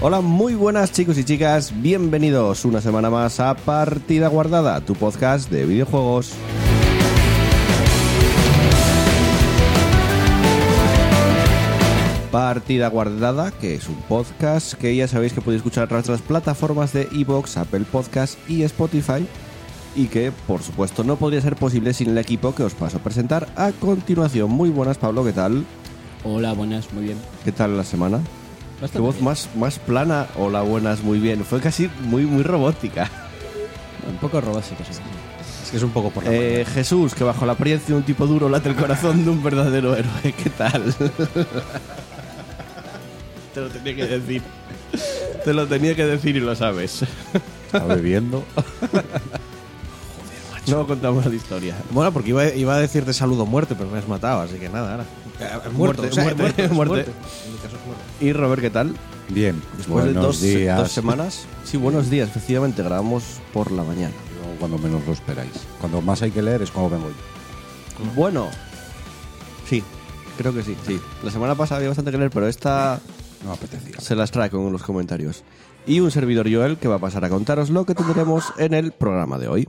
Hola, muy buenas chicos y chicas, bienvenidos una semana más a Partida Guardada, tu podcast de videojuegos. Partida Guardada, que es un podcast que ya sabéis que podéis escuchar a través de las plataformas de Evox, Apple Podcast y Spotify. Y que, por supuesto, no podría ser posible sin el equipo que os paso a presentar a continuación. Muy buenas, Pablo, ¿qué tal? Hola, buenas, muy bien. ¿Qué tal la semana? Bastante Tu voz bien. más, más plana, hola buenas, muy bien. Fue casi muy, muy robótica. Un poco robótico, sí. Es que es un poco por la Eh, Jesús, que bajo la apariencia de un tipo duro late el corazón de un verdadero héroe. ¿Qué tal? Te lo tenía que decir. Te lo tenía que decir y lo sabes. Está bebiendo. No contamos la historia. Bueno, porque iba, iba a decirte saludo muerte, pero me has matado, así que nada, ahora. Eh, Muerto, Muerte, o sea, muerte, muerto, es muerte. muerto. En mi caso es muerto. ¿Y Robert, qué tal? Bien, Después buenos de dos, días. dos semanas. Sí, buenos días. Efectivamente, grabamos por la mañana. Yo Cuando menos lo esperáis. Cuando más hay que leer es cuando vengo yo. Bueno. Sí, creo que sí. sí. La semana pasada había bastante que leer, pero esta... No me apetecía. se las trae con los comentarios. Y un servidor Joel que va a pasar a contaros lo que tendremos en el programa de hoy.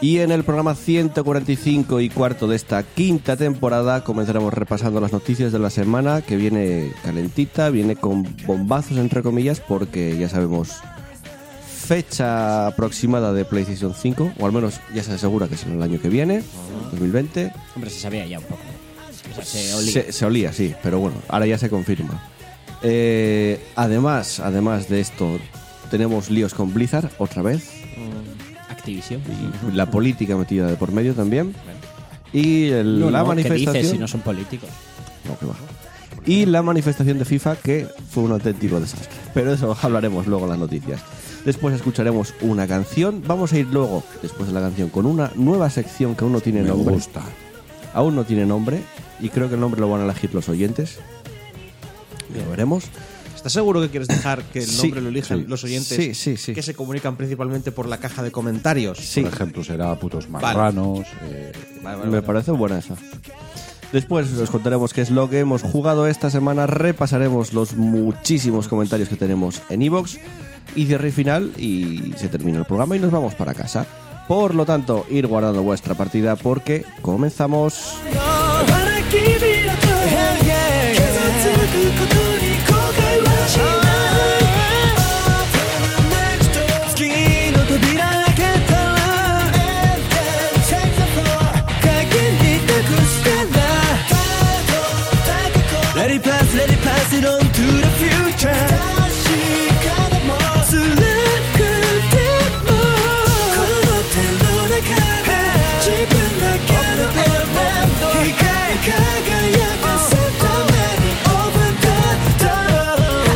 Y en el programa 145 y cuarto de esta quinta temporada comenzaremos repasando las noticias de la semana que viene calentita, viene con bombazos entre comillas porque ya sabemos fecha aproximada de PlayStation 5 o al menos ya se asegura que será el año que viene, 2020. Hombre, se sabía ya un poco. O sea, se olía. Se, se olía, sí, pero bueno, ahora ya se confirma. Eh, además, además de esto, tenemos líos con Blizzard otra vez. Activision. y la política metida de por medio también. Y el- la ¿qué manifestación. dices si no son políticos? No, qué va. Y la manifestación de FIFA que fue un auténtico desastre. Pero eso hablaremos luego en las noticias. Después escucharemos una canción. Vamos a ir luego, después de la canción, con una nueva sección que aún no tiene Me nombre. gusta. Aún no tiene nombre. Y creo que el nombre lo van a elegir los oyentes. Ya veremos. ¿Estás seguro que quieres dejar que el Sí, nombre lo elijan sí. los oyentes? Sí, sí, sí. Que se comunican principalmente por la caja de comentarios. Sí. Por ejemplo, será putos marranos. eh, Me parece buena esa. Después os contaremos qué es lo que hemos jugado esta semana, repasaremos los muchísimos comentarios que tenemos en iVoox y cierre y final y se termina el programa y nos vamos para casa. Por lo tanto, ir guardando vuestra partida porque comenzamos. 「君だと傷つくことに後悔はしない」「月の扉開けたら」「限りなくしてんだ」「Ready pass, ready pass it on to the future」「辛くてもこの手の中自分だけのエレメント」「光り輝かせために Over the top」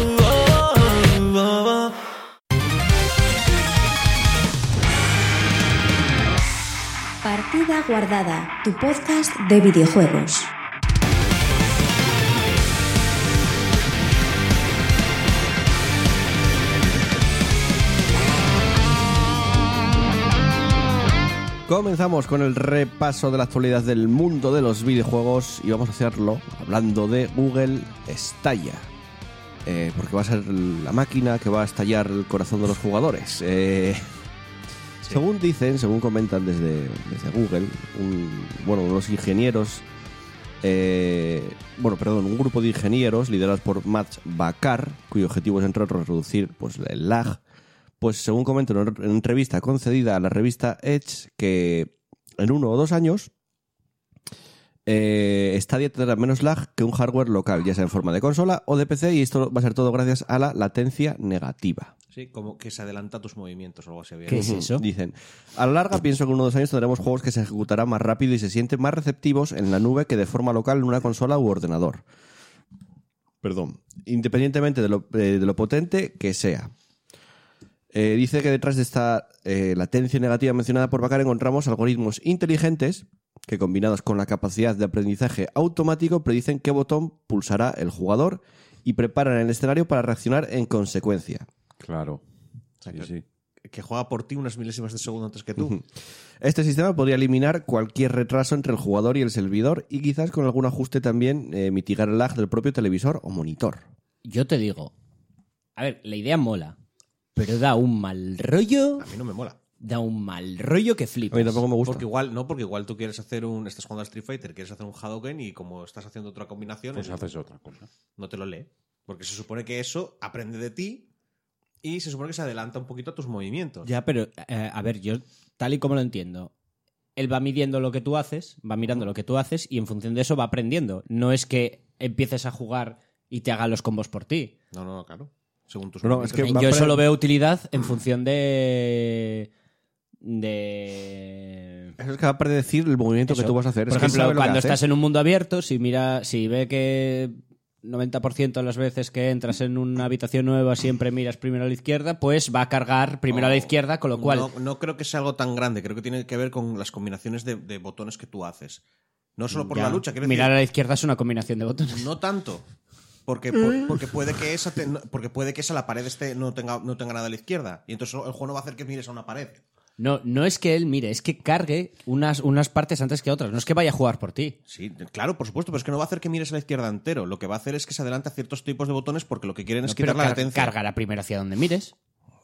Partida Guardada, tu podcast de videojuegos. Comenzamos con el repaso de la actualidad del mundo de los videojuegos y vamos a hacerlo hablando de Google Estalla. Eh, porque va a ser la máquina que va a estallar el corazón de los jugadores. Eh, Según dicen, según comentan desde, desde Google, un- bueno, unos ingenieros eh, bueno, perdón, un grupo de ingenieros liderados por Mats Bakar, cuyo objetivo es, entre otros, reducir pues, el lag, pues según comenta en una entrevista concedida a la revista Edge, que en uno o dos años eh, Stadia tendrá menos lag que un hardware local, ya sea en forma de consola o de PC, y esto va a ser todo gracias a la latencia negativa. Sí, como que se adelanta tus movimientos o algo así. había ¿Qué es dicho. eso? Dicen, a la larga pienso que en uno o dos años tendremos juegos que se ejecutarán más rápido y se sienten más receptivos en la nube que de forma local en una consola u ordenador. Perdón. Independientemente de lo, eh, de lo potente que sea. Eh, dice que detrás de esta eh, latencia negativa mencionada por Bacar encontramos algoritmos inteligentes que combinados con la capacidad de aprendizaje automático predicen qué botón pulsará el jugador y preparan el escenario para reaccionar en consecuencia. Claro. sea, Sí, que- sí. Que juega por ti unas milésimas de segundo antes que tú. Este sistema podría eliminar cualquier retraso entre el jugador y el servidor y quizás con algún ajuste también eh, mitigar el lag del propio televisor o monitor. Yo te digo. A ver, la idea mola. Pero da un mal rollo. A mí no me mola. Da un mal rollo que A flipas. mí tampoco me gusta. Porque igual, no, porque igual tú quieres hacer un. Estás jugando a Street Fighter, quieres hacer un Hadouken y como estás haciendo otra combinación, Pues el- haces otra cosa. no te lo lee. Porque se supone que eso aprende de ti y se supone que se adelanta un poquito a tus movimientos. Ya, pero eh, a ver, yo tal y como lo entiendo, él va midiendo lo que tú haces, va mirando lo que tú haces y en función de eso va aprendiendo. No es que empieces a jugar y te haga los combos por ti. No, no, claro. Según tus No, no, es que movimientos. va yo aprendiendo. solo veo utilidad en función de de Eso es que va a predecir el movimiento que eso. tú vas a hacer. Por Es que ejemplo, sabe lo que cuando hace. estás en un mundo abierto, si mira, si ve que 90% de las veces que entras en una habitación nueva siempre miras primero a la izquierda, pues va a cargar primero a la izquierda, con lo cual No, no creo que sea algo tan grande, creo que tiene que ver con las combinaciones de, de botones que tú haces. No solo por Ya. la lucha, quiero Mirar a decir, la izquierda es una combinación de botones. no tanto. Porque, por- porque puede que esa te- no- porque puede que esa la pared esté, no tenga, no tenga nada a la izquierda. Y entonces el juego no va a hacer que mires a una pared. No, no es que él mire, es que cargue unas, unas partes antes que otras. No es que vaya a jugar por ti. Sí, claro, por supuesto, pero es que no va a hacer que mires a la izquierda entero. Lo que va a hacer es que se adelante a ciertos tipos de botones porque lo que quieren es No, pero quitar la car- latencia. Cargará primero hacia donde mires,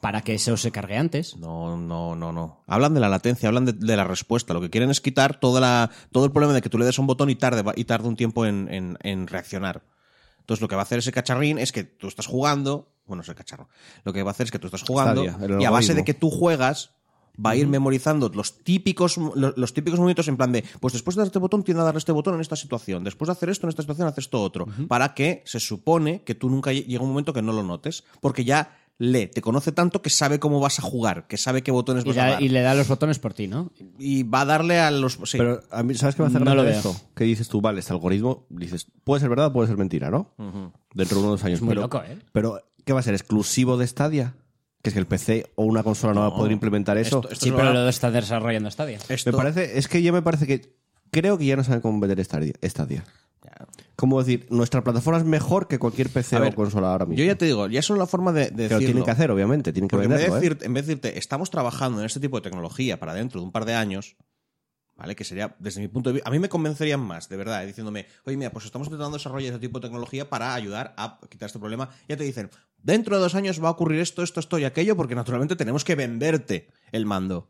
para que eso se cargue antes. No, no, no, no. Hablan de la latencia, hablan de, de la respuesta. Lo que quieren es quitar toda la, todo el problema de que tú le des a un botón y tarde, y tarde un tiempo en, en- en reaccionar. Entonces lo que va a hacer ese cacharrín es que tú estás jugando. Bueno, ese cacharro. Lo que va a hacer es que tú estás jugando Stadia, el y a base algoritmo. de que tú juegas va a ir memorizando los típicos los, los típicos movimientos en plan de pues después de dar este botón tiende a dar este botón en esta situación después de hacer esto en esta situación haces esto otro para que se supone que tú nunca lle- llegue un momento que no lo notes porque ya lee te conoce tanto que sabe cómo vas a jugar que sabe qué botones Y, vas a da- dar y y, le da los botones por ti, ¿no? va a darle a los sí. Pero a mí, ¿sabes qué me hace No gracia lo de veo. esto? Que dices tú, vale, este algoritmo, dices, puede ser verdad o puede ser mentira, ¿no? Dentro de unos años. Es muy pero, loco, ¿eh? Pero, ¿qué va a ser? ¿Exclusivo de Stadia? Que es que el PC o una consola no, va a poder implementar eso. Esto sí, es Eh, pero verdad. lo está desarrollando Stadia. Esto- Me parece, es que ya me parece que creo que ya no saben cómo vender Stadia. Stadia. Como decir, nuestra plataforma es mejor que cualquier PC A o ver, consola ahora mismo. yo ya te digo ya solo la forma que de, de lo tienen decirlo. que hacer, obviamente, tienen que Porque en vez, de venderlo. ¿eh? decir- en vez de decirte, estamos trabajando en este tipo de tecnología para dentro de un par de años, ¿vale? Que sería, desde mi punto de vista, a mí me convencerían más, de verdad, diciéndome, oye, mira, pues estamos intentando desarrollar este tipo de tecnología para ayudar a quitar este problema. Ya te dicen, dentro de dos años va a ocurrir esto, esto, esto y aquello, porque naturalmente tenemos que venderte el mando.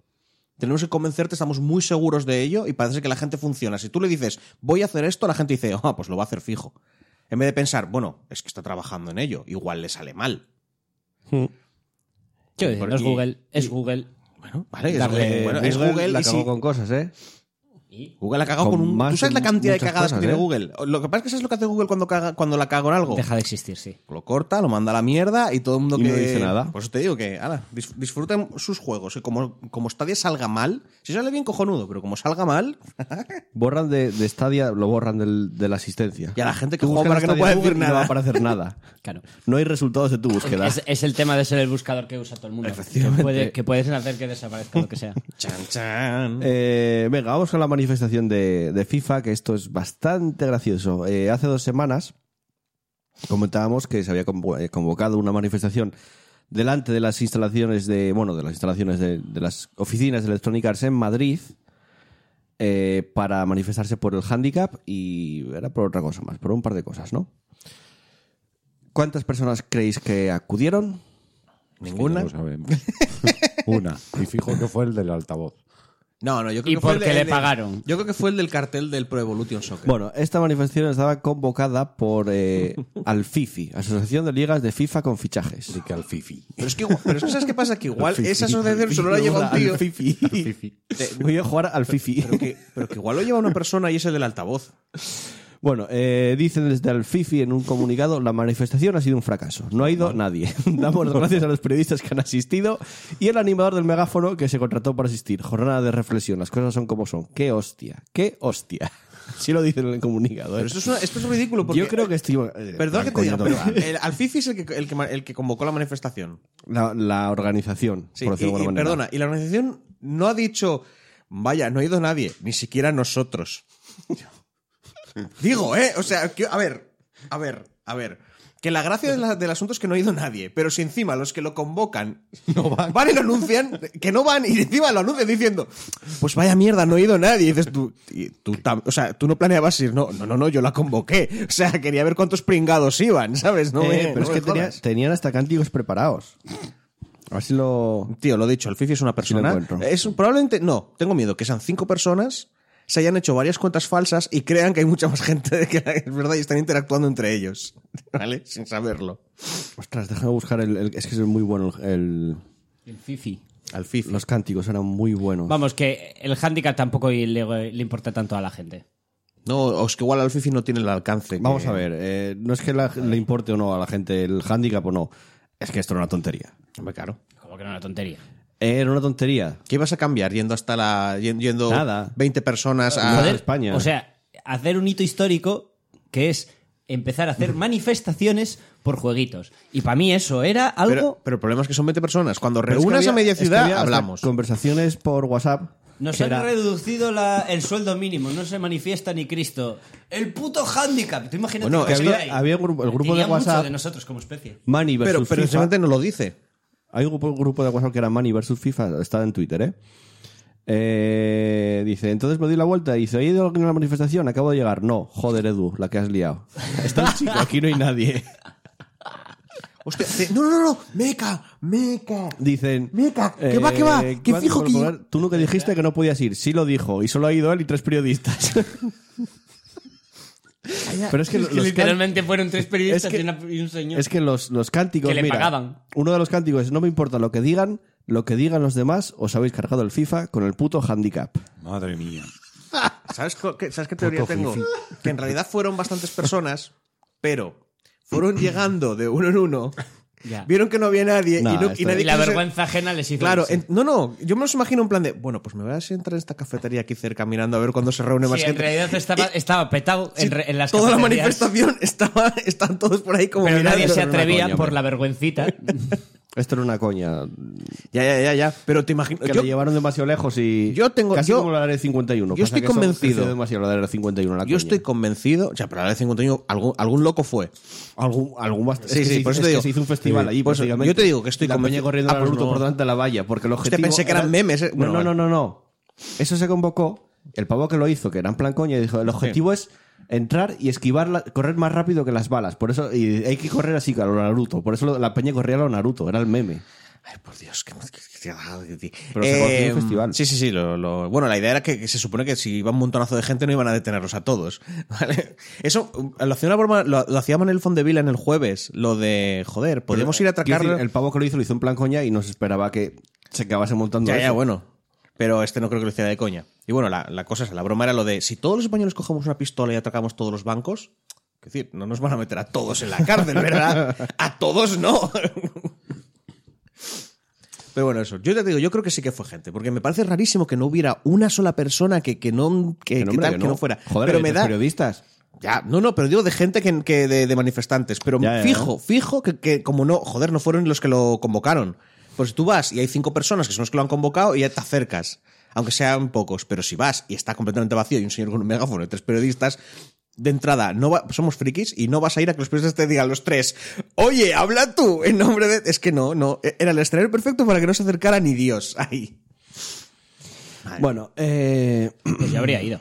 Tenemos que convencerte, estamos muy seguros de ello y parece que la gente funciona. Si tú le dices, voy a hacer esto, la gente dice, ah, pues lo va a hacer fijo. En vez de pensar, bueno, es que está trabajando en ello, igual le sale mal. Yo, no es Google, es Google. Bueno, vale, es Darle- Google, bueno, es Google la y cagó sí. con cosas, ¿eh? Google ha cagado con, Con un... más ¿Tú sabes la de cantidad de muchas cagadas cosas, que tiene ¿eh? Google? Lo que pasa es que ¿sabes lo que hace Google cuando, caga, cuando la cago en algo? Deja de existir, sí. Lo corta, lo manda a la mierda y todo el mundo Y que... no dice nada. Pues te digo que, ala, dis- disfruten sus juegos. Y como, como Stadia salga mal, si sale bien cojonudo, pero como salga mal, Borran de, de Stadia, lo borran del- de la asistencia. Y a la gente que Tú juega buscas para que no Stadia pueda en Google decir y No nada. va a aparecer nada. Claro. No hay resultados de tu búsqueda. Es, es el tema de ser el buscador que usa todo el mundo. Efectivamente. Que, puede- que puedes hacer que desaparezca lo que sea. chan, chan. Eh, venga, vamos con la manifestación de, de FIFA, que esto es bastante gracioso. Eh, hace dos semanas comentábamos que se había convo- eh, convocado una manifestación delante de las instalaciones de, bueno, de las instalaciones de, de las oficinas de Electronic Arts en Madrid eh, para manifestarse por el handicap y era por otra cosa más, por un par de cosas, ¿no? ¿Cuántas personas creéis que acudieron? Ninguna. Una. Y fijo que fue el del altavoz. No, no, yo creo Y que fue el porque de- le el de- pagaron. yo creo que fue el del cartel del Pro Evolution Soccer. Bueno, esta manifestación estaba convocada por eh, Alfifi, Asociación de Ligas de FIFA con Fichajes. que al Fifi. Pero es que, igual- pero es que ¿sabes qué pasa? Que igual esa asociación solo la lleva un tío. Al Fifi. Al Fifi. Eh, Voy a jugar al Fifi. Pero que, pero que igual lo lleva una persona y es el del altavoz. Bueno, eh, dicen desde el FIFI en un comunicado, la manifestación ha sido un fracaso. No ha ido nadie. Damos las gracias a los periodistas que han asistido y el animador del megáfono que se contrató para asistir. Jornada de reflexión, las cosas son como son. ¡Qué hostia! ¡Qué hostia! Sí lo dicen en el comunicado. ¿eh? Pero esto es, una- esto es ridículo porque... Yo creo que estoy... eh, Perdón que te Franco, diga, ya pero toca. el, al Fifi es el que, el, que, ma- el que convocó la manifestación. La, la organización, Sí, por decirlo de y- y alguna manera. perdona, y la organización no ha dicho, vaya, no ha ido nadie, ni siquiera nosotros. Digo, ¿eh? O sea, que- a ver, a ver, a ver. Que la gracia de la- del asunto es que no ha ido nadie, pero si encima los que lo convocan van. y lo anuncian, que no van, y encima lo anuncian diciendo, pues vaya mierda, no ha ido nadie. Y dices tú, y tú tam- o sea, tú no planeabas ir, no, no, no, no, yo la convoqué. O sea, quería ver cuántos pringados iban, ¿sabes? No, me- Eh, pero no es me que tenía- jodas. tenían hasta cánticos preparados. A ver si lo... Tío, lo dicho, el Fifi es una persona. encuentro. es un- probablemente. No, tengo miedo que sean cinco personas, se hayan hecho varias cuentas falsas y crean que hay mucha más gente de que la que es verdad y están interactuando entre ellos. ¿Vale? Sin saberlo. Ostras, déjame buscar el... el- Es que es muy bueno el- el- El Fifi. Al Fifi. Los cánticos eran muy buenos. Vamos, que el handicap tampoco le, le importa tanto a la gente. No, o es que igual al Fifi no tiene el alcance. que- Vamos a ver, eh, no es que la- le importe o no a la gente el hándicap o no, es que esto era una tontería. Eh, Hombre, claro. Como que no una tontería. Era una tontería. ¿Qué ibas a cambiar yendo hasta la. yen- yendo Nada. 20 personas a. Ah. Joder. España. O sea, hacer un hito histórico que es empezar a hacer manifestaciones por jueguitos. Y para mí eso era Pero, algo... pero el problema es que son 20 personas. Cuando Pero es que reúnas había- a media es que ciudad, había hasta hablamos. Conversaciones por WhatsApp. Nos que han era- reducido la- el sueldo mínimo, no se manifiesta ni Cristo. El puto handicap, tú imagínate Bueno, que es que había- había un grupo- el grupo de Tenía mucho WhatsApp- de nosotros como especie. Mani Pero, versus pero FIFA. precisamente no lo dice. Hay un grupo, grupo de WhatsApp que era Mani versus FIFA, está en Twitter, ¿eh? Eh, dice, entonces me doy la vuelta y dice, ¿ha ido alguien a la manifestación? Acabo de llegar. No, joder, Edu, la que has liado. Está un chico, aquí no hay nadie. Hostia, te- no, no, no, meca, meca. Dicen. eh, Meca, que va, que va, que ¿cuándo fijo que podemos volver? Tú nunca dijiste que no podías ir. Sí lo dijo. Y solo ha ido él y tres periodistas. Pero es que, los, literalmente fueron tres periodistas es que- y, una- y un señor. es que los, los cánticos. Que le mira, pagaban. Uno de los cánticos es: No me importa lo que digan, lo que digan los demás, os habéis cargado el FIFA con el puto handicap. Madre mía. ¿Sabes, co- qué, ¿Sabes qué teoría tengo? Que en realidad fueron bastantes personas, pero fueron llegando de uno en uno, Ya. vieron que no había nadie No, y, no- y esto- nadie la quiso ser- vergüenza ajena les hizo Claro, irse. en- no, no, yo me los imagino en plan de, bueno, pues me voy a sentar en esta cafetería aquí cerca mirando a ver cuándo se reúne más Sí, en gente. realidad estaba, estaba petado en, re- en las Toda la cafeterías, manifestación estaba, estaban todos por ahí como Pero mirando. nadie se Era una atrevía coña, por hombre. la vergüencita. Esto era una coña. Eh, Ya, ya, ya, ya. Pero te imagino. Que yo- lo llevaron demasiado lejos y. Yo tengo- Casi yo- como la área 51. Pasa yo estoy que eso convencido. creció demasiado la área 51. La Yo coña. estoy convencido, o sea, pero la de 51, algún, algún loco fue. Algún, algún bast- Sí, es que sí, se por hizo- eso te es que digo. se hizo un festival Sí, allí, por eso- prácticamente. yo te digo que estoy la peña convenciendo- corriendo Ah, al pues bruto no. por delante de la valla, porque el objetivo. pensé que eran era- memes, eh. Bueno, no, no, vale. no, no, no. Eso se convocó. El pavo que lo hizo, que era en plan coña, dijo: el objetivo es entrar y esquivar, la- correr más rápido que las balas. Por eso, y hay que correr así, a lo Naruto. Por eso lo- la peña corría a lo Naruto, era el meme. Ay, por Dios, qué Pero se consiguió el festival. Em, Sí, sí, sí. lo- lo- bueno, la idea era que, que se supone que si iba un montonazo de gente no iban a detenerlos a todos. ¿vale? Eso um, lo hacía una broma, lo, lo hacía Manuel Fondevila en el jueves, lo de joder, podemos ir a Quiero atracar. decir, el pavo que lo hizo, lo hizo en plan coña y no se esperaba que se acabase montando. Ya, ya, eso. bueno. Pero este no creo que lo hiciera de coña. Y bueno, la, la cosa es, la broma era lo de si todos los españoles cogemos una pistola y atracamos todos los bancos, es decir, no nos van a meter a todos en la cárcel, ¿verdad? a todos no. Pero bueno, eso. Yo ya te digo, yo creo que sí que fue gente, porque me parece rarísimo que no hubiera una sola persona que, que no que, Que no, que hombre, tal, que que no. no. fuera. Joder, pero hay me otros da periodistas. ya, no, no, pero digo de gente que, que de, de manifestantes. Pero Ya, ya, fijo, fijo que, que como no, joder, no fueron los que lo convocaron. Pues tú vas y hay cinco personas que son los que lo han convocado y ya te acercas. Aunque sean pocos, pero si vas y está completamente vacío y un señor con un megáfono y tres periodistas, de entrada, no va- somos frikis y no vas a ir a que los periodistas te digan los tres, oye, habla tú en nombre de... Es que no, no, e, era el escenario perfecto para que no se acercara ni Dios ahí. Bueno, eh. Pues yo habría ido.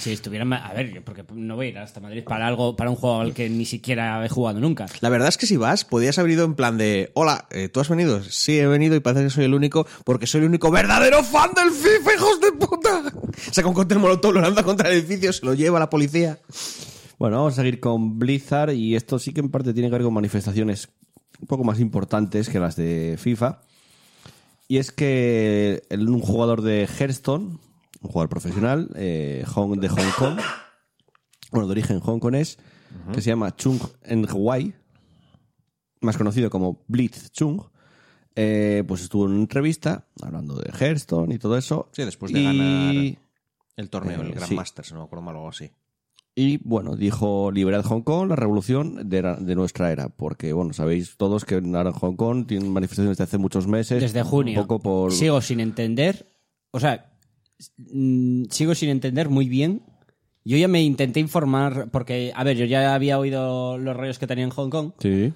Si estuvieran. A ver, yo porque no voy a ir hasta Madrid para algo, para un juego al que ni siquiera he jugado nunca. La verdad es que si vas, podías haber ido en plan de, hola, eh, ¿tú has venido? Sí, he venido y parece que soy el único, porque soy el único verdadero fan del FIFA, hijos de puta. Saca un cóctel molotov, lo lanza contra el edificio, se lo lleva la policía. Bueno, vamos a seguir con Blizzard y esto sí que en parte tiene que ver con manifestaciones un poco más importantes que las de FIFA. Y es que el- un jugador de Hearthstone, un jugador profesional eh, Hong, de Hong Kong, bueno, de origen hongkonés, que se llama Chung Nguai, más conocido como Blitz Chung, eh, pues estuvo en una entrevista hablando de Hearthstone y todo eso. Sí, después de Y- ganar el torneo, el Eh, Grand sí. Masters, no me acuerdo mal o algo así. Y bueno, dijo liberad Hong Kong, la revolución de, la- de nuestra era. Porque bueno, sabéis todos que ahora en Hong Kong tienen manifestaciones desde hace muchos meses. Desde junio. Un poco por. Sigo sin entender. O sea, mm, sigo sin entender muy bien. Yo ya me intenté informar porque, a ver, yo ya había oído los rollos que tenía en Hong Kong. Sí.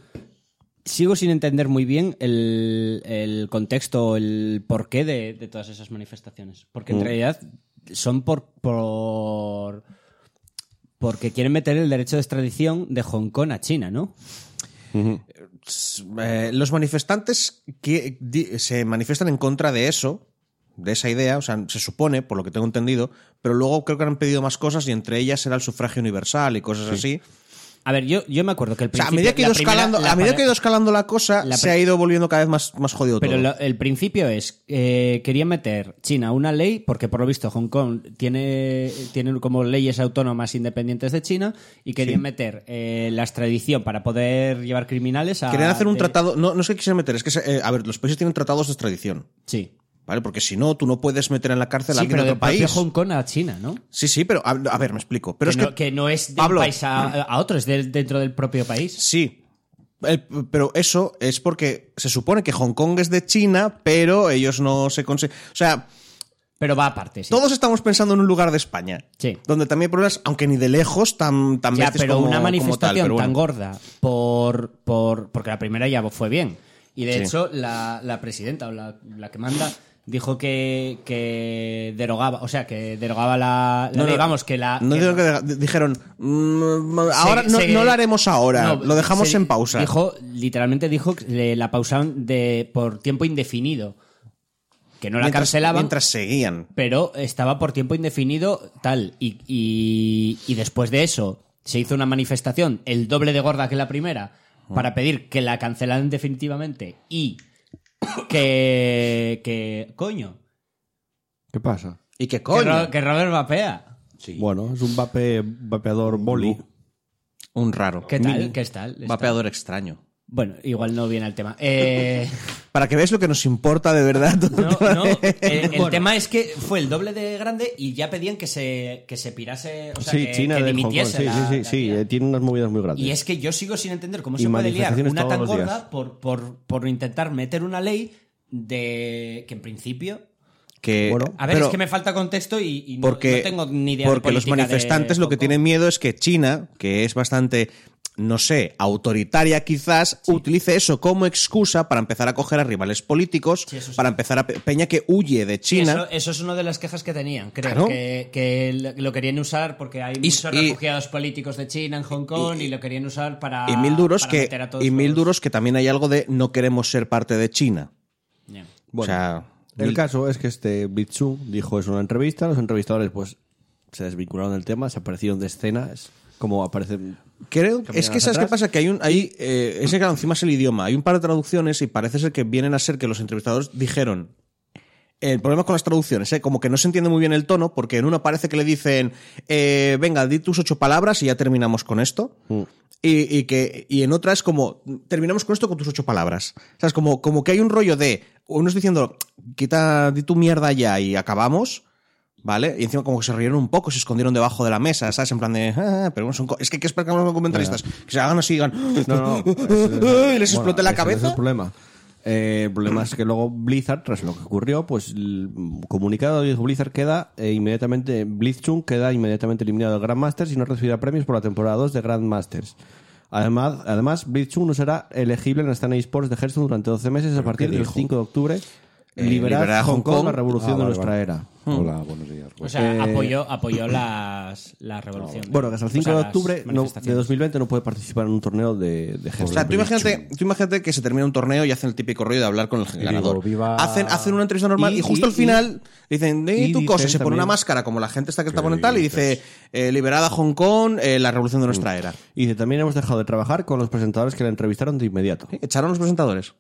Sigo sin entender muy bien el, el contexto, el porqué de, de todas esas manifestaciones. Porque en Mm. realidad son por, por. Porque quieren meter el derecho de extradición de Hong Kong a China, ¿no? Eh, los manifestantes que di- se manifiestan en contra de eso, de esa idea, o sea, se supone, por lo que tengo entendido, pero luego creo que han pedido más cosas y entre ellas será el sufragio universal y cosas así. A ver, yo, yo me acuerdo que el O sea, a principio- medida que ha la ido primera- escalando, la a medida pare- que ha ido escalando la cosa, la se pri- ha ido volviendo cada vez más, más jodido Pero todo. lo- el principio es, eh, quería meter China una ley, porque por lo visto Hong Kong tiene, tiene como leyes autónomas independientes de China, y querían meter eh, la extradición para poder llevar criminales a... Querían hacer un de- tratado, no, no es que quisieran meter, es que, se- eh, a ver, los países tienen tratados de extradición, Sí, ¿vale? Porque si no, tú no puedes meter en la cárcel sí a alguien pero de del otro país. propio Hong Kong a China, ¿no? Sí, sí, pero a, a ver, me explico. Pero que, es no, que no es de Pablo. mm. un país a, a otro, es de- dentro del propio país. Sí. El- pero eso es porque se supone que Hong Kong es de China, pero ellos no se consiguen. O sea, Pero va aparte, sí. todos estamos pensando en un lugar de España. Sí. Donde también hay problemas, aunque ni de lejos tan, tan Ya, bestias pero como- una como tal, manifestación pero bueno. tan gorda por, por porque la primera ya fue bien. Y de Sí. hecho, la, la presidenta o la, la que manda dijo que, que derogaba, o sea, que derogaba la, la No, ley, no, vamos, que la... No Ah, que digo la- que de- di- dijeron, "Mm, ahora se- no, se- no lo haremos ahora, no, lo dejamos se- en pausa. Dijo, literalmente dijo que le- la pausaban de, por tiempo indefinido. Que no la mientras, cancelaban. mientras seguían. pero estaba por tiempo indefinido tal y, y- y después de eso se hizo una manifestación el doble de gorda que la primera para pedir que la cancelaran definitivamente y que que coño ¿Qué pasa? ¿Y qué que, Ro- que Robert vapea Bueno, es un vape- vapeador boli. Un raro. qué tal Mini. qué tal ¿Está? Vapeador extraño. bueno igual no viene al tema Eh, Para que veáis lo que nos importa de verdad. todo el no, tema no, de- el, el tema es que fue el doble de grande y ya pedían que se que se pirase o sea, sí, que, China que de Hong Kong. dimitiese Sí, la- sí, sí, la sí. tía. eh, tiene unas movidas muy grandes. Y es que yo sigo sin entender cómo Y se puede liar manifestaciones una todos tan los días. gorda por, por, por intentar meter una ley de que en principio... que, Bueno, A ver, pero- es que me falta contexto y, y no- porque, no, tengo ni idea. de porque los política de manifestantes lo que Hong Kong. tienen miedo es que China, que es bastante, no sé, autoritaria quizás, utilice eso como excusa para empezar a coger a rivales políticos, Sí, eso sí. para empezar a pe- peña que huye de Sí, China. Eso, eso es una de las quejas que tenían, creo. Claro. Que, que lo- lo querían usar porque hay Y- muchos y- refugiados políticos de China en Hong Kong y, lo querían usar para. y mil duros para que meter a todos y mil los- duros que también hay algo de no queremos ser parte de China. Ya. o sea, El mil- caso es que este Bitsu dijo es una entrevista, los entrevistadores pues se desvincularon del tema, se aparecieron de escena, es como aparecen... Creo, Caminadas es que sabes qué atrás. pasa que hay un hay eh, ese claro, encima es el idioma, hay un par de traducciones y parece ser que vienen a ser que los entrevistadores dijeron el problema con las traducciones, ¿eh? como que no se entiende muy bien el tono, porque en uno parece que le dicen, eh, venga, di tus ocho palabras y ya terminamos con esto. Y, y que, y en otra es como, terminamos con esto con tus ocho palabras. O sea, es como, como que hay un rollo de, unos diciendo, quita, di tu mierda ya y acabamos. ¿Vale? Y encima como que se rieron un poco, se escondieron debajo de la mesa, ¿sabes? En plan de... "Ah, pero bueno, son co-". es que hay que esperar que los documentalistas que se hagan así y digan... No, no, es- "Ah", y les bueno, explote ese- ese la es cabeza. el problema. Eh, el problema es que luego Blizzard, tras lo que ocurrió, pues el comunicado de Blizzard queda eh, inmediatamente, Blizzchung queda inmediatamente eliminado del Grand Masters y no recibirá premios por la temporada 2 de Grand Masters. Además, además Blizzchung no será elegible en la escena eSports de Hearthstone durante 12 meses a partir del 5 de octubre eh, liberar, Hong Kong, la revolución Ah, de vale, nuestra vale. Hmm. era. Hola, buenos días. Pues, O sea, Eh, apoyó, apoyó las, la revolución. Bueno, que hasta el 5 O sea, de las octubre no- de Pues manifestaciones. 2020 no puede participar en un torneo de, de O ajedrez. sea, tú imagínate, tú imagínate que se termina un torneo y hacen el típico rollo de hablar con el ganador. viva- Hacen, hacen una entrevista normal y, Y- justo y- al final dicen, di y tu cosa, dicen se pone una también- máscara como la gente está que está ¿Qué poniendo tal y dice, dices? eh, liberada Hong Kong, eh, la revolución de nuestra era. Y dice, también hemos dejado de trabajar con los presentadores que la entrevistaron de inmediato. ¿Eh? Echaron los presentadores.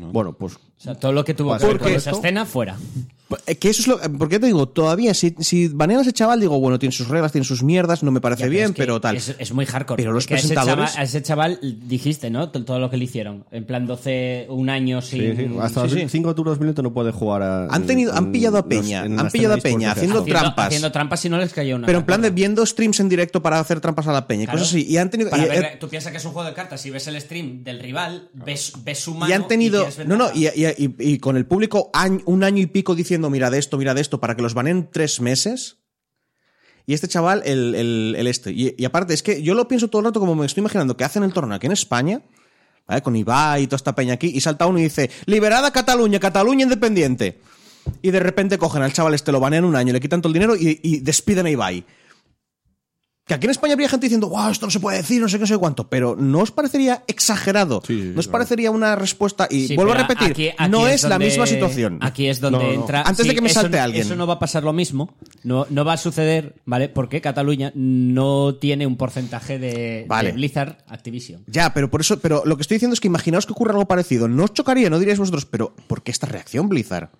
Bueno, pues O sea, todo lo que tuvo que ver Porque con esa esto- escena fuera. Eh, Que eso es lo, eh, porque te digo, todavía, si, si banean a ese chaval, digo, bueno, tiene sus reglas, tiene sus mierdas, no me parece Ya, bien, es que pero tal. Es, es muy hardcore. Pero los porque a ese presentadores- chaval- A ese, chaval, dijiste, ¿no? T- Todo lo que le hicieron. En plan 12, un año sí, sin. sí, eh, hasta el sí, sí. 5 de octubre de 2020 no puede jugar a- Han tenido- han pillado a los- Peña, en han las pillado a tenis Peña por haciendo teatro. haciendo, trampas. Haciendo trampas y no les cayó una. pero en plan de mierda. viendo streams en directo para hacer trampas a la peña, y Claro. cosas así. Y han tenido. Para y- ver- eh, tú piensas que es un juego de cartas. Si ves el stream del rival, ves, ves su mano. y han tenido. quieres ver no, no, nada. y, y- y- y con el público añ- un año y pico diciendo, mira de esto, mira de esto, para que los baneen tres meses. Y este chaval, el, el- el este. Y, y aparte, es que yo lo pienso todo el rato como me estoy imaginando que hacen el torneo aquí en España, ¿vale? con Ibai y toda esta peña aquí, y salta uno y dice, liberada Cataluña, Cataluña independiente. Y de repente cogen al chaval este, lo banean un año, le quitan todo el dinero y, y despiden a Ibai. Que aquí en España habría gente diciendo, wow, esto no se puede decir, no sé qué, no sé cuánto. Pero ¿no os parecería exagerado? ¿No os parecería una respuesta? Y Sí, vuelvo a pero repetir, aquí- aquí no es, la donde- misma situación. Aquí es donde No, no, no. entra. Antes de que me eso salte no- alguien. Eso no va a pasar lo mismo. No, no va a suceder, ¿vale? Porque Cataluña no tiene un porcentaje de, Vale. de Blizzard Activision. Ya, pero por eso, pero lo que estoy diciendo es que imaginaos que ocurra algo parecido. No os chocaría, no diríais vosotros, pero ¿por qué esta reacción, Blizzard?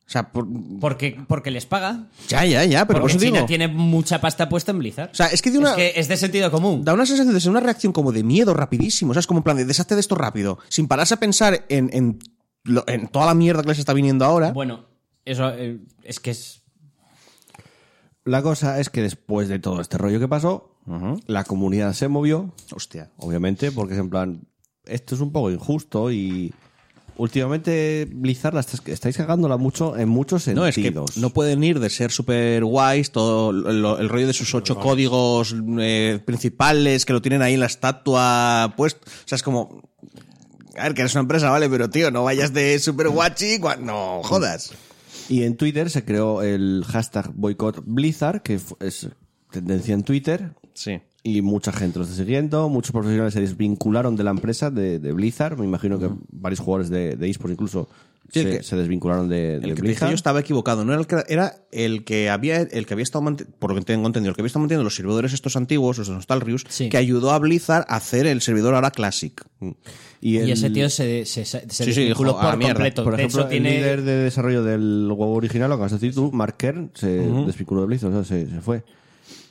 O sea, por- Porque, porque les paga. ya, ya, ya, pero por porque eso China digo. tiene mucha pasta puesta en Blizzard. O sea, es que de una. es que es de sentido común. Da una sensación de ser una reacción como de miedo rapidísimo, ¿sabes? Como en plan de deshazte de esto rápido, sin pararse a pensar en, en lo- en toda la mierda que les está viniendo ahora. Bueno, eso eh, es que es. La cosa es que después de todo este rollo que pasó, la comunidad se movió, Hostia. obviamente, porque es en plan, esto es un poco injusto y últimamente Blizzard la estás- estáis cagándola mucho en muchos No, es sentidos. que no pueden ir de ser super guays, todo lo- el rollo de sus ocho códigos eh, principales que lo tienen ahí en la estatua puesto. O sea, es como. A ver, que eres una empresa, vale, pero tío, no vayas de super guachi cuando. No jodas. Y en Twitter se creó el hashtag boicot Blizzard, que fu- es tendencia en Twitter. Sí. Y mucha gente lo está siguiendo. Muchos profesionales se desvincularon de la empresa de, de Blizzard. Me imagino que varios jugadores de, de eSports incluso Sí, el se, que- se desvincularon de, de El que te dije Blizzard. yo estaba equivocado, no era el que era el que había el que había estado mante- por lo que tengo entendido, el que había estado manteniendo los servidores estos antiguos, los de Nostalrius, Sí. que ayudó a Blizzard a hacer el servidor ahora Classic. Y, el- Y ese tío se, se, se sí, desvinculó dijo, a la por mierda. completo. Por de ejemplo, hecho, tiene. el líder de desarrollo del juego original, lo acabas de decir tú, Mark Kern, se desvinculó de Blizzard, o sea, se, se fue.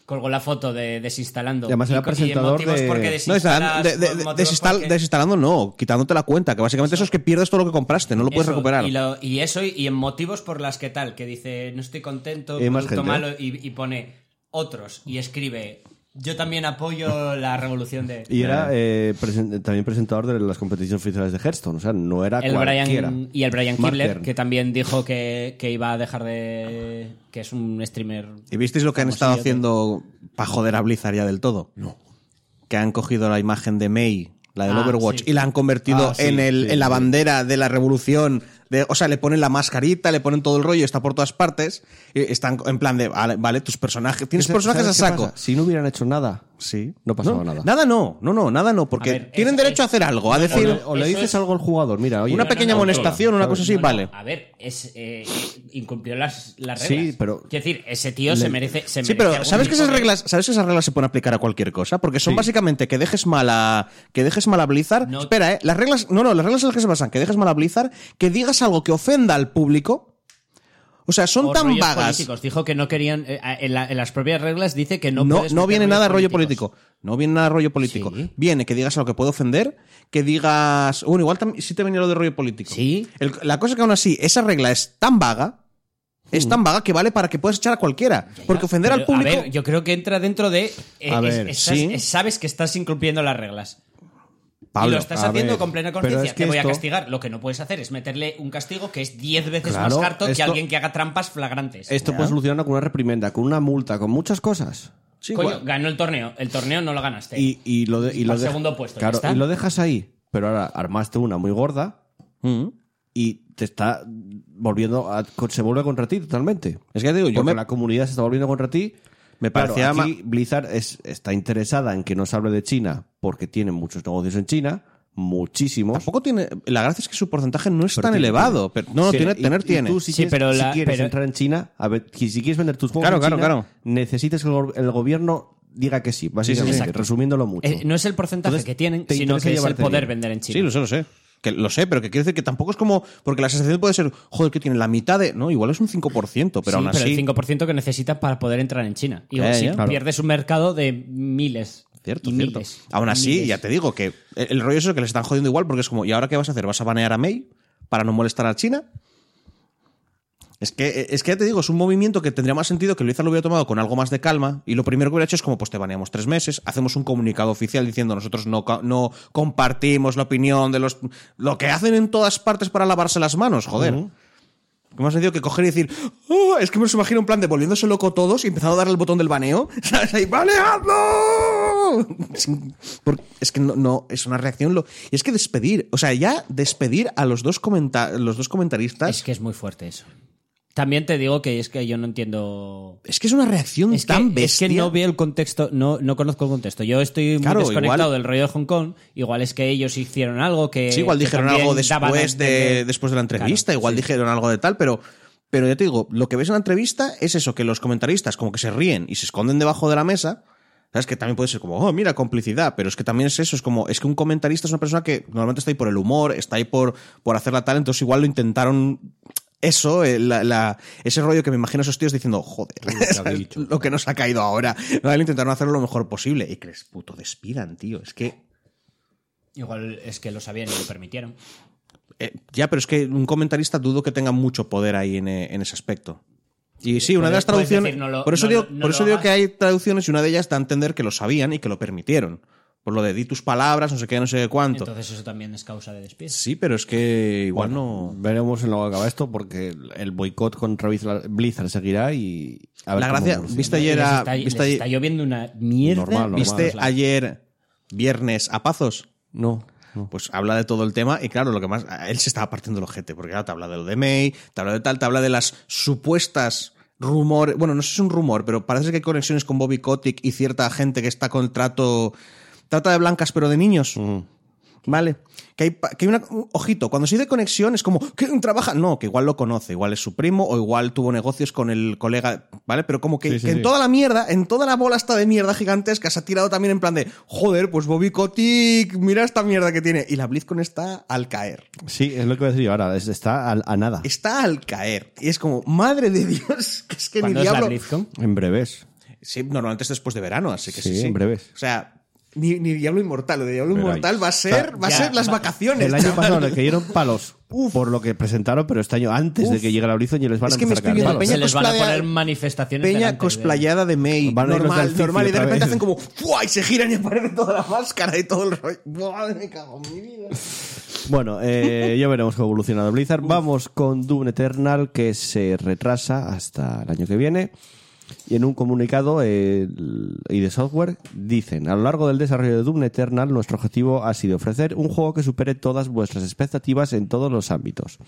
Colgó la foto de desinstalando. Y además era y, co- y presentador motivos de- porque No, No, desinstalas, instalan- de- de- motivos desinstal- porque- desinstalando no, quitándote la cuenta, que básicamente eso, es que pierdes todo lo que compraste, no lo puedes Eso, recuperar. Y, lo- y eso, y en motivos por las que tal, que dice, no estoy contento, Y más producto gente, ¿eh? malo, y, y pone otros, y escribe, yo también apoyo la revolución de... Y era eh, presen- también presentador de las competiciones oficiales de Hearthstone, o sea, no era el cualquiera. Brian, y el Brian Mark Kibler, Kern. que también dijo que, que iba a dejar de... que es un streamer... ¿Y visteis lo que han Vamos, estado sí, yo te- haciendo para joder a Blizzard ya del todo? No. Que han cogido la imagen de May, la del Ah, Overwatch, sí. y la han convertido Ah, sí, en, el, sí, en la sí. bandera de la revolución. de- o sea, le ponen la mascarita, le ponen todo el rollo, está por todas partes. y están en plan de, vale, vale, tus personajes, tienes Ese- personajes a ¿sabes qué saco. pasa? Si no hubieran hecho nada, Sí. no pasaba nada. Nada no, no, no, nada no, porque A ver, tienen es- derecho a hacer algo, a decir O le, o le Eso dices es- algo al jugador, mira, oye, una no, pequeña no, no, amonestación, una cosa así, No, no, vale. A ver, es, eh, incumplió las, las Sí, reglas. pero- Quiero decir, ese tío se merece... se Sí, merece pero algún ¿sabes que tipo esas de- reglas, sabes que esas reglas se pueden aplicar a cualquier cosa? Porque son básicamente que dejes mal a que dejes mal a Blizzard. No. Espera, eh, las reglas, no, no, las reglas en las que se basan, que dejes mal a Blizzard, que digas algo que ofenda al público. O sea, son o tan rollos vagas. políticos. Dijo que no querían. eh, en, la- en las propias reglas dice que no. No, no, puedes meter viene rollos nada rollo políticos. político. No viene nada rollo político. Sí. Viene que digas algo que puede ofender, que digas. Bueno, igual tam- sí te venía lo de rollo político. Sí. El- la cosa es que aún así, esa regla es tan vaga. Es tan vaga que vale para que puedas echar a cualquiera. Porque ofender Mm. Pero, al público. A ver, yo creo que entra dentro de. eh, A es- ver, estás- sí. es- sabes que estás incumpliendo las reglas. y Pablo, lo estás a haciendo ver, con plena pero conciencia. es que te voy esto- a castigar. Lo que no puedes hacer es meterle un castigo que es 10 veces Claro, más harto que esto- alguien que haga trampas flagrantes. esto puede solucionarlo con una reprimenda, con una multa, con muchas cosas. Sí, Coño, bueno. ganó el torneo. El torneo no lo ganaste. Y, y lo de- y lo Al de- segundo puesto, ya Claro, está. y lo dejas ahí, pero ahora armaste una muy gorda Mm. y y te está volviendo a- se vuelve contra ti totalmente. Es que ya te digo, yo Pues me- la comunidad se está volviendo contra ti. Me Claro, parecía ma- aquí Blizzard es- está interesada en que nos hable de China porque tiene muchos negocios en China, muchísimos. Tampoco tiene. La gracia es que su porcentaje no es Pero tan tiene- elevado. Pero, no, no, Sí, tiene, y- tener y tiene. tú si Sí, quieres, pero la- si quieres pero- entrar en China, a ver, si si quieres vender tus juegos Claro, en claro, China, claro. necesitas que el, go- el gobierno diga que sí, básicamente, Exacto. resumiéndolo mucho. Eh, no es el porcentaje Entonces, que tienen, te sino interesa que es el llevarte poder bien. vender en Sí, China. lo sé, lo sé. Que lo sé, pero que quiero decir que tampoco es como. Porque la sensación puede ser, joder, que tiene la mitad de. No, igual es un 5%, pero Sí, aún así. el 5% que necesita para poder entrar en China. Y Ya, así ya. Claro. pierdes un mercado de miles. Cierto, y cierto. miles, Aún así, miles. ya te digo que el, el rollo es eso que le están jodiendo igual, porque es como, ¿y ahora qué vas a hacer? ¿Vas a banear a May para no molestar a China? Es que, eh, es que ya te digo, es un movimiento que tendría más sentido que Blizzard lo hubiera tomado con algo más de calma y lo primero que hubiera hecho es como, pues te baneamos tres meses, hacemos un comunicado oficial diciendo nosotros no, ca- no compartimos la opinión de los... Lo que hacen en todas partes para lavarse las manos, joder. Que más sentido que coger y decir, "Oh, es que me los imagino un plan de volviéndose loco todos y empezando a darle el botón del baneo, ¿sabes? Ahí, ¡baneadlo! Sin- por- Es que no, no, es una reacción. Lo, y es que despedir, o sea, ya despedir a los dos, comenta- los dos comentaristas, Es que es muy fuerte eso. También te digo que es que yo no entiendo. es que es una reacción Es que, tan es bestia. que no veo el contexto, no, no conozco el contexto. Yo estoy muy Claro, desconectado igual- del rollo de Hong Kong. Igual es que ellos hicieron algo que. Sí, igual que dijeron también algo daban a después de, entender. después de la entrevista, Claro, igual sí. dijeron algo de tal, pero, pero ya te digo, lo que ves en la entrevista es eso, que los comentaristas como que se ríen y se esconden debajo de la mesa. ¿Sabes? Que también puede ser como, oh, mira, complicidad, pero es que también es eso, es como, es que un comentarista es una persona que normalmente está ahí por el humor, está ahí por, por hacerla tal, entonces igual lo intentaron eso, eh, la- la- ese rollo que me imagino esos tíos diciendo, joder, ¿sabes? lo que nos ha caído ahora, ¿vale? intentaron hacerlo lo mejor posible. Y que les puto despidan, tío, es que... Igual es que lo sabían y lo permitieron. Eh, ya, pero es que un comentarista dudo que tenga mucho poder ahí en, eh, en ese aspecto. Y sí, una de las Puedes- puedes traducciones. decir, no lo- por eso no digo, lo- no por lo eso digo hagas. que hay traducciones y una de ellas da a entender que lo sabían y que lo permitieron. Por lo de di tus palabras, no sé qué, no sé cuánto. Entonces eso también es causa de despido. sí, pero es que igual no. Veremos en lo que acaba esto porque el- el boicot contra Blizzard- Blizzard seguirá y a ver La cómo gracia- evoluciona. ¿viste Y les ayer a- está, les viste ayer- está lloviendo una mierda. Normal, normal. ¿Viste ayer viernes a Pazos? No, no. Pues habla de todo el tema y claro, lo que más... a Él se estaba partiendo el ojete, porque claro, te habla de lo de May, te habla de tal, te habla de las supuestas rumores... Bueno, no sé si es un rumor, pero parece que hay conexiones con Bobby Kotick y cierta gente que está con el trato... Trata de blancas, pero de niños. Mm. Vale. Que hay, pa- que hay una... Ojito, cuando se dice conexión es como... que trabaja? No, que igual lo conoce, igual es su primo o igual tuvo negocios con el colega, ¿vale? Pero como que, Sí, sí, que en sí. toda la mierda, en toda la bola esta de mierda gigantesca, se ha tirado también en plan de... Joder, pues Bobby Kotick, mira esta mierda que tiene. Y la BlizzCon está al caer. Sí, es lo que voy a decir yo ahora. es- Está al- a, nada. Está al caer. Y es como, madre de Dios, que es que ni ¿Cuándo es la diablo... BlizzCon? En breves. Sí, normalmente es después de verano, así que sí, Sí, sí. en breves. O sea, ni, ni Diablo Inmortal. Lo de Diablo Verás. Inmortal va a ser, va a Ya, ser las va- vacaciones. El año chaval. pasado le cayeron palos por lo que presentaron, pero este año antes de Uf. que llegue la Horizon ya les van Es a que me empezar estoy a caer viendo palos. Peña Se les van a cosplayada- poner manifestaciones. Peña delante de- cosplayada de May. Van a ir los normal, del Cici normal. Y de otra repente vez. hacen como ¡fua! Y se giran y aparece toda la máscara y todo el rollo. ¡Buah, me cago en mi vida! Bueno, eh, ya veremos cómo evoluciona Blizzard. Vamos con Doom Eternal, que se retrasa hasta el año que viene. Y en un comunicado eh, y de software dicen, a lo largo del desarrollo de Doom Eternal, nuestro objetivo ha sido ofrecer un juego que supere todas vuestras expectativas en todos los ámbitos.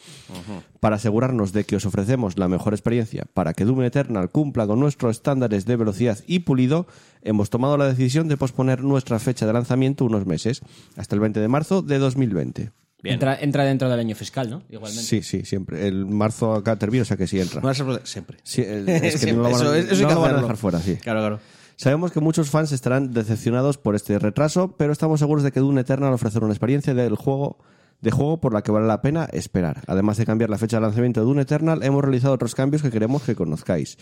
Para asegurarnos de que os ofrecemos la mejor experiencia para que Doom Eternal cumpla con nuestros estándares de velocidad y pulido, hemos tomado la decisión de posponer nuestra fecha de lanzamiento unos meses, hasta el 20 de marzo de 2020. Entra, entra dentro del año fiscal, ¿no? Igualmente. Sí, sí, siempre. El marzo acá termina, o sea que sí entra. No vas a poder- siempre. Sí, el- es que no lo van, a- Eso- eso hay no que lo van a hacerlo. dejar fuera, sí. Claro, claro. Sabemos que muchos fans estarán decepcionados por este retraso, pero estamos seguros de que Dune Eternal ofrecerá una experiencia del juego de juego por la que vale la pena esperar. Además de cambiar la fecha de lanzamiento de Dune Eternal, hemos realizado otros cambios que queremos que conozcáis.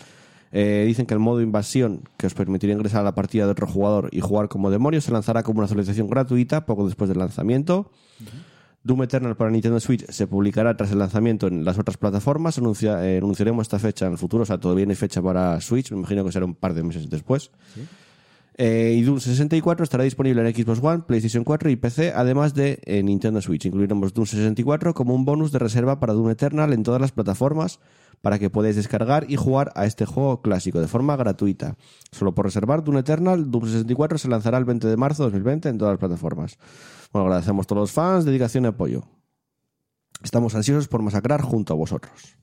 Eh, dicen que el modo invasión, que os permitirá ingresar a la partida de otro jugador y jugar como demonio, se lanzará como una actualización gratuita poco después del lanzamiento. Doom Eternal para Nintendo Switch se publicará tras el lanzamiento en las otras plataformas. Anuncia- eh, anunciaremos esta fecha en el futuro, o sea, todavía no hay fecha para Switch, me imagino que será un par de meses después. Eh, y Doom 64 estará disponible en Xbox One, PlayStation 4 y PC, además de eh, Nintendo Switch. Incluiremos Doom 64 como un bonus de reserva para Doom Eternal en todas las plataformas para que podáis descargar y jugar a este juego clásico de forma gratuita. Solo por reservar Doom Eternal, Doom 64 se lanzará el 20 de marzo de 2020 en todas las plataformas. Bueno, agradecemos a todos los fans, dedicación y apoyo. Estamos ansiosos por masacrar junto a vosotros.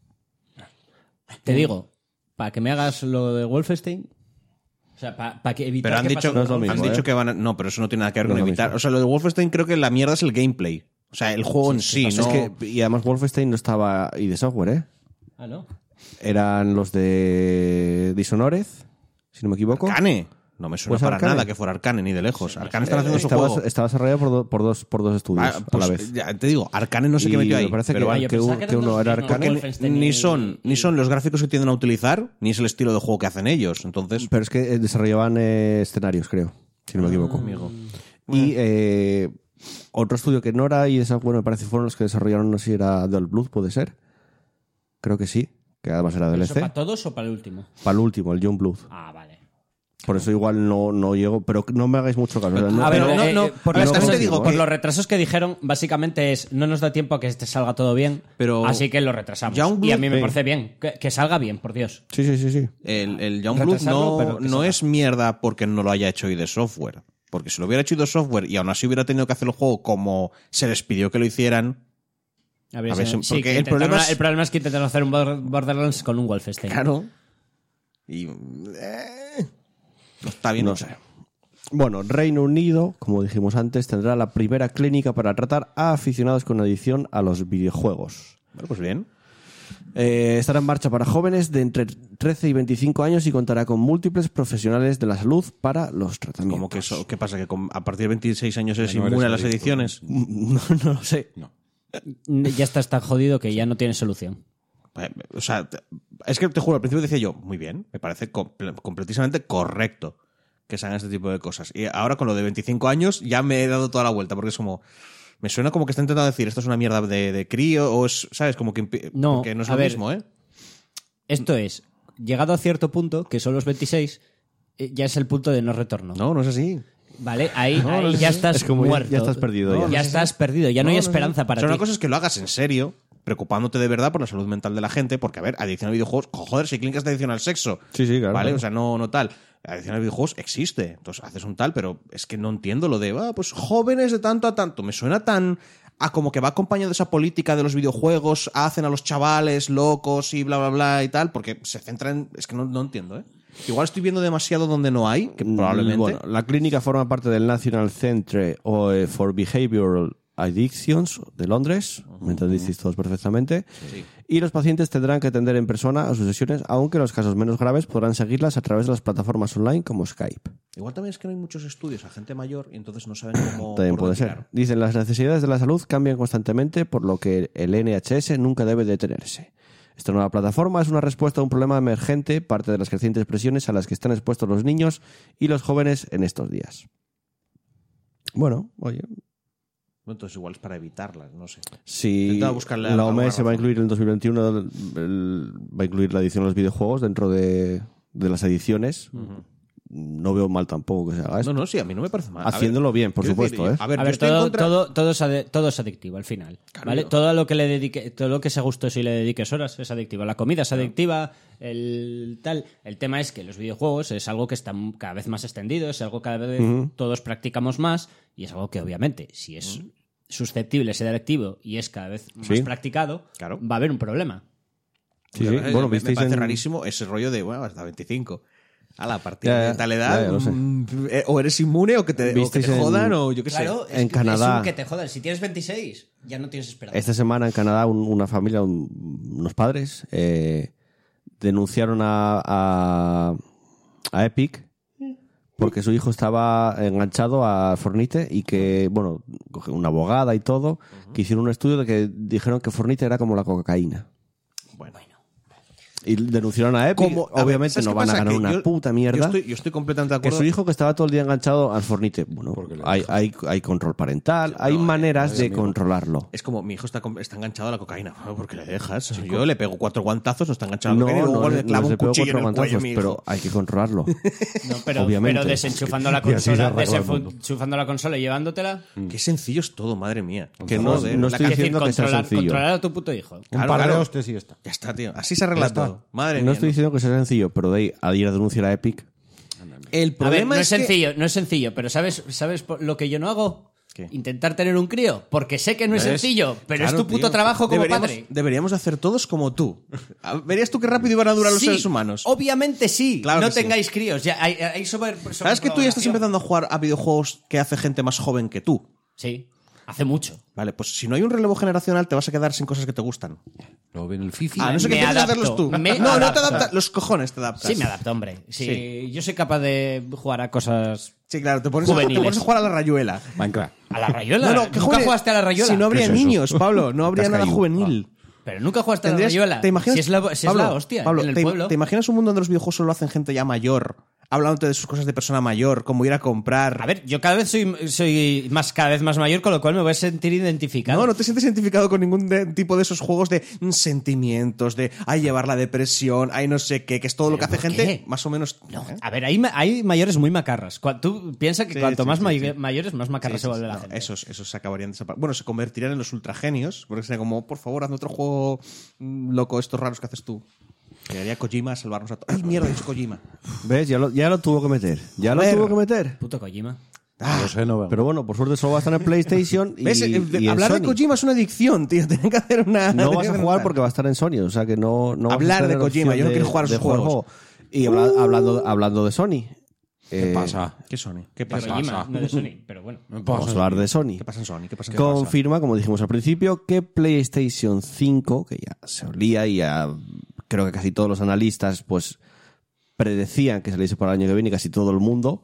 Te digo, para que me hagas lo de Wolfenstein. O sea, para que evitar Pero han que dicho, pase- No es lo mismo, han ¿eh? dicho que van a... No, pero eso no tiene nada que ver No es con lo evitar. mismo. O sea, lo de Wolfenstein creo que la mierda es el gameplay. O sea, el juego en sí, Es ¿no? que- y además Wolfenstein no estaba y de software, ¿eh? Ah, no. Eran los de Dishonored, si no me equivoco. Arcane. No me suena Pues para Arcane. nada que fuera Arcane, ni de lejos. Arcane están Eh, haciendo su estaba, juego. estaba desarrollado por, do- por dos, por dos estudios Ah, a la pues, vez. ya, te digo, Arcane no sé qué Y metió ahí. me parece pero que, vale. yo que pensaba un- que que eran uno dos era mismos. Arcane, Porque Wolfenstein ni y- son, ni son los gráficos que tienden a utilizar, ni es el estilo de juego que hacen ellos. Entonces, pero es que eh, desarrollaban eh, escenarios, creo, si no Ah, me equivoco. Mm. Y eh, otro estudio que no era y de software me parece fueron los que desarrollaron, no sé si era Dual Blood, puede ser. Creo que sí, que además era ¿Pero ¿Eso DLC. para todos o para el último? Para el último, el John Blood. Ah, vale. Por eso igual no, no llego, pero no me hagáis mucho caso. No- A ver, no, Pero no, eh, no, eh, por, pero los no retrasos- consigo, por ¿eh? los retrasos que dijeron, básicamente es no nos da tiempo a que te salga todo bien, Pero- así que lo retrasamos. Youngblood- Y a mí me Sí. parece bien, que, que salga bien, por Dios. Sí, sí, sí, sí. el, el Youngblood Retrasarlo, pero no, que no salga. es mierda porque no lo haya hecho ID Software. Porque si lo hubiera hecho ID Software y aún así hubiera tenido que hacer el juego como se les pidió que lo hicieran, A ver, A ver, sí, porque que el intentaron- problema es- el problema es que intentaron hacer un Bor- Borderlands con un Wolfenstein. claro. Y. eh, no está bien. No hecho. sé. Bueno, Reino Unido, como dijimos antes, tendrá la primera clínica para tratar a aficionados con adicción a los videojuegos. Bueno, pues bien. Eh, estará en marcha para jóvenes de entre 13 y 25 años y contará con múltiples profesionales de la salud para los tratamientos. Como que eso, ¿Qué pasa? ¿Que con- a partir de 26 años eres Que no inmune eres a las adicto. ediciones? No, no lo sé. Ya estás tan jodido que ya no tiene solución. Eh, O sea, te- es que te juro, al principio decía yo, muy bien, me parece comple- completísimamente correcto que se hagan este tipo de cosas. Y ahora con lo de 25 años ya me he dado toda la vuelta, porque es como, me suena como que está intentando decir, esto es una mierda de, de crío, o es, ¿sabes? Como que impi- No, porque no es a lo ver. mismo, ¿eh? Esto es, llegado a cierto punto, que son los 26, eh, ya es el punto de no retorno. No, no es así. ¿Vale? Ahí, ahí no sé. ya estás Es como ya- muerto. ya estás perdido, No, ya. Ya, No, no estás perdido, ya no, hay sé. esperanza para O sea, ti. una cosa es que lo hagas en serio, preocupándote de verdad por la salud mental de la gente, porque, a ver, adicción a videojuegos, jo- joder, si hay clínicas de adicción al sexo. Sí, sí, claro, ¿Vale? claro. O sea, no, no tal. La adicción a videojuegos existe. Entonces haces un tal, pero es que no entiendo lo de, ah, pues jóvenes de tanto a tanto. Me suena tan a como que va acompañado de esa política de los videojuegos, hacen a los chavales locos y bla, bla, bla y tal, porque se centra en. Es que no, no entiendo, ¿eh? Igual estoy viendo demasiado donde no hay, que probablemente. Mm, Bueno, la clínica forma parte del National Centre eh, for Behavioral Addictions de Londres, me entendisteis todos perfectamente, y los pacientes tendrán que atender en persona a sus sesiones, aunque los casos menos graves podrán seguirlas a través de las plataformas online como Skype. Igual también es que no hay muchos estudios a gente mayor y entonces no saben cómo. También por puede dónde ser. tirar. Dicen, las necesidades de la salud cambian constantemente, por lo que el NHS nunca debe detenerse. Esta nueva plataforma es una respuesta a un problema emergente, parte de las crecientes presiones a las que están expuestos los niños y los jóvenes en estos días. Bueno, oye, Bueno, Entonces igual es para evitarlas, no sé. si Intentaba buscarle la alguna OMS va razón. a incluir en 2021 el- el- va a incluir la edición de los videojuegos dentro de, de las ediciones, no veo mal tampoco que se haga eso. No, no, sí, a mí no me parece mal. A ver, Ah, Haciéndolo bien, por quiero supuesto, ¿eh? decir, A ver, a yo ver, estoy en todo, contra- todo, todo, es ade- todo es adictivo al final. ¿vale? Todo lo que le dedique, todo lo que se guste si le dediques horas es adictivo. La comida es adictiva, el tal. El tema es que los videojuegos es algo que está m- cada vez más extendido, es algo que cada vez todos practicamos más, y es algo que obviamente, si es susceptible, es adictivo y es cada vez más Sí. practicado, Claro. va a haber un problema. Sí, sí. Eh, Bueno, me, me visteis parece en- rarísimo ese rollo de, bueno, hasta 25. A la partir Ya, ya, de tal ya, edad, ya lo sé. mm, eh, o eres inmune o que te, o que Visteis te en- jodan o yo qué sé. en Canadá. te jodan. Si tienes 26, ya no tienes esperanza. Este Esta semana en Canadá un- una familia, un- unos padres, eh, denunciaron a, a, a Epic porque su hijo estaba enganchado a Fornite y que, bueno, cogió una abogada y todo, que hicieron un estudio de que dijeron que Fornite era como la cocaína. Bueno. Y denunciaron a Epic, Como- a ver, obviamente ¿sabes no qué van a pasa? ganar Que una yo- puta Yo mierda. estoy, yo estoy completamente de Que acuerdo. su hijo que estaba todo el día enganchado al Fornite, bueno, Porque le hay, hay, hay control parental, hay maneras de controlarlo. Es como, mi hijo está, com- está enganchado a la cocaína. Bueno, porque le dejas. Yo le pego cuatro guantazos, no está enganchado a la No, cocaína y luego no, le no clavo se un pegó cuchillo en el cuatro cuello a manotazos, mi hijo. pero hay que controlarlo. No, pero, Obviamente. pero desenchufando la Y así se consola, arregla el mundo. desenchufando la consola y llevándotela. Qué sencillo es todo, madre mía. Que no- Joder, no la estoy ca- Es decir, diciendo que sea controlar, sencillo. controlar a tu puto hijo. Claro, un par claro. de hostias y ya está. Ya está, tío. Así se arregla Ya está. todo. Madre No mía. estoy diciendo que sea sencillo, pero de ahí a ir a denunciar a Epic. A El ver, problema no es, es, que- sencillo, no es sencillo, pero ¿sabes, sabes por- lo que yo no hago? ¿Qué? Intentar tener un crío, porque sé que no es ¿Ves? sencillo, pero Claro, es tu puto tío. trabajo como deberíamos, padre. Deberíamos hacer todos como tú. A- Verías tú qué rápido iban a durar los Sí, seres humanos. Obviamente sí. Claro no que sí. tengáis críos. Ya, hay, hay sobre- sobre- ¿Sabes que tú ya estás empezando a jugar a videojuegos que hace gente más joven que tú? Sí, hace mucho. Vale, pues si no hay un relevo generacional te vas a quedar sin cosas que te gustan. Luego viene el Fifi. A no ser que me empieces a adapto. hacerlos tú. Me no, no te adapto. adaptas. Los cojones te adaptas. Sí, me adapto, hombre. Sí, Sí. Yo soy capaz de jugar a cosas. Sí, claro, te pones, a, te Juveniles. pones a jugar a la rayuela. Minecraft. A la rayuela. que nunca jugaste a la rayuela. Si no habría ¿Qué es eso? niños, Pablo, no habría Te has nada caído. juvenil. Pero nunca jugaste Tendrías- a la rayuela. ¿Te imaginas? Si es la, si es Pablo, la hostia Pablo, en el te, pueblo. te imaginas un mundo donde los videojuegos solo hacen gente ya mayor? Hablándote de sus cosas de persona mayor, como ir a comprar. a ver, yo cada vez soy, soy más, cada vez más mayor, con lo cual me voy a sentir identificado. No, no te sientes identificado con ningún de- tipo de esos juegos de mm, sentimientos, de ay llevar la depresión, ay no sé qué, que es todo lo que hace por gente qué? más o menos. No, ¿eh? a ver, hay, ma- hay mayores muy macarras. Cua- Tú piensa que Sí, cuanto sí, más sí, may- sí. mayores, más macarra Sí, se sí, vuelve sí, la no, gente. Esos, esos se acabarían desapa- Bueno, se convertirían en los ultragenios, porque sería como, por favor, hazme otro juego mm, loco, estos raros que haces tú. Llegaría Kojima a salvarnos a todos. ¡Ay, mierda, es Kojima! ¿Ves? Ya lo, ya lo tuvo que meter. Ya lo Joder. tuvo que meter. Puto Kojima. No sé, no veo. Pero bueno, por suerte solo va a estar en PlayStation y, ¿Ves? Eh, de- y en Hablar de Sony. Kojima es una adicción, tío. Tienen que hacer una. Eh, No tienen vas que a hacer jugar una- porque va a estar en Sony, o sea que no... no vas a Hablar tener de la Kojima, opción yo no de- quiero jugar a de sus juegos. juego. Y habla- hablando, hablando de Sony... ¿Qué eh, pasa? ¿Qué Sony? ¿Qué De pasa? Kojima, no de Sony, pero bueno. Vamos a hablar de Sony. ¿Qué pasa en Sony? ¿Qué pasa en Sony? confirma, como dijimos al principio, que PlayStation 5, que ya se olía y ya creo que casi todos los analistas pues predecían que saliese para el año que viene y casi todo el mundo,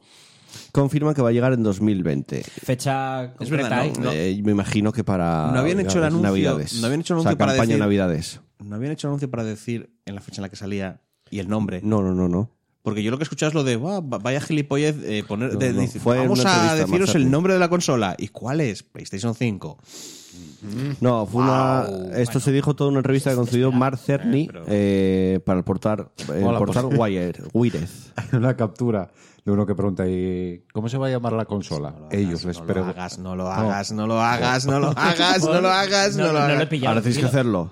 confirma que va a llegar en 2020. Fecha concreta verdad, hay. No. Eh, me imagino que para No habían hecho el anuncio- Navidades. no habían hecho el O sea, anuncio para campaña decir- Navidades. No habían hecho anuncio para decir en la fecha en la que salía y el nombre. No, no, no, no. Porque yo lo que he escuchado es lo de, "Buah, va- vaya gilipollez, eh, poner, No, de- no, dice, fue en vamos una a entrevista, deciros el Mazzetti. nombre de la consola. ¿Y cuál es? PlayStation 5. Mm. No, fue una. Esto se dijo toda una entrevista que concedió Mark Cerny eh, para el portal, el Hola, portal pues. Wired. Wired. Una captura de uno que pregunta ¿y ¿cómo se va a llamar la consola? Ellos les No lo preguntan. hagas, no lo hagas, no lo hagas, no lo hagas, no lo hagas, no lo lo he hagas. pillado. Ahora tienes que tío. hacerlo.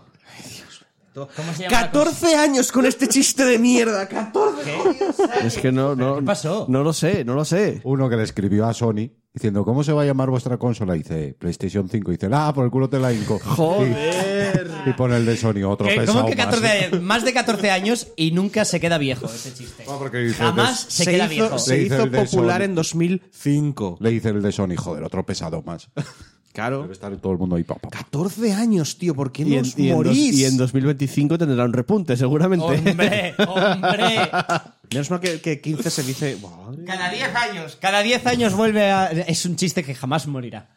Eh, ¿Cómo se llama la 14 años con este chiste de mierda, 14. Es que no, no. ¿Qué pasó? No lo sé, no lo sé. Uno que le escribió a Sony diciendo ¿cómo se va a llamar vuestra consola? Y dice PlayStation 5. Y dice ah, por el culo te la hinco. ¡Joder! Y, pone el de Sony otro ¿Qué? pesado ¿Cómo que más. 14 años? Más de 14 años y nunca se queda viejo ese chiste. No, porque dice, Jamás des- pues, se, queda viejo. se Le hizo hizo el de popular Sony. en 2005. Le dice el de Sony, joder, otro pesado más. Claro. Debe estar todo el mundo ahí. pa, pa, pa. 14 años, tío, ¿por qué no Y en, os y en dos- morís? y en 2025 tendrá un repunte, seguramente. Hombre, hombre. Menos mal que, que 15 se dice. "Buah, madre, Cada 10 años. Cada 10 años vuelve a... Es un chiste que jamás morirá.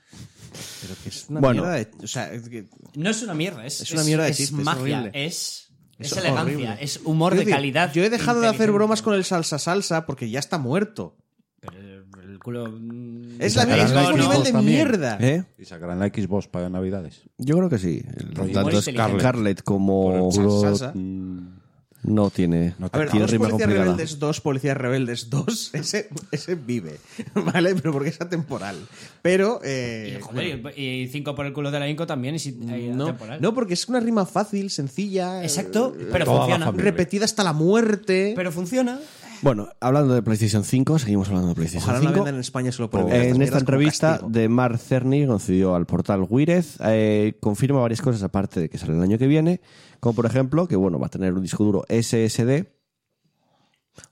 Pero que es una Bueno. mierda. de- o sea, es que- No es una mierda, es, Es una mierda de es chiste, es magia, horrible. es, es, Es elegancia, horrible. es humor Yo de digo, calidad. Yo he dejado de hacer inteligente. bromas con el salsa salsa porque ya está muerto. Pero el, el culo. mm, Es, la, sacarán es el la mismo Xbox nivel de también. mierda. ¿Eh? Y sacarán la Xbox para Navidades. Yo creo que sí. El- Rollo Tanto muy Scarlett, inteligente. Scarlett como Por el Groot salsa. Mm, no tiene. No A ver, tiene dos rima policías complicada. rebeldes, dos policías rebeldes, dos. Ese, ese vive, ¿vale? Pero porque es atemporal. Pero. eh, y, joder, y y cinco por el culo de la Inco también. Es, no, Mm, no, porque es una rima fácil, sencilla. Exacto, eh, pero toda la funciona. familia. repetida hasta la muerte. Pero funciona. Bueno, hablando de PlayStation 5, seguimos hablando de PlayStation Ojalá no la 5. vendan en España solo por vender En esta mierdas como entrevista castigo. de Mark Cerny, concedido al portal Wirez, eh, confirma varias cosas aparte de que sale el año que viene, como por ejemplo que bueno va a tener un disco duro SSD,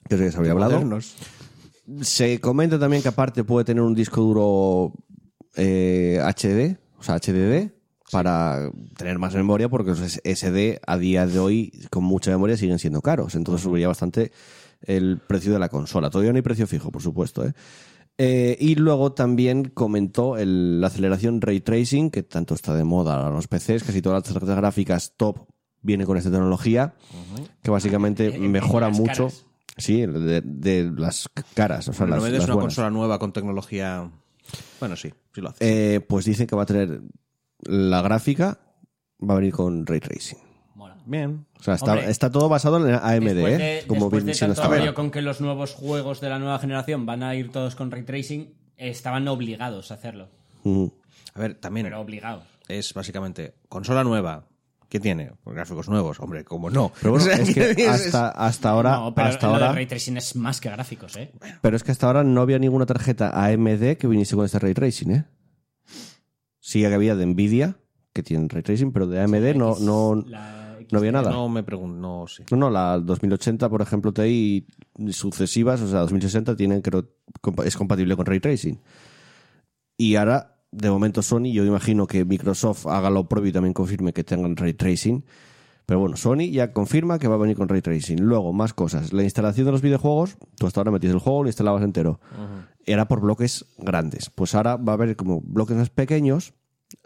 que eso ya se habría hablado. Modernos. Se comenta también que aparte puede tener un disco duro eh, HD, o sea, HDD, para tener más memoria, porque los SD a día de hoy con mucha memoria siguen siendo caros. Entonces subiría bastante el precio de la consola. Todavía no hay precio fijo, por supuesto. ¿eh? Eh, y luego también comentó el- la aceleración ray tracing, que tanto está de moda ahora en los PCs, casi todas las tarjetas gráficas top vienen con esta tecnología, que básicamente En- en mejora Ah, las mucho. caras. Sí, el de, de las caras, o sea, Pero las, no vendes las una buenas. consola nueva con tecnología. Bueno, sí, sí lo hace. Eh, pues dicen que va a tener la gráfica, va a venir con ray tracing. Mola. Bien. O sea, está, Hombre. está todo basado en AMD, Después de, ¿eh? como después bien de se lo tanto está- rollo con que los nuevos juegos de la nueva generación van a ir todos con ray tracing, estaban obligados a hacerlo. Mm. A ver, también Pero obligados. es básicamente consola nueva. ¿Qué tiene? Pues Gráficos nuevos, hombre, como no. Pero bueno, O sea, es que es- hasta, hasta ahora, no, pero hasta lo de ahora ray tracing es más que gráficos, ¿eh? Pero es que hasta ahora no había ninguna tarjeta AMD que viniese con este ray tracing, ¿eh? Sí que había de Nvidia, que tiene ray tracing, pero de AMD no, no, La X- no había nada. No me pregunto, no sé. No, no, la 2080, por ejemplo, TI y sucesivas, o sea, 2060 tienen, creo, compa- es compatible con ray tracing. Y ahora, de momento, Sony, yo imagino que Microsoft haga lo propio y también confirme que tengan ray tracing. Pero bueno, Sony ya confirma que va a venir con ray tracing. Luego, más cosas. La instalación de los videojuegos, tú hasta ahora metías el juego, lo instalabas entero. Era por bloques grandes. Pues ahora va a haber como bloques más pequeños,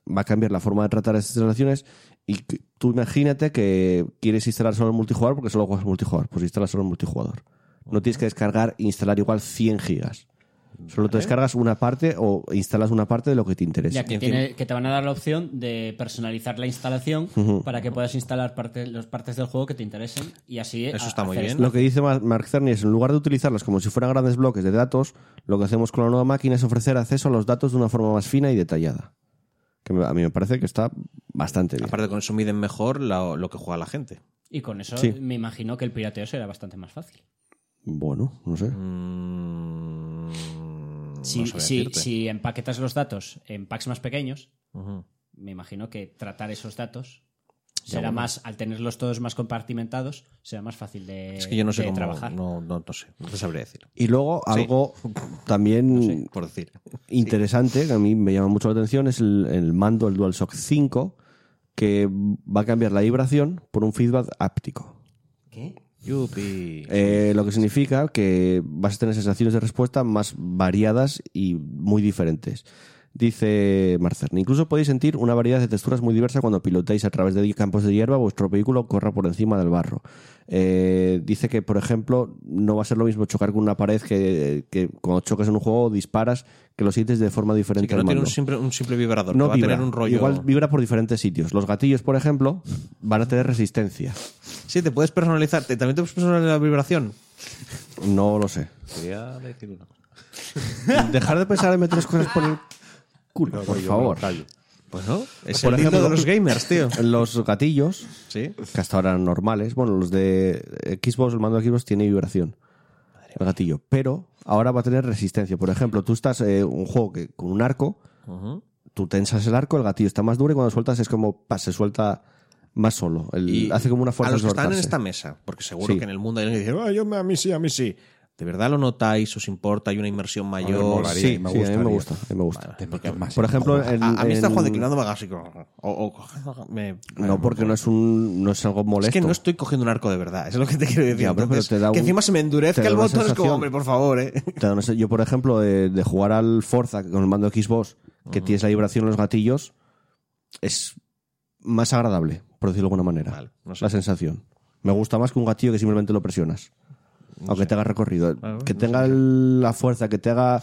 va a cambiar la forma de tratar estas instalaciones. Y que- tú imagínate que quieres instalar solo el multijugador porque solo juegas multijugador. Pues instalas solo el multijugador. No tienes que descargar e instalar igual 100 gigas. Solo te descargas una parte o instalas una parte de lo que te interesa. Ya que, tiene- que te van a dar la opción de personalizar la instalación para que puedas instalar parte- las partes del juego que te interesen y así Eso a- está muy hacer bien. esto. Lo que dice Ma- Mark Cerny es, en lugar de utilizarlas como si fueran grandes bloques de datos, lo que hacemos con la nueva máquina es ofrecer acceso a los datos de una forma más fina y detallada. Que me- a mí me parece que está bastante bien. Aparte con eso miden mejor la- lo que juega la gente. Y con eso Sí. me imagino que el pirateo será bastante más fácil. Bueno, no Mm. sé. Mm, Si, no sabría si- decirte. si empaquetas los datos en packs más pequeños, Ujú. me imagino que tratar esos datos será más, al tenerlos todos más compartimentados, será más fácil de, Es que yo no sé Eh, de cómo trabajar. No, no, no sé, no te sabría decir. Y luego Sí. algo también Sí, por decir. interesante, que a mí me llama mucho la atención, es el, el mando, el DualShock 5, que va a cambiar la vibración por un feedback áptico. Yupi. Eh, lo que significa que vas a tener sensaciones de respuesta más variadas y muy diferentes. Dice Marcern, incluso podéis sentir una variedad de texturas muy diversa cuando pilotáis a través de campos de hierba o vuestro vehículo corra por encima del barro. Eh, dice que, por ejemplo, no va a ser lo mismo chocar con una pared que, que cuando chocas en un juego disparas, que lo sientes de forma diferente. Sí, que al no tiene mando. un simple, un simple vibrador, No que va a tener un rollo. Igual vibra por diferentes sitios. Los gatillos, por ejemplo, van a tener resistencia. Sí, te puedes personalizar. ¿Te- ¿También te puedes personalizar la vibración? No lo sé. Quería decir una cosa. Dejar de pensar en meter las cosas por el culo, No, por yo me favor. callo. Pues no. Es Por el dildo ejemplo- de los gamers, tío. Los gatillos, Sí. que hasta ahora eran normales, bueno, los de Xbox, el mando de Xbox tiene vibración. El gatillo. Pero ahora va a tener resistencia. Por ejemplo, tú estás eh, un juego que con un arco, tú tensas el arco, el gatillo está más duro y cuando sueltas es como pa, se suelta más solo. El- hace como una fuerza A los que de están en soltarse. esta mesa, porque seguro Sí. que en el mundo hay alguien que dice, "Ah, yo me- a mí sí, a mí sí. ¿De verdad lo notáis? ¿Os importa? ¿Hay una inmersión A ver, mayor? molaría. Sí, y me sí, a mí me gustaría. gusta. a mí me gusta. Porque más- Por ejemplo, en- A, a mí este está en- Juan declinando vagásico. O, o- me- No, porque no es, un, no es algo molesto. Es que no estoy cogiendo un arco de verdad, es lo que te quiero decir. Ya, pero- pero Entonces, te da que un- encima se me endurezca te da el una botón, es sensación. como, hombre, por favor, ¿eh? Claro, no sé, yo, por ejemplo, de, de jugar al Forza con el mando Xbox, que tienes la vibración en los gatillos, es más agradable, por decirlo de alguna manera. Vale, no sé. La sensación. Me gusta más que un gatillo que simplemente lo presionas. aunque te haga recorrido. que tenga el- la fuerza, que te haga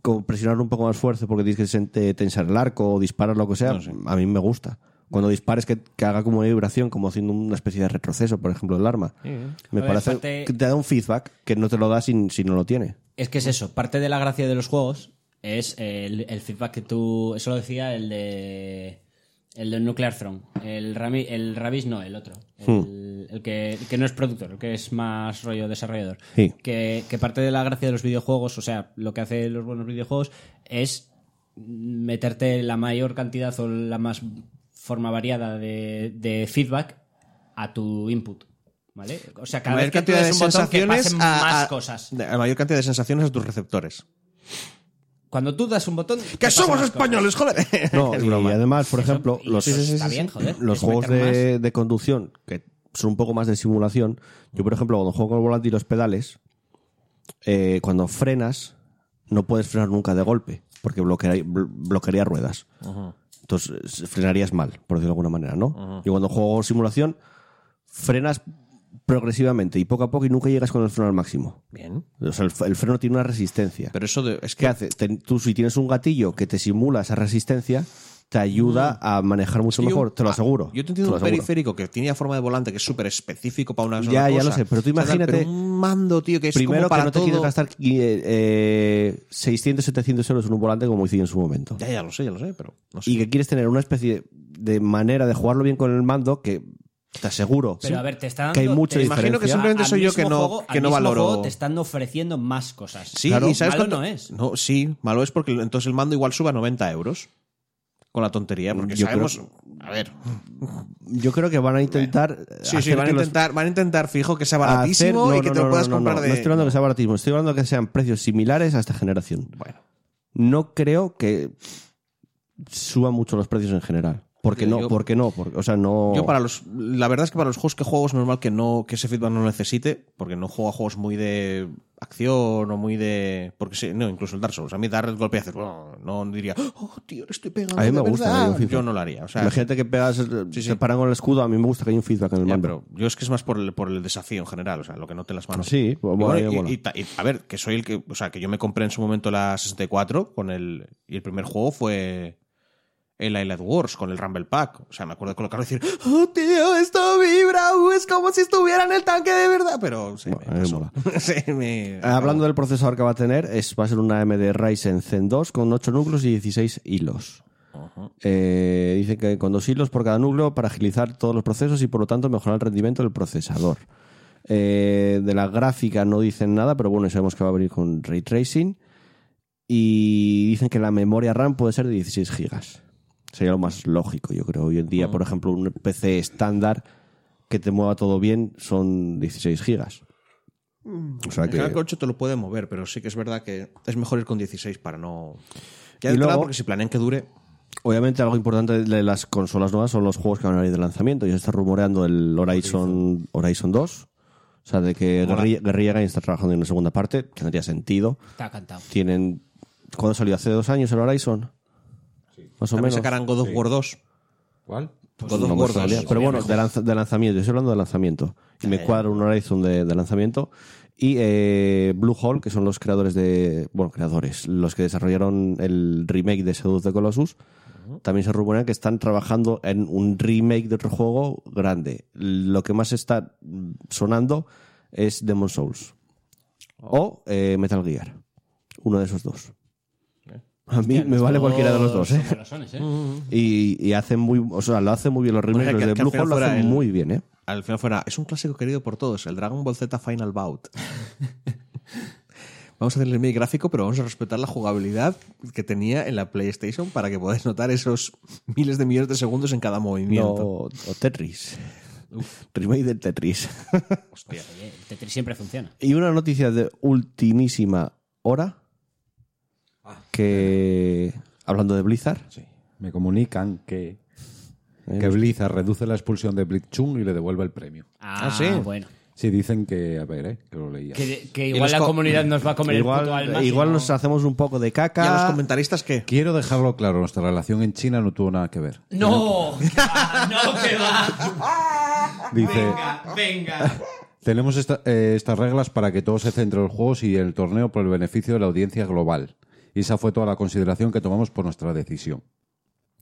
como presionar un poco más fuerza porque tienes que sen- te- tensar el arco o disparar lo que sea, a mí me gusta. Cuando dispares que, que haga como una vibración, como haciendo una especie de retroceso, por ejemplo, del arma. Eh, Me A ver, parece parte- que te da un feedback que no te lo da si, si no lo tiene. Es que es eso, parte de la gracia de los juegos es el, el feedback que tú. Eso lo decía el de. El de Nuclear Throne. El, Rami- el Ravis no, el otro. El, el que, el que no es productor, el que es más rollo desarrollador. Sí. Que, que parte de la gracia de los videojuegos, o sea, lo que hace los buenos videojuegos es meterte la mayor cantidad o la más forma variada de, de feedback a tu input. ¿Vale? O sea, cada La vez mayor que tú cantidad de des un botón que sensaciones pasen a- más a- cosas. de- La mayor cantidad de sensaciones a tus receptores. Cuando tú das un botón. te ¡Que pasan somos las cosas. españoles, joder! No, y además, por Eso- ejemplo, y los, eso está bien, joder. los Es juegos meter de, de conducción, que son un poco más de simulación, yo, por ejemplo, cuando juego con el volante y los pedales, eh, cuando frenas, no puedes frenar nunca de golpe, porque bloquearía, bl- bloquearía ruedas. Entonces, eh, frenarías mal, por decirlo de alguna manera, ¿no? Y cuando juego simulación, frenas progresivamente y poco a poco y nunca llegas con el freno al máximo. Bien. O sea, el, f- el freno tiene una resistencia. Pero eso de- es ¿Qué que hace? Ten- tú si tienes un gatillo que te simula esa resistencia, te ayuda a manejar mucho Mm. Yo- mejor, te lo ah, aseguro. Yo te te entiendo lo un aseguro. periférico que tiene forma de volante que es súper específico para una sola Ya, ya cosa. lo sé, pero tú O sea, tal, imagínate- pero un mando, tío, que es Primero como que para no te todo... quieres gastar eh, eh, 600, 700 euros en un volante como hice yo en su momento. Ya, ya lo sé, ya lo sé, pero no sé. Y que quieres tener una especie de manera de jugarlo bien con el mando que te aseguro Pero a ver, te está dando. que hay mucha te- imagino diferencia. que siempre- Simplemente al soy yo mismo que no- juego- que al no mismo valoro- juego te están ofreciendo más cosas. Sí, Claro, ¿y sabes malo cuánto? no es. No, sí, malo es porque entonces el mando igual suba a 90 euros. con la tontería, porque Yo sabemos. A ver. Yo creo que van a intentar. Sí, sí, hacer van a, que los- intentar, van a intentar fijo que sea hacer- baratísimo no, y que no, te lo no, puedas no, no, comprar no, de. No estoy hablando que sea baratísimo, estoy hablando que sean precios similares a esta generación. Bueno. No creo que suban mucho los precios en general. Porque Yo- no, yo- porque no, porque, o sea, no. Yo para los, la verdad es que para los juegos que juego es normal que no que ese feedback no lo necesite, porque no juego a juegos muy de acción o muy de porque sí, no, incluso el Dark Souls, a mí dar el golpe y hacer, "Buah", no diría, "Oh, tío, le estoy pegando." A mí de me gusta, verdad". yo, FIFA. yo no lo haría, o sea, Imagínate que pegas, Sí, sí. se paran con el escudo, a mí me gusta que haya un feedback en el ya, mando. pero yo es que es más por el, por el desafío en general, o sea, lo que note en las manos. Sí, Y bueno, bueno, ahí y- mola. y ta- y, a ver, que soy el que, o sea, que yo me compré en su momento la 64 con el y el primer juego fue el Island Wars con el Rumble Pack. O sea, me acuerdo de colocarlo y decir, oh tío, esto vibra, uh, es como si estuviera en el tanque de verdad. Pero se Bueno, Ah, a me mí me pasó. Se me- Eh, Hablando del procesador que va a tener, es, va a ser una AMD Ryzen Zen 2 con 8 núcleos y 16 hilos. Eh, dice que con dos hilos por cada núcleo para agilizar todos los procesos y por lo tanto mejorar el rendimiento del procesador. Eh, de la gráfica no dicen nada, pero bueno, sabemos que va a venir con ray tracing. Y dicen que la memoria RAM puede ser de 16 gigas. Sería lo más lógico, yo creo. Hoy en día, por ejemplo, un PC estándar que te mueva todo bien son 16 gigas. O sea El canal 8 te lo puede mover, pero sí que es verdad que es mejor ir con 16 para no. Y Ya de entrada, luego- porque si planean que dure. Obviamente algo importante de las consolas nuevas son los juegos que van a venir de lanzamiento. Ya se está rumoreando el Horizon, Horizon 2. O sea, de que Guerrilla, Guerrilla Games está trabajando en una segunda parte. Tendría sentido. Está cantado. Tienen... ¿Cuándo salió? ¿Hace dos años el Horizon? Más o También menos. Pues sacarán God of War 2. ¿Cuál? God of No Eh. me War salía. 2. Pero bueno, de, lanza- de lanzamiento. Yo estoy hablando de lanzamiento. Y me cuadra un Horizon de, de lanzamiento. Y eh, Blue Hole, que son los creadores de. Bueno, creadores. Los que desarrollaron el remake de Seduce de Colossus. También se rumorea que están trabajando en un remake de otro juego grande. Lo que más está mm, sonando es Demon Souls. O eh, Metal Gear. Uno de esos dos. A mí me vale cualquiera de los dos, ¿eh? Golosones, ¿eh? Mm. Y, y hacen muy, o sea, lo hacen muy bien los remakes, Oiga, los que- de que al Blue final Hole lo fuera hacen el- muy bien, ¿eh? Al final fuera, es un clásico querido por todos, el Dragon Ball Z Final Bout. vamos a hacer el remake gráfico, pero vamos a respetar la jugabilidad que tenía en la PlayStation para que podáis notar esos miles de millones de segundos en cada No, movimiento. o Tetris. Remake del Tetris. Hostia. Oye, el Tetris siempre funciona. y una noticia de ultimísima hora Ah, que hablando de Blizzard, Me comunican que, Eh, que Blizzard reduce la expulsión de Blitzchung y le devuelve el premio. Ah, sí. Bueno. Sí, dicen que, a ver, eh, que lo leía. Que, que los igual la co- comunidad nos va a comer el puto alma. igual, igual si no- nos hacemos un poco de ¿Y a los caca. comentaristas qué? Quiero dejarlo claro, nuestra relación en China no tuvo nada que ver. ¡No! que va, ¡No, que va! Dice, ¡Venga, venga! tenemos esta- eh, estas reglas para que todo se centre en los juegos y el torneo por el beneficio de la audiencia global. Y esa fue toda la consideración que tomamos por nuestra decisión.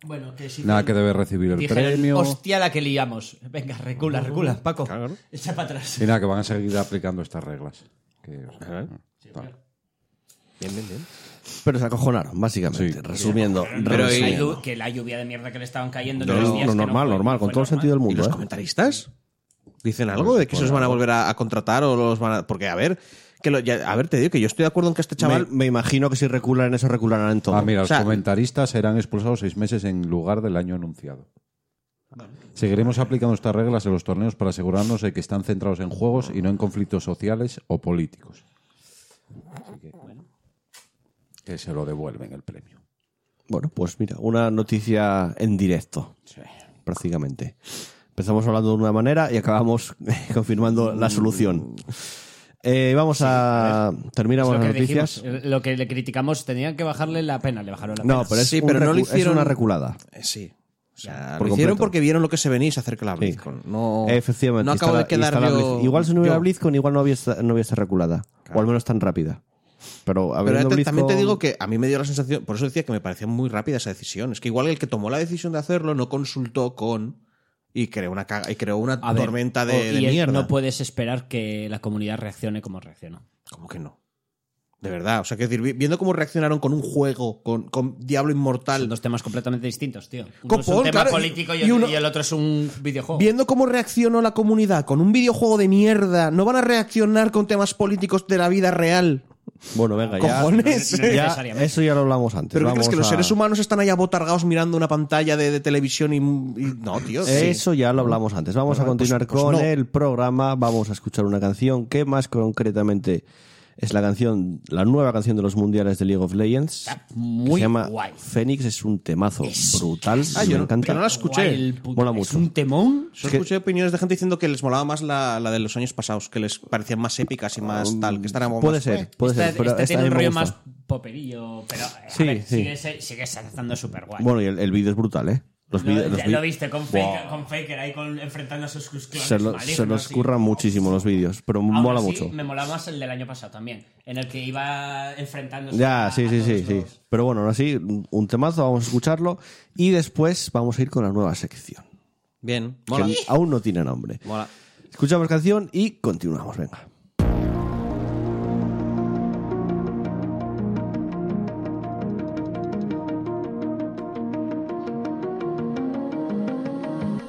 Bueno, que sí. Nada que debe recibir el Dijeron, premio. Hostia, la que liamos. Venga, recula, recula, Paco. Echa para atrás. Y nada, que van a seguir aplicando estas reglas. Que- ah, Tal. Bien, bien, bien. Pero se acojonaron, básicamente. Sí. Resumiendo. Pero resumiendo. la llu- que la lluvia de mierda que le estaban cayendo. en Lo- los días lo que no normal, fue- normal, fue con todo el sentido del ¿Y mundo. los ¿eh? comentaristas? ¿Dicen algo de que se los van a volver a, a contratar o los van a.? Porque, a ver, que lo- ya- a ver, te digo que yo estoy de acuerdo en que este chaval. me, me imagino que si reculan en eso, recularán en todo. Ah, mira, O sea- los comentaristas serán expulsados seis meses en lugar del año anunciado. Seguiremos aplicando estas reglas en los torneos para asegurarnos de que están centrados en juegos y no en conflictos sociales o políticos. Así que, que se lo devuelven el premio. Bueno, pues mira, una noticia en directo, prácticamente. Empezamos hablando de una manera y acabamos confirmando Mm. la solución. Eh, vamos a... Es Terminamos lo, las que noticias. dijimos, eh, lo que le criticamos, tenían que bajarle la pena, le bajaron la pena. No, pero es, Sí, un pero no lo recu- hicieron- es una reculada. Eh, sí. O sea, Por lo hicieron completo. porque vieron lo que se venía y se acerca la Sí. BlizzCon. No, Efectivamente. No acabo instala- de quedar instala yo- Blizz- Igual si no hubiera yo. BlizzCon, igual no había, esta- no había esta reculada. O al menos tan rápida. Pero, Pero habiendo te- también te BlizzCon- digo que a mí me dio la sensación, por eso decía que me parecía muy rápida esa decisión. Es que igual el que tomó la decisión de hacerlo no consultó con y creó una caga- y creó una A ver, tormenta o- de, de y es- mierda. No puedes esperar que la comunidad reaccione como reaccionó. ¿Cómo que no? De verdad, o sea, que decir, vi- viendo cómo reaccionaron con un juego, con, con Diablo Inmortal, Son dos temas completamente distintos, tío. Uno Copón, es un tema claro, y- político y, y el- uno- y el otro es un videojuego. Viendo cómo reaccionó la comunidad con un videojuego de mierda, no van a reaccionar con temas políticos de la vida real. Bueno, venga, ya. Cojones. Ya, necesariamente. eso ya lo hablamos antes. ¿Pero qué Vamos crees que los a- seres humanos están ahí abotargados mirando una pantalla de, de televisión y, y- No, tío. Eh, sí. Eso ya lo hablamos antes. Vamos a Bueno, pues- continuar pues con no. el programa. Vamos a escuchar una canción que más concretamente es la canción, la nueva canción de los mundiales de League of Legends. muy que se llama guay. Fénix, es un temazo Es- brutal. Ah, me yo no- encanta. pero no la escuché. Guay, el puto- Mola es mucho. un temón. Yo escuché opiniones de gente diciendo que les molaba más la, la de los años pasados, que les parecían más épicas y más tal, que estaban como Puede más- ser, puede Esta- ser. Pero esta esta Este tiene un a mí me rollo gusta. más poperillo, pero a Sí, ver, sí. sigue, se- sigue estando súper guay. Bueno, y el, el vídeo es brutal, ¿eh? Los lo, vídeos- los ya vi- lo viste con, Faker, Wow. con Faker ahí con- enfrentando a sus sus clones Se, lo- se malignos nos y- curran muchísimo los vídeos, pero Aún mola así, mucho. Me molaba más el del año pasado también, en el que iba enfrentándose. Ya, a- sí, a sí, todos sí, sí. los- Pero bueno, ahora sí, un temazo, vamos a escucharlo y después vamos a ir con la nueva sección, Bien, que mola. aún no tiene nombre. Mola. Escuchamos canción y continuamos, venga.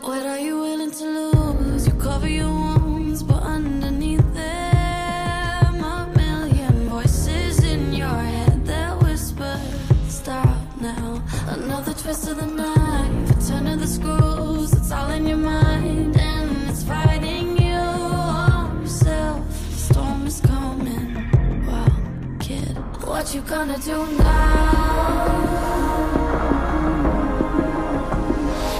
What are you willing to lose? You cover your wounds, but underneath them a million voices in your head that whisper, Stop now. Another twist of the knife, a turn of the screws, it's all in your mind, and it's fighting you on yourself. The storm is coming. Wow, kid, what you gonna do now?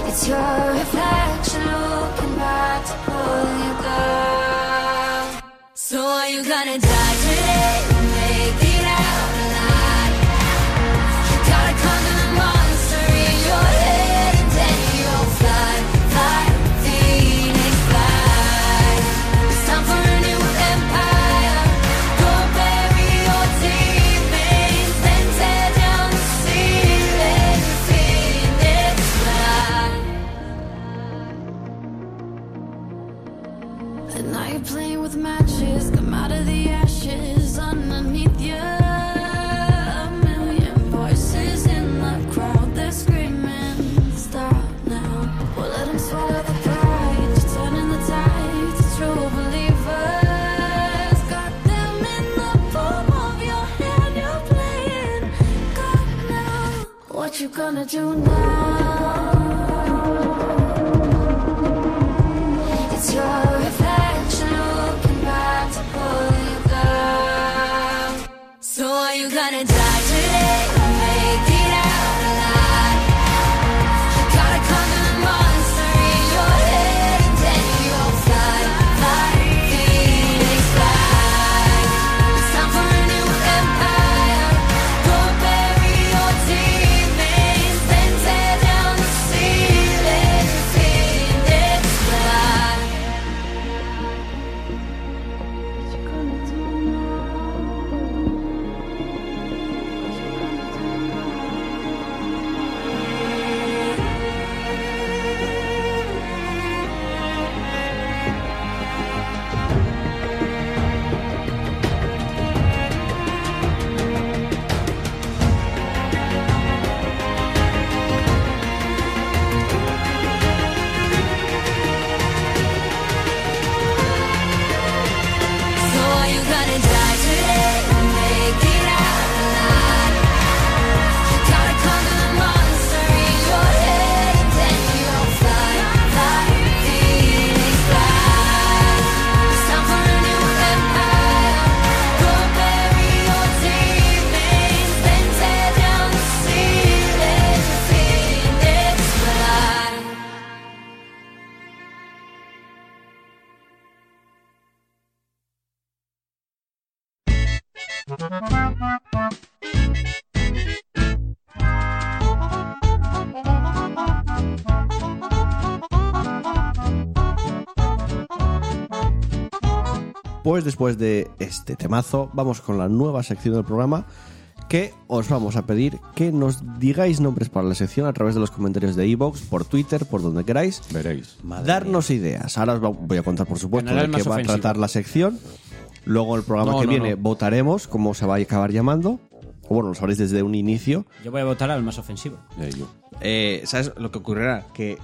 It's your reflection looking back to pull you down. So are you gonna die today or make it out alive? You gotta conquer the monster in your head and then you'll fly, fly, phoenix fly. It's time for a new empire. Go bury your demons, then tear down the ceiling, phoenix fly. At night you're playing with matches, come out of the ashes underneath you. A million voices in the crowd, they're screaming, stop now. Well, let 'em swallow the pride, you're turning the tide to true believers. Got them in the palm of your hand, you're playing God now. What you gonna do now? It's your reflection looking back to pull you down. So are you gonna die today or make it out alive? You gotta conquer the monster in your head and then you'll fly, fly, phoenix fly. It's time for a new empire. Go bury your demons, then tear down the ceiling, phoenix fly. So are you gonna die today or make it out alive? You gotta conquer the monster in your head and then you'll fly, fly, phoenix fly. It's time for a new empire. Go bury your demons, then tear down the ceiling, phoenix fly. Pues después de este temazo, vamos con la nueva sección del programa que os vamos a pedir que nos digáis nombres para la sección a través de los comentarios de iVoox, por Twitter, por donde queráis. Veréis. darnos ideas. Ahora os va- voy a contar, por supuesto, Canal de qué más va a ofensivo. tratar la sección. Luego, el programa No, que no, viene, no. votaremos cómo se va a acabar llamando. O bueno, lo sabréis desde un inicio. Yo voy a votar al más ofensivo. Ya digo. Eh, ¿Sabes lo que ocurrirá? Que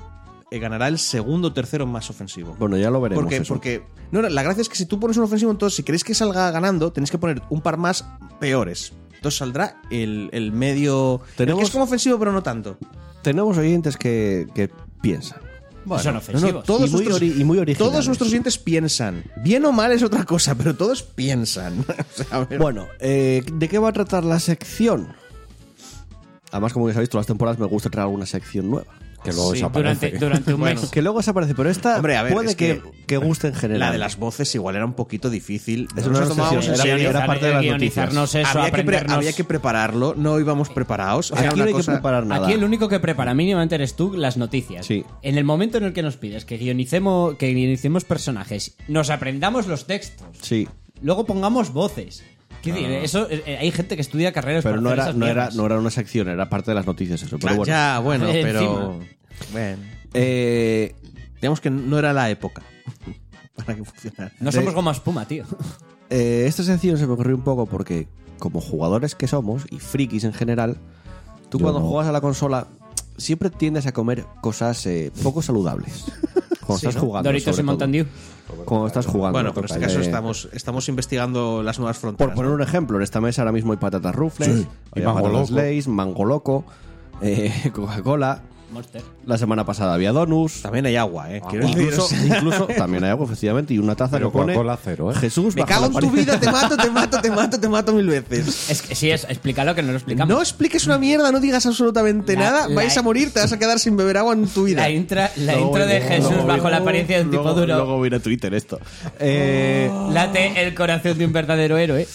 eh, ganará el segundo o tercero más ofensivo. Bueno, ya lo veremos. Porque, eso. porque no, no, la gracia es que si tú pones un ofensivo, entonces si queréis que salga ganando, tenéis que poner un par más peores. Entonces saldrá el, el medio. el que Tenemos- es como ofensivo, pero no tanto. tenemos oyentes que, que piensan. son No, ofensivos. no, todos Y muy nuestros, ori- y muy originales. Todos nuestros oyentes piensan. Bien o mal es otra cosa, pero todos piensan. O sea, a ver. Bueno, eh, ¿de qué va a tratar la sección? Además, como ya sabéis, todas las temporadas me gusta traer alguna sección nueva. Que luego Sí, desaparece. Durante, durante un Bueno. mes. Que luego aparece, pero esta Hombre, a ver, puede es que, que- que guste en general. la de las voces igual era un poquito difícil. Es No una nos lo tomábamos obsesión, en Pues era- serio. era parte de las guionizarnos noticias. eso, había, que pre- aprendernos- había que prepararlo, no íbamos preparados. Era Aquí no una hay cosa- que preparar nada. Aquí el único que prepara mínimamente eres tú las noticias. Sí. En el momento en el que nos pides que guionicemos, que guionicemos personajes, nos aprendamos los textos, Sí, luego pongamos voces. Quiero decir, eso eh, eh, hay gente que estudia carreras pero para no hacer era, esas no, era, mierdas. no era una sección, era parte de las noticias eso. Pero Ah, bueno. Ya, bueno, Encima. pero. Bueno. Eh, Digamos que no era la época para que funcionara. No somos goma espuma, tío. Eh, esta sección se me ocurrió un poco porque, como jugadores que somos, y frikis en general, tú Yo cuando no. juegas a la consola siempre tiendes a comer cosas eh, poco saludables. Cuando estás jugando. Doritos sobre y Mountain todo. Dew. Cuando estás jugando. Bueno, ¿no? pero en este Toca, caso eh, estamos, estamos investigando las nuevas Por fronteras. poner ¿no? un ejemplo, en esta mesa ahora mismo hay patatas rufles, Sí, y hay mango patatas loco. Lays, mango loco, eh, Coca-Cola. Monster. La semana pasada había donuts. También hay agua, ¿eh? Quiero Ah, decir, Incluso, o sea, incluso también hay algo, efectivamente, y una taza Pero que pone Coca-Cola cero, ¿eh? Jesús me bajo cago la en tu pared". vida, te mato, te mato, te mato, te mato mil veces. Es que sí, es, explícalo que no lo explicamos. No expliques una mierda, no digas absolutamente La- nada, la- vais a morir, te vas a quedar sin beber agua en tu vida. La, intra, la Luego intro de voy- Jesús luego voy- bajo la apariencia de un tipo luego- duro. Luego viene a Twitter esto. Eh, Oh. Late el corazón de un verdadero héroe.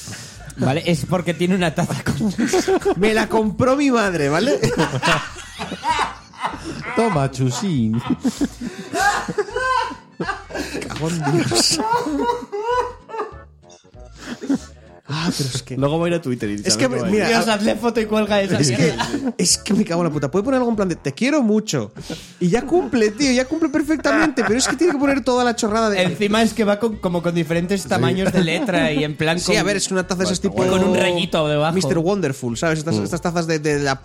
¿Vale? Es porque tiene una taza con. Me la compró mi madre, ¿vale? Toma, chusín. Ah, Luego va a ir a Twitter y es que, mira, hazle foto y cuelga esa Es que, es que me cago en la puta. Puede poner algo en plan de te quiero mucho. Y ya cumple, tío, ya cumple perfectamente. Pero es que tiene que poner toda la chorrada de. Encima es que va con- como con diferentes tamaños de letra y en plan. sí, con- a ver, es una taza de esas tipo. Con un rayito debajo. Mr. Wonderful, ¿sabes? Estas, estas tazas de, de la,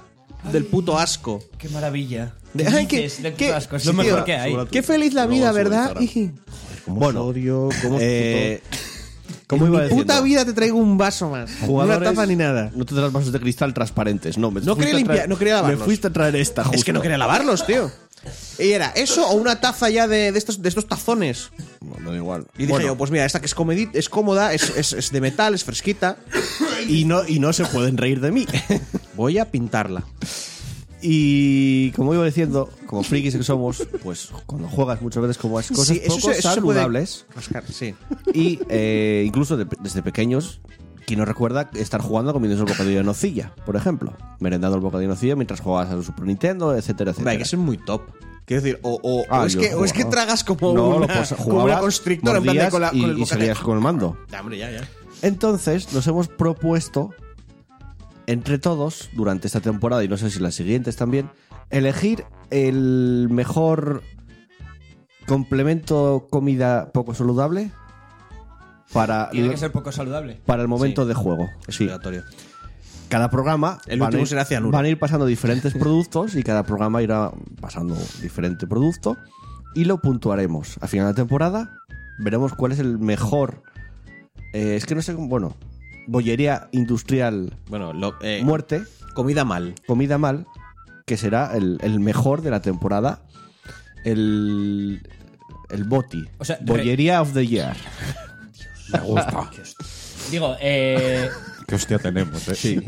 del puto asco. Qué maravilla. De, Ay, qué- dices, de qué- puto asco, es sí, lo mejor tío, que hay. Qué feliz la vida, ¿verdad? bueno, odio, eh, ¿Cómo iba Mi puta diciendo? vida te traigo un vaso más. Jugadores, una taza ni nada. No tendrás vasos de cristal transparentes, no. Me No fuiste quería a traer- limpiar- no quería lavarlos. Me fuiste a traer esta, Es que no quería lavarlos, tío. Y era eso o una taza ya de, de estos, de estos tazones. No, da igual. Y dije yo, pues mira, esta que es, comedi- es cómoda, es, es- es de metal, es fresquita. y, no, y no se pueden reír de mí. Voy a pintarla. y como iba diciendo, como frikis que somos, pues cuando juegas muchas veces como es cosas Sí, eso poco se- eso se puede saludables. rascar, sí. Y eh, incluso de- desde pequeños, quien no recuerda estar jugando comiendo el bocadillo de nocilla, por ejemplo. Merendando el bocadillo de nocilla mientras jugabas al Super Nintendo, etcétera, Hombre, etcétera. hay que ser muy top. Quiero decir, o, o- Ah, o es, yo que, o es que jugaba. tragas como, No, lo una, posa- como jugabas, una constrictora en plan de mordías con, la- con y, el y bocata. salías con el mando. Ya, hombre, ya, ya. Entonces, nos hemos propuesto, entre todos, durante esta temporada y no sé si las siguientes también, elegir el mejor complemento comida poco saludable para, Tiene que ser poco saludable. para el momento de juego. Es Sí. obligatorio. Cada programa El van, a último ir, será cianuro. van a ir pasando diferentes productos y cada programa irá pasando diferente producto y lo puntuaremos. A final de temporada veremos cuál es el mejor. eh, es que no sé, cómo- bueno, bollería industrial Bueno, lo- eh, muerte, comida mal. comida mal, que será el, el mejor de la temporada. El. El boti. O sea, re- bollería of the year. Me gusta. Digo, eh. Qué hostia tenemos, eh. Sí.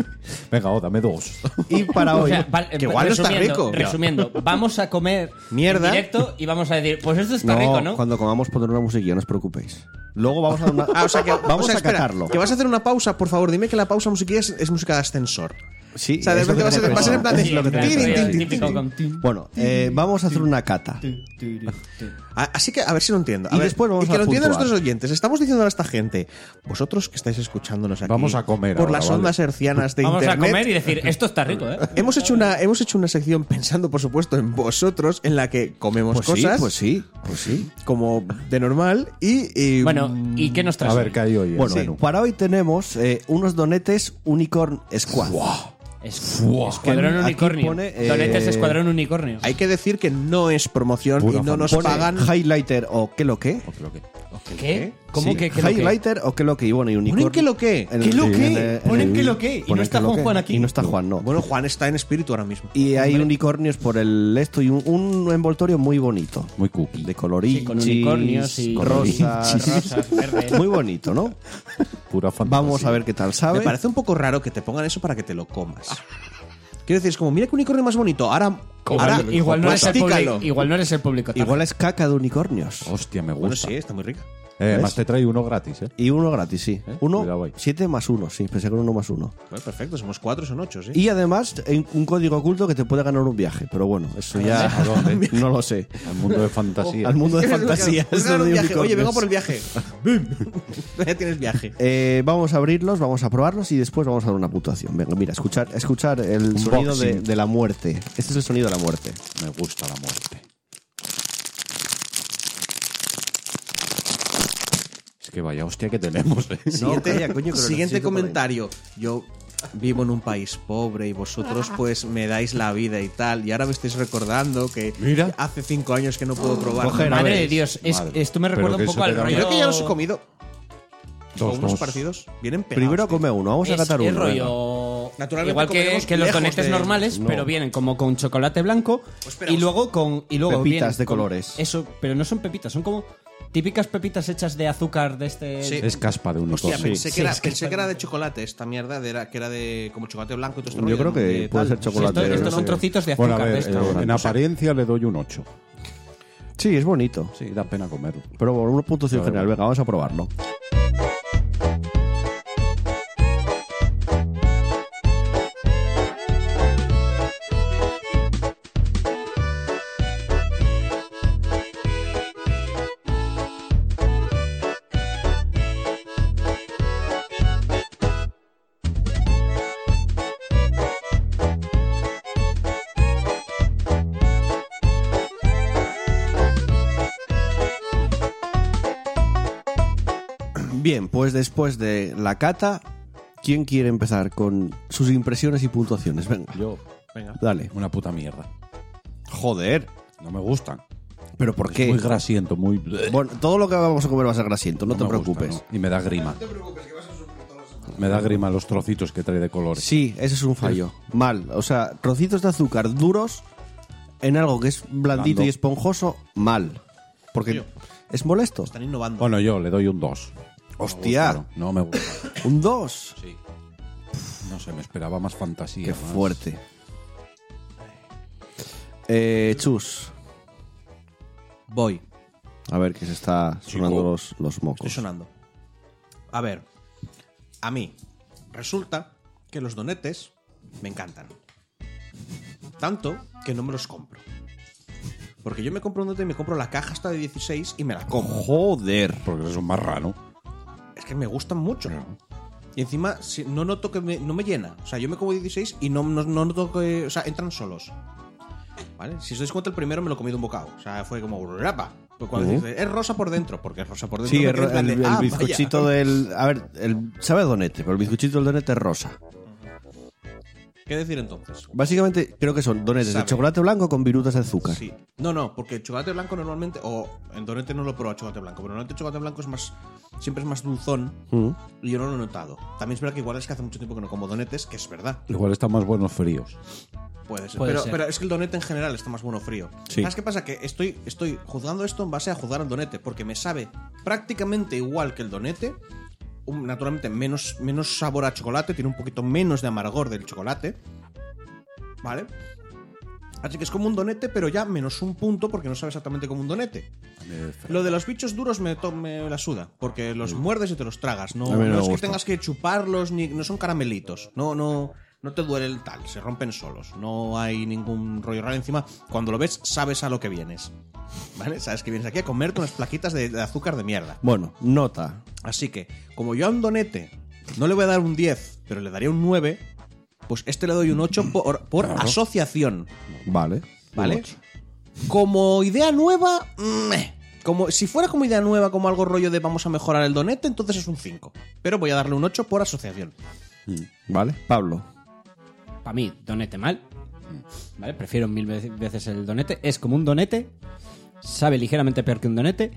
Venga, oh, dame dos. Y para o hoy. sea, vale, que igual no está resumiendo- rico. Resumiendo, vamos a comer Mierda. en directo y vamos a decir, pues esto está No, rico, ¿no? cuando comamos poner una musiquilla, no os preocupéis. Luego vamos a dar una- Ah, o sea que vamos o sea, a espera, catarlo. Que vas a hacer una pausa, por favor, dime que la pausa musiquilla es, es música de ascensor. Sí, O sea, de es lo repente que vas a- tenemos vas a ser en ahora. plan de- Es lo que tenemos tin, tin, ahora, tin, sí. tin, Típico con tin. Bueno, eh, vamos a hacer una cata. A- Así que a ver si lo entiendo. A Y ver, después vamos y que a lo entiendan puntuar. nuestros oyentes. Estamos diciendo a esta gente, vosotros que estáis escuchándonos aquí Vamos a comer por ahora, las ¿vale? ondas hercianas de Vamos a internet. comer y decir, esto está rico, ¿eh? Hemos hecho, una, hemos hecho una sección pensando, por supuesto, en vosotros, en la que comemos Pues sí, cosas pues sí, pues sí. como de normal y, y- Bueno, ¿y qué nos traes? A ver, ¿qué hay hoy? eh. en el Bueno, menú? para hoy tenemos eh, unos donetes Unicorn Squad. Es, Buah, escuadrón que aquí Unicornio. pone, eh, Donetes Escuadrón Unicornio. Hay que decir que no es promoción Pura y no nos fama. Pone pagan. highlighter o qué lo que. Creo que- ¿Qué? ¿Cómo Sí. que qué lo que? highlighter o qué lo que y bueno y unicornio. qué lo que. En el- ¿Qué lo sí, que? en el- en Ponen el- qué lo que y no ponen está qué lo Juan que. Juan aquí. Y no está Juan, no. Bueno, Juan está en espíritu ahora mismo. y hay unicornios por el esto y un, un envoltorio muy bonito. Muy cookie. De colorillos, Sí, con unicornios y con rosas, rosas, verdes. Muy bonito, ¿no? Pura fantasía. Vamos a ver qué tal Me sabe. parece un poco raro que te pongan eso para que te lo comas. Quiero decir, es como, mira qué unicornio más bonito. Ahora, ahora Igual, igual no eres el mastícalo. público, igual no eres el público. target. Igual es caca de unicornios. Hostia, me gusta. Bueno, sí, está muy rica. Eh, ¿Ves? más te trae uno gratis, ¿eh? Y uno gratis, sí. Eh, cuidado Uno, ahí. siete más uno, sí. Pensé que era uno más uno. Bueno, perfecto, somos cuatro, son ocho, sí. Y además, en- un código oculto que te puede ganar un viaje. Pero bueno, eso ya ¿A dónde? no lo sé. Al mundo de fantasía. Al mundo de Claro, fantasía. claro, eso de un viaje. Oye, unicornios. vengo por el viaje. ¡Bum! ya tienes viaje. Eh, vamos a abrirlos, vamos a probarlos y después vamos a dar una puntuación. Venga, mira, escuchar, escuchar el sonido de, de la muerte. Este es el sonido de la muerte. Me gusta la muerte. Es que vaya hostia que tenemos, ¿eh? Siguiente, calla, coño, que lo siguiente necesito para comentario. Yo vivo en un país pobre y vosotros pues me dais la vida y tal. Y ahora me estáis recordando que Mira. hace cinco años que no puedo probar. Madre de Dios, es- Madre. esto me Pero recuerda que un eso poco te al da- rollo. Creo que ya los he comido. Dos, Todos unos dos. partidos vienen eh. pegados. Primero tío. come uno, vamos a Es- catar es uno. venga. rollo. Naturalmente Igual que, comeremos que los lejos donetes de- Pues normales, No. pero vienen como con chocolate blanco espera, y os- luego con. Y luego Pepitas vienen de con- colores. Eso, pero no son pepitas, son como típicas pepitas hechas de azúcar de este. Sí. Es caspa de Hostia, unicornio. pensé, Sí, que era, es que- pensé que era de chocolate esta mierda, de era- que era de como chocolate blanco y todo este esto. Yo creo que puede ser chocolate. Esto- estos no son sé. trocitos de Bueno, azúcar a ver, de eh, esta. en apariencia le doy un 8. Sí, es bonito. Sí, da pena comerlo. Pero por una puntuación Vale, general, venga, vamos a probarlo. Bien, pues después de la cata, ¿quién quiere empezar con sus impresiones y puntuaciones? Venga, Yo, Venga. dale. una puta mierda. Joder, No me gustan. pero ¿por qué? Muy grasiento, muy. Bueno, todo lo que vamos a comer va a ser grasiento, no, te me gusta, preocupes. ¿no? Y me da grima. Me da grima los trocitos que trae de colores. Sí, ese es un fallo. Mal. O sea, trocitos de azúcar duros en algo que es blandito Blando. y esponjoso, mal. Porque Tío. es molesto. Están innovando. Bueno, yo le doy un 2. Hostia, No me gusta. un 2. Sí. No sé, me esperaba más fantasía. Qué más- fuerte. Eh, chus, Voy. a ver que se está sonando Chico. los, los Estoy mocos. sonando. A ver, a mí resulta que los donetes me encantan. Tanto que no me los compro. Porque yo me compro un donete y me compro la caja hasta de 16 y me la como. Joder. Porque eres un marrano. Es que me gustan mucho. Y encima si- no noto que me, no me llena. O sea, yo me como 16 y no, no, no noto que... O sea, entran solos. ¿Vale? Si os dais cuenta, el primero me lo comí de un bocado. O sea, fue como... ¡Rapa! Pues cuando dices, es rosa por dentro, porque es rosa por dentro. Uh-huh. Sí, me el, quedé en plan el- de, el "Ah, vaya". bizcochito del. A ver, el, sabe a donete, pero el bizcochito del donete es rosa. ¿Qué decir entonces? Básicamente, creo que son donetes Sabe. de chocolate blanco con virutas de azúcar. Sí. No, no, porque el chocolate blanco normalmente, o en Donete no lo he probado chocolate blanco, pero normalmente el chocolate blanco es más, siempre es más dulzón Mm. y yo no lo he notado. También es verdad que igual es que hace mucho tiempo que no como donetes, que es verdad, Igual están más buenos fríos. puede ser. Puede pero, ser. pero es que el donete en general está más bueno frío. Sí. ¿Sabes qué pasa? Que estoy, estoy juzgando esto en base a juzgar al donete, porque me sabe prácticamente igual que el donete. un- Naturalmente, menos, menos sabor a chocolate, tiene un poquito menos de amargor del chocolate. ¿Vale? Así que es como un donete, pero ya menos un punto porque no sabe exactamente como un donete. Lo de los bichos duros me, to- me la suda, porque los muerdes y te los tragas. No, A mí no no me es que gusta. tengas que chuparlos, ni, no son caramelitos. No, no, no te duele el tal, se rompen solos. No hay ningún rollo raro encima. Cuando lo ves, sabes a lo que vienes. ¿Vale? Sabes que vienes aquí a comerte unas plaquitas de, de azúcar de mierda. Bueno, nota. Así que, como yo a un donete no le voy a dar un 10, pero le daría un 9, pues este le doy un 8 por, por asociación. Vale. ¿Vale? Como idea nueva, meh. como si fuera como idea nueva, como algo rollo de vamos a mejorar el donete, entonces es un 5. Pero voy a darle un 8 por asociación. Vale. Pablo. para mí, donete mal. ¿Vale? Prefiero mil ve- veces el donete. Es como un donete, sabe ligeramente peor que un donete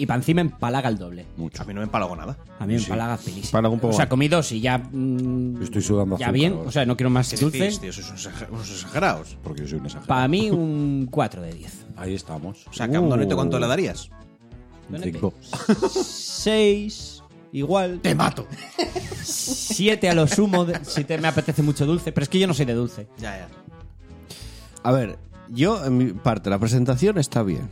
y para encima empalaga el doble. A mí no me empalago nada. A mí me empalaga feliz. Empalaga un poco O sea, más. comí dos y ya. mm, Estoy sudando Ya azúcar bien, ahora. o sea, no quiero más ¿Qué dulce. decís, tío? Sois unos exager- unos exagerados. Porque yo soy un exagerado. Para mí, un 4 de 10. Ahí estamos. O sea, que a un Uh. donete cuánto le darías? Un Donete. cinco. 6, igual. Te mato. 7 a lo sumo, de- si te, me apetece mucho dulce. Pero es que yo no soy de dulce. Ya, ya. A ver, yo, en mi parte, la presentación está bien.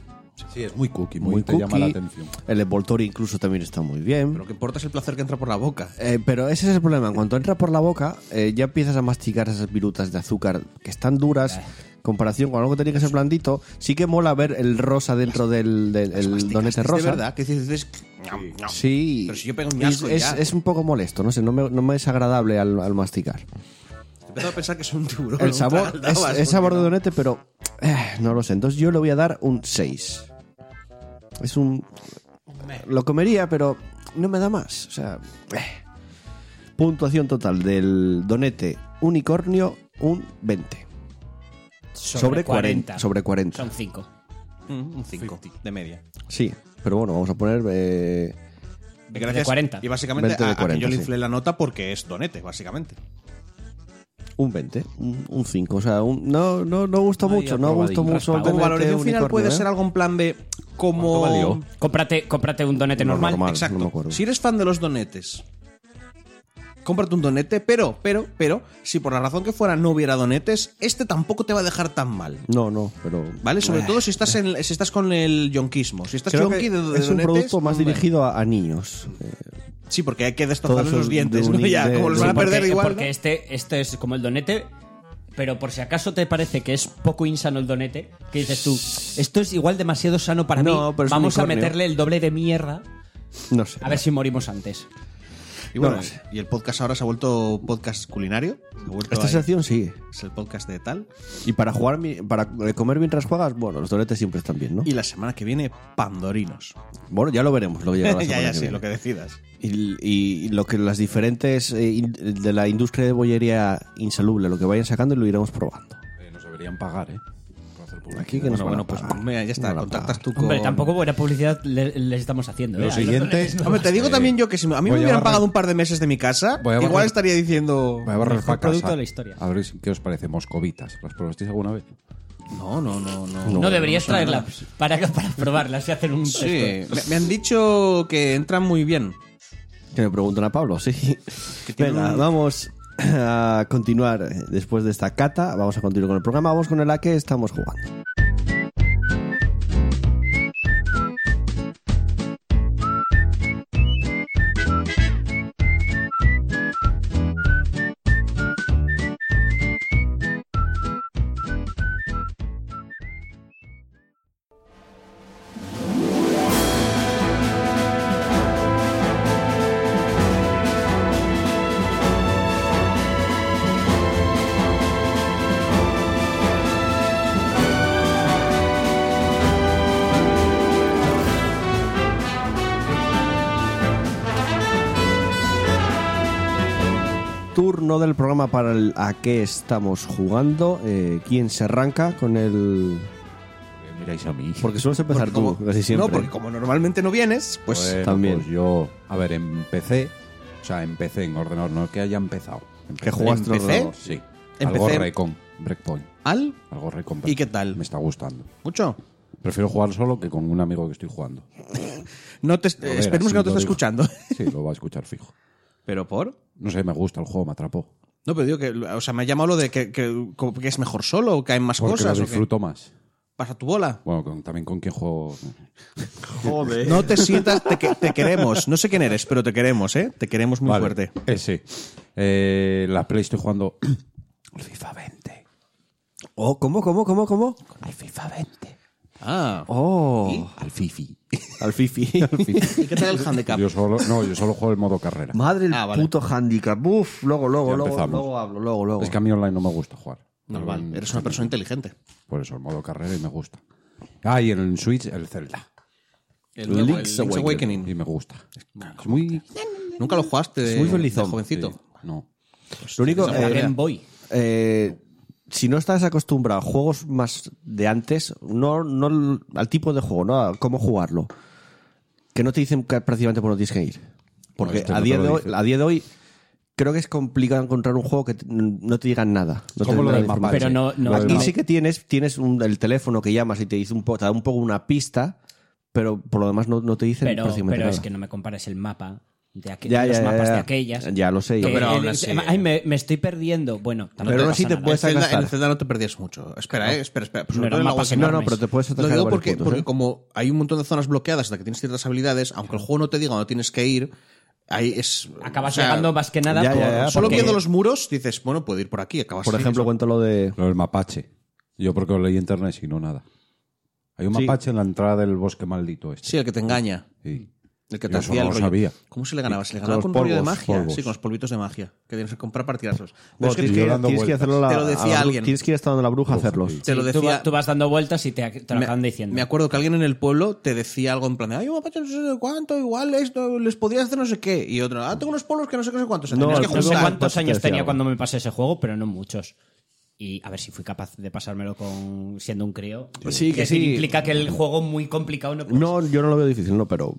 Sí, es muy cookie, muy, Muy te cookie, llama la atención. El envoltorio incluso también está muy bien. Pero lo que importa es el placer que entra por la boca. Eh, pero ese es el problema. En cuanto entra por la boca, eh, ya empiezas a masticar esas virutas de azúcar que están Eh. duras. En comparación con algo que tenía que ser blandito, sí que mola ver el rosa dentro del, del- el donete Es rosa. de verdad, que dices, dices, ñam, ñam. Sí. Pero si yo pego un Y ñasco es, ya. es un poco molesto, no sé, no me, no me es agradable al, al masticar. Empezaba a pensar que es un tiburón. El un sabor es, tragaldabas, es porque sabor de no. donete, pero eh, no lo sé. Entonces yo le voy a dar un 6. Es un... Lo comería, pero no me da más. O sea... eh. Puntuación total del donete unicornio, un 20. Sobre 40. Son 5. Mm, Un 5 de media. Sí, pero bueno, vamos a poner... eh, Y gracias- 40. Y básicamente 20 de a- a que 40, yo le sí. inflé la nota porque es donete, básicamente. un 20, un, 5. O sea, un- no, no, no gustó mucho, no gustó aprobadín, mucho. el raspado. Como donete valoración final unicornio, puede ¿eh? ser algo en plan B como... valió? Cómprate, cómprate un donete No, normal. normal. Exacto. no me acuerdo. Si eres fan de los donetes, cómprate un donete, pero, pero, pero, si por la razón que fuera no hubiera donetes, este tampoco te va a dejar tan mal. No, no, pero... ¿Vale? Sobre todo si estás, en, si estás con el yonquismo. Si estás Creo que yonqui de, de es un donetes, producto más hombre. dirigido a, a niños. Sí, porque hay que destrozarles Todos los son dientes, de ¿no? uni- Ya, de- como los de- van a porque- perder igual. porque ¿no? este, este es como el donete. Pero por si acaso te parece que es poco insano el donete, que dices tú, esto es igual demasiado sano para No, mí, pero es un vamos a unicornio. meterle el doble de mierda No sé. a ver si morimos antes. Y No bueno, lo sé. y el podcast ahora se ha vuelto podcast culinario. Se ha vuelto Esta ahí. sección sí. es el podcast de tal. Y para jugar, mi- para comer mientras juegas, bueno, los donetes siempre están bien, ¿no? Y la semana que viene, Pandorinos. Bueno, ya lo veremos, lo que llega la ya, semana ya, que sí, viene. lo que decidas. Y, y lo que las diferentes eh, in- de la industria de bollería insalubre, lo que vayan sacando y lo iremos probando. Eh, nos deberían pagar, ¿eh? Por hacer publicidad. Aquí que nos Bueno, van a bueno, pues pagar. mira, ya está. Nos van a Contactas pagar. tú con. Hombre, tampoco buena publicidad le, le estamos haciendo. Lo ¿eh? siguiente. Hombre, te digo Eh, también yo que si a mí voy me a hubieran barrar- pagado un par de meses de mi casa, Voy a igual barrar- estaría diciendo. Voy a barrer Mejor pa' producto casa. de la historia. A ver si- qué os parece, moscovitas. ¿Las probasteis alguna vez? Eh, No, no, no, no. No, deberías traerla para, para probarlas y hacer un Sí, test. me, me han dicho que entran muy bien. Que me preguntan a Pablo, sí. tiene Venga, un- vamos a continuar eh, después de esta cata. Vamos a continuar con el programa. Vamos con el a que estamos jugando. Turno del programa para el a qué estamos jugando. Eh, ¿Quién se arranca con el Eh, miráis a mí. Porque sueles empezar Como- tú, casi siempre. No, porque como normalmente no vienes, pues. Bueno, también. pues yo, a ver, empecé, o sea, empecé en ordenador, no que haya empezado. Empecé, ¿Que jugaste en Empecé, ordenador? Sí. Algo Empecé- Recon, Breakpoint. ¿Al? Algo Recon. ¿Y qué tal? Me está gustando. ¿Mucho? Prefiero jugar solo que con un amigo que estoy jugando. No te, Joder, Eh, esperemos así que no te esté lo digo. escuchando. Sí, lo va a escuchar fijo. ¿Pero por? No sé, me gusta el juego, me atrapó. No, pero digo que, o sea, me ha llamado lo de que, que- como que es mejor solo o caen más Porque cosas. lo o que disfruto más. Pasa tu bola. Bueno, con- también con quien juego. No te sientas, te, que- te queremos. No sé quién eres, pero te queremos, ¿eh? Te queremos muy Vale. fuerte. Eh, sí. Eh, la Play estoy jugando al FIFA 20. Oh, ¿Cómo, cómo, cómo, cómo? Al FIFA 20. Ah. Oh, Al Fifi. al Fifi. ¿Y qué tal el handicap? Yo solo, no, yo solo juego el modo carrera. Madre el Ah, vale. puto handicap. Uf, luego, luego, Ya luego, empezamos. luego hablo, luego, luego. Es que a mí online no me gusta jugar. Normal. Eres una persona inteligente. Por eso el modo carrera y me gusta. Ah, y en el Switch el Zelda. El nuevo, el Link's Link's Awakening. Y me gusta. Es muy, Nunca lo jugaste Eh, de, Es muy felizón, de jovencito. no. Lo único, La eh, Game Boy. eh, si no estás acostumbrado a juegos más de antes, no, no l- al tipo de juego, no a cómo jugarlo, que no te dicen ca- prácticamente por dónde tienes que ir. Porque este no a, te día lo de hoy, dice. a día de hoy creo que es complicado encontrar un juego que t- no te digan nada. No te Como lo den nada del de mapa, información. pero no- no- Aquí no- sí que tienes, tienes un- el teléfono que llamas y te, dice un po- te da un poco una pista, pero por lo demás no, no te dicen Pero, prácticamente pero nada. es que no me compares el mapa de aqu- Ya, los ya, ya, mapas ya. de aquellas. Ya lo sé, ya. Que- Pero aún así- Ay, me, me estoy perdiendo. Bueno, tampoco Pero aún pasa así te nada. puedes en, Zelda, sacar. en Zelda no te perdías mucho. Espera, eh, espera, espera. Pues No sobre eran todo en la mapas Guasa- no, no, enormes. pero te puedes Lo atacar digo varios porque, puntos, porque ¿eh? como hay un montón de zonas bloqueadas hasta que tienes ciertas habilidades, aunque el juego no te diga dónde tienes que ir, ahí es... ¿eh? Acabas o sea, llegando más que nada ya, por- ya, ya, Solo porque- viendo los muros dices, bueno, puedo ir por aquí. Acabas Por ejemplo, cuento lo de... Lo del mapache. Yo porque lo leí en internet y no nada. Hay un Sí. mapache en la entrada del bosque maldito este. Sí, el que te engaña. Sí. El que te Yo eso hacía el no lo rollo. sabía. ¿Cómo se le ganaba? Se le Con ganaba los con, un rollo de polvos, magia. polvos. Sí, con los polvitos de magia. Que tienes que comprar para tirarlos. Pero Bueno, es que tienes yo que, dando tienes que vueltas. hacerlo la- Te lo decía a la- alguien. Tienes que ir hasta donde la bruja a hacerlos. sí. te lo Sí, tú, decía- va- tú vas dando vueltas y te, te lo Me- acaban diciendo. Me acuerdo que alguien en el pueblo te decía algo en plan de, ay, un mapache no sé cuánto, igual esto, les podías hacer no sé qué. Y otro, ah, tengo unos pueblos que no sé qué, no sé cuántos. O sea, No, tenías que no sé juntar. cuántos Entonces, años te decía tenía algo. cuando me pasé ese juego, pero no muchos. Y a ver si fui capaz de pasármelo con siendo un crío. Sí, que Es decir, sí. Implica que el juego muy complicado no puede No, yo no lo veo difícil, no, pero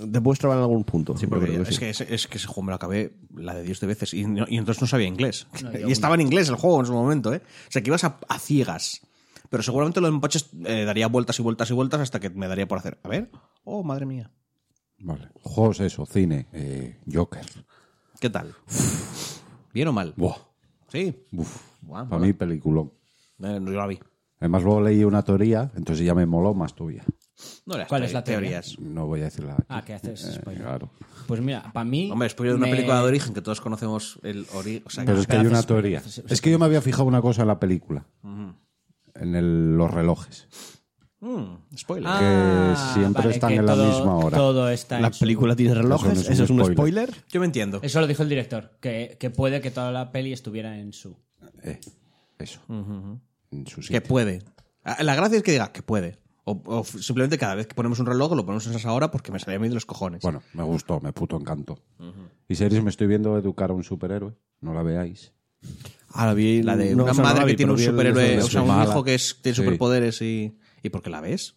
demuestraban en algún punto. Sí, yo porque creo que es, sí. que ese, es que ese juego me lo acabé la de Dios de veces y, no- y entonces no sabía inglés. yo y estaba en inglés el juego en su momento, ¿eh? O sea, que ibas a, a ciegas. Pero seguramente lo de empaches eh, daría vueltas y vueltas y vueltas hasta que me daría por hacer. A ver, oh, madre mía. Vale. Juegos eso, cine, eh, Joker. ¿Qué tal? ¿Bien o mal? Buah. Sí. Guau, Para mí, peliculón. eh, yo la vi. Además, luego leí una teoría, entonces ya me moló más tuya. No las ¿Cuál es te- la teoría? teorías. No voy a decirla. aquí. Eh, Ah, que haces spoiler. Claro. Pues mira, para mí. Hombre, después de una me- película de origen que todos conocemos el origen. O sea, Pero es que hay una haces- teoría. Es que yo me había fijado una cosa en la película. En el- los relojes. mm, spoiler. Ah, que siempre vale, están que en la todo- misma hora. Todo está La en su- película tiene relojes, eso Eso no es un spoiler. spoiler. Yo me entiendo. Eso lo dijo el director, que, que puede que toda la peli estuviera en su. Eh, eso. En su Que sitio. puede. Ah, La gracia es que diga que puede. O, o f- simplemente cada vez que ponemos un reloj lo ponemos en esa hora porque me salía a mí de los cojones. Bueno, me gustó, me puto encantó. Y series me estoy viendo educar a un superhéroe. No la veáis. Ah, la vi. la de no, una o sea, no la madre vi, que tiene pero un vi el- superhéroe, el- o sea, el- un mala. hijo que es, tiene Sí. superpoderes y. ¿Y por qué la ves?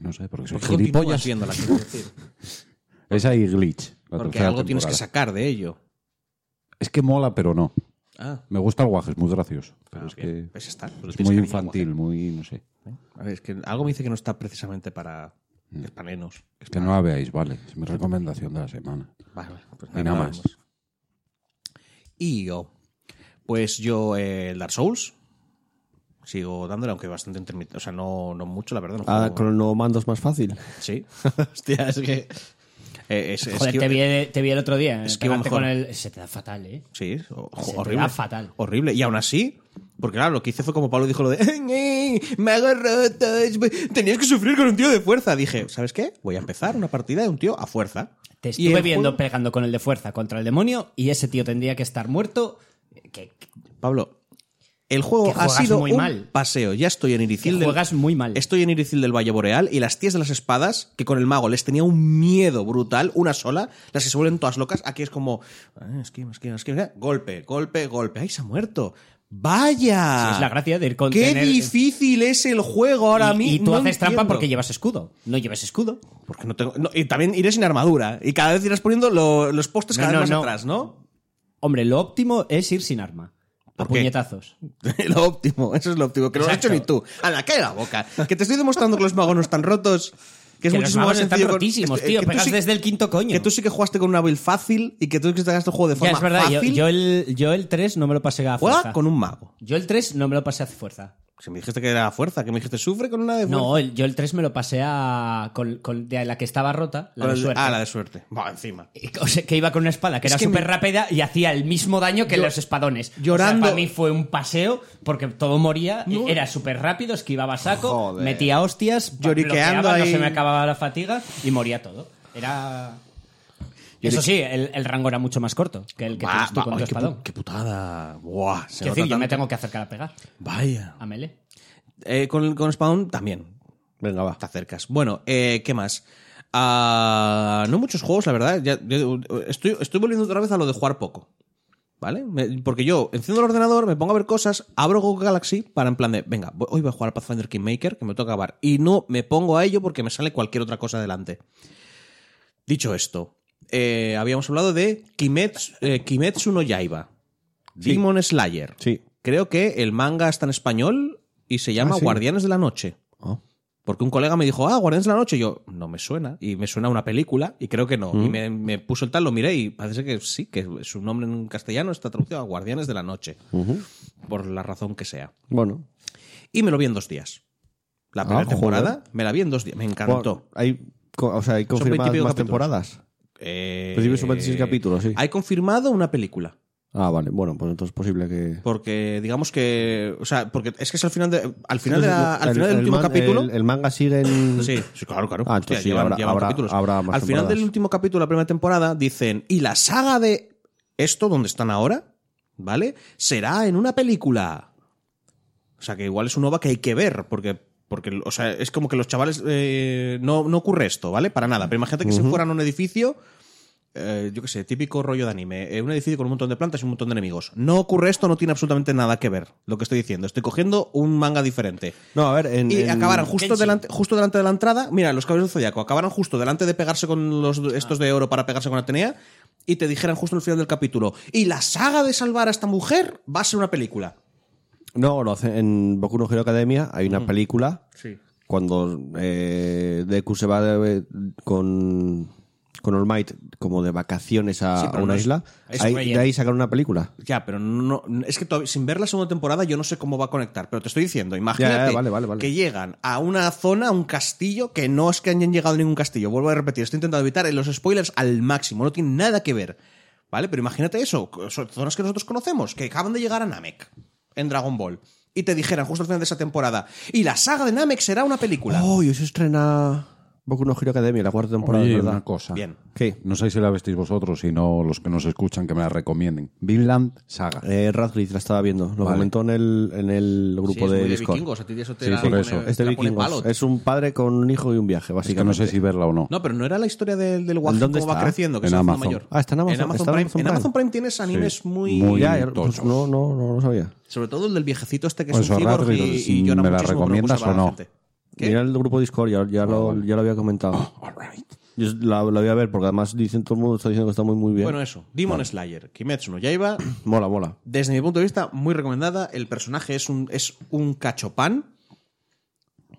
No sé, porque soy ¿Por qué continúas gilipollas. viéndola, quiero decir? Esa y Glitch. la Porque tercera algo tienes que temporada. sacar de ello. Es que mola, pero no. Ah, Me gusta el guaje, es muy gracioso. Pero ah, es bien. que Pues está, pues es tienes muy cariño, infantil, muy, no sé. guaje. A ver, es que algo me dice que no está precisamente para. Es para nenos. Es Que para- no la veáis, vale. Es mi recomendación de la semana. Vale, pues Y nada la más. vemos. Y yo. Pues yo, eh, el Dark Souls. Sigo dándole, aunque bastante intermitente. O sea, no, no mucho, la verdad. no Ah, juego- con los nuevos mandos más fácil. Sí. Hostia, es que. eh, es, es Joder, que- te, vi, te vi el otro día. Es Es que iba con mejor. el. Se te da fatal, ¿eh? Sí, o- Se te horrible. da fatal. Horrible. Y aún así, porque claro, lo que hice fue como Pablo dijo lo de "Eh, eh, me hago roto, es- tenías que sufrir con un tío de fuerza. Dije, ¿sabes qué? Voy a empezar una partida de un tío a fuerza. Te Y el estuve viendo juego- pegando con el de fuerza contra el demonio y ese tío tendría que estar muerto. Que, que- Pablo, el juego Que ha juegas sido muy un mal. paseo. Ya estoy en que Iricil del, juegas muy mal. Estoy en Iricil del Valle Boreal y las tías de las espadas, que con el mago les tenía un miedo brutal, una sola, las que se vuelven todas locas, aquí es como, "Ah, esquiva, esquiva, esquiva", golpe, golpe, golpe, ¡ay, se ha muerto! ¡Vaya! Sí, es la gracia de ir con- ¡Qué tener- difícil es el juego ahora y, mismo! y tú haces trampa porque llevas escudo. No llevas escudo. Porque no tengo... no, y también iré sin armadura, y cada vez irás poniendo lo- los postes No, cada no, vez más no. atrás, ¿no? Hombre, lo óptimo es ir sin arma. A ¿Por qué? puñetazos. lo óptimo, eso es lo óptimo, que no lo has hecho Exacto. ni tú. ¡Anda, cae la boca! Que te estoy demostrando que los magos no están rotos... Que es Que los muchísimo magos más están sencillo con- rotísimos, que- tío. que tú Pegas sí- desde el quinto coño. Que tú sí que jugaste con una build fácil y que tú que te gastaste el juego de ya, forma es verdad. Yo, fácil. yo el, yo el 3 no me lo pasé a juega fuerza. con un mago. Yo el 3 no me lo pasé a fuerza. Si me dijiste que era fuerza, que me dijiste sufre con una de fuerza. No, el- yo el 3 me lo pasé a. Con, con- de la que estaba rota, la Con de el- suerte. Ah, la de suerte. Va, encima. O sea, que iba con una espada que Es era que súper me- rápida y hacía el mismo daño que Yo- los espadones. llorando- para mí fue un paseo porque todo moría, y era súper rápido, esquivaba saco, Joder. metía hostias, pa- Lloriqueando bloqueaba, ahí. no se me acababa la fatiga y moría todo. Era. Eso sí, el, el rango era mucho más corto que el que Va, tienes tú va, con ay, tu qué, espadón. pu- qué putada. Buah, se Quiero nota decir, yo me tanto. tengo que acercar a pegar Vaya. a Mele. Eh, con, con Spawn también. Venga, va. Te acercas. Bueno, eh, ¿qué más? Ah, no muchos juegos, la verdad. Ya- yo- estoy, estoy volviendo otra vez a lo de jugar poco. ¿Vale? Me- porque yo enciendo el ordenador, me pongo a ver cosas, abro Google Galaxy para en plan de, venga, voy- hoy voy a jugar a Pathfinder Kingmaker, que me toca acabar. Y no me pongo a ello porque me sale cualquier otra cosa delante. Dicho esto, eh, habíamos hablado de Kimetsu, eh, Kimetsu no Yaiba, Demon Slayer. Sí. Creo que el manga está en español y se Ah, llama Guardianes de la Noche. Oh. Porque un colega me dijo, ah, Guardianes de la Noche. Y yo, no me suena. Y me suena a una película y creo que no. Mm. Y me, me puso el tal, lo miré y parece que sí, que su nombre en castellano está traducido a Guardianes de la Noche. Por la razón que sea. Bueno, Y me lo vi en dos días. La primera Ah, joder. temporada me la vi en dos días. Me encantó. Bueno, hay, co- o sea, hay confirmadas 20 y pico más capítulos. temporadas. Eh, Principio son 26 capítulos, sí. Hay confirmado una película. Ah, vale. Bueno, pues entonces es posible que... Porque digamos que. O sea, porque es que es al final de- al final, de la- al El- final del el último man- capítulo. El, el manga sigue en... Sí, sí, claro, claro. Mm. Ah, entonces sí, habrá- habrá- habrá más Al final temporadas. del último capítulo de la primera temporada dicen, y la saga de esto, donde están ahora, ¿vale? Será en una película. O sea, que igual es un OVA que hay que ver, porque, porque o sea, es como que los chavales... eh, no, no ocurre esto, ¿vale? Para nada. Pero imagínate que se fueran a un edificio... eh, yo qué sé, típico rollo de anime. eh, un edificio con un montón de plantas y un montón de enemigos. No ocurre esto, no tiene absolutamente nada que ver lo que estoy diciendo. Estoy cogiendo un manga diferente. No, a ver, en... Y en- acabaron justo delante, justo delante de la entrada. Mira, los caballeros del zodiaco acabaron justo delante de pegarse con los estos de oro para pegarse con Atenea. Y te dijeran justo al final del capítulo: Y la saga de salvar a esta mujer va a ser una película. No, lo hacen en Boku no Hero Academia hay una película cuando eh, Deku se va de- con, con All Might como de vacaciones a, Sí, a pero una no es- isla. es Ahí- relleno. de ahí sacaron una película. Ya, pero no. Es que todavía- sin ver la segunda temporada, yo no sé cómo va a conectar. Pero te estoy diciendo: imagínate Ya, ya, vale, vale, vale. que llegan a una zona, a un castillo, que no es que hayan llegado a ningún castillo. Vuelvo a repetir: estoy intentando evitar los spoilers al máximo. No tiene nada que ver. ¿Vale? Pero imagínate eso: son zonas que nosotros conocemos, que acaban de llegar a Namek en Dragon Ball. Y te dijeran justo al final de esa temporada: Y la saga de Namek será una película. Oh, y hoy se estrena Boku no Hero Academia, la cuarta temporada, Oye, ¿verdad? una cosa. Bien. ¿Qué? No sé si la vestís vosotros, sino los que nos escuchan que me la recomienden. Vinland Saga. Eh, Radcliffe la estaba viendo, lo Vale. comentó en el, en el Sí, grupo es de muy Discord. vikingos, este a ti eso te Sí, la por pone- eso. te Es de la pone vikingos. palo. Es un padre con un hijo y un viaje, es que no básicamente. sé si verla o no. No, pero no era la historia del, del guaje, dónde cómo va está? creciendo, que En se va haciendo Amazon. mayor. Ah, está en Amazon, Amazon está en Prime. Amazon En Prime. Amazon Prime tienes animes Sí, muy... muy- Ya, ya, pues tochos. no, no, no lo sabía. Sobre todo el del viejecito este que Pues es un Zorrato, cyborg y, digo, y llora ¿me muchísimo, la pero gusta recomiendas para o la no? gente. ¿Qué? Mira el grupo Discord, ya, ya lo, ya lo había comentado. Yo la, la voy a ver porque además dicen todo el mundo está diciendo que está muy muy bien. Bueno, eso. Demon Slayer, Kimetsu no Yaiba. mola, mola. Desde mi punto de vista, muy recomendada. El personaje es un, es un cachopán.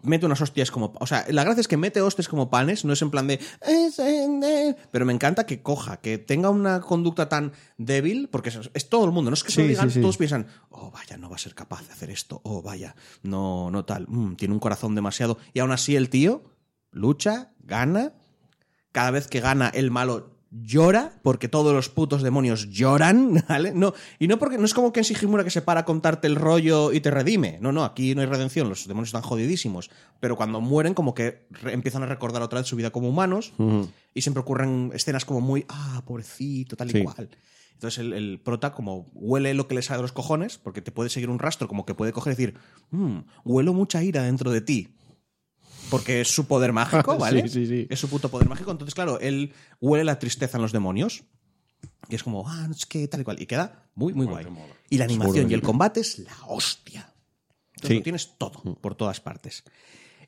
Mete unas hostias como... O sea, la gracia es que mete hostias como panes. No es en plan de... "Es, eh, eh", Pero me encanta que coja, que tenga una conducta tan débil. Porque es, es todo el mundo. No es que se lo Sí, digan, sí, sí. todos piensan... Oh, vaya, no va a ser capaz de hacer esto. Oh, vaya, no, no tal. Mm, tiene un corazón demasiado... Y aún así el tío lucha, gana. Cada vez que gana el malo llora, porque todos los putos demonios lloran, ¿vale? No, y no porque no es como que en Sigimura que se para a contarte el rollo y te redime. No, no, aquí no hay redención, los demonios están jodidísimos. Pero cuando mueren, como que re- empiezan a recordar otra vez su vida como humanos, y siempre ocurren escenas como muy, ah, pobrecito, tal y Sí. cual. Entonces el, el prota como huele lo que le sale de los cojones, porque te puede seguir un rastro, como que puede coger y decir, "Mm, huelo mucha ira dentro de ti. Porque es su poder mágico, ¿vale? Sí, sí, sí. Es su puto poder mágico. Entonces, claro, él huele la tristeza en los demonios. Y es como, ah, no es que tal y cual. Y queda muy, muy guay. Y la animación y el combate es la hostia. Entonces Sí. lo tienes Mm. todo, por todas partes.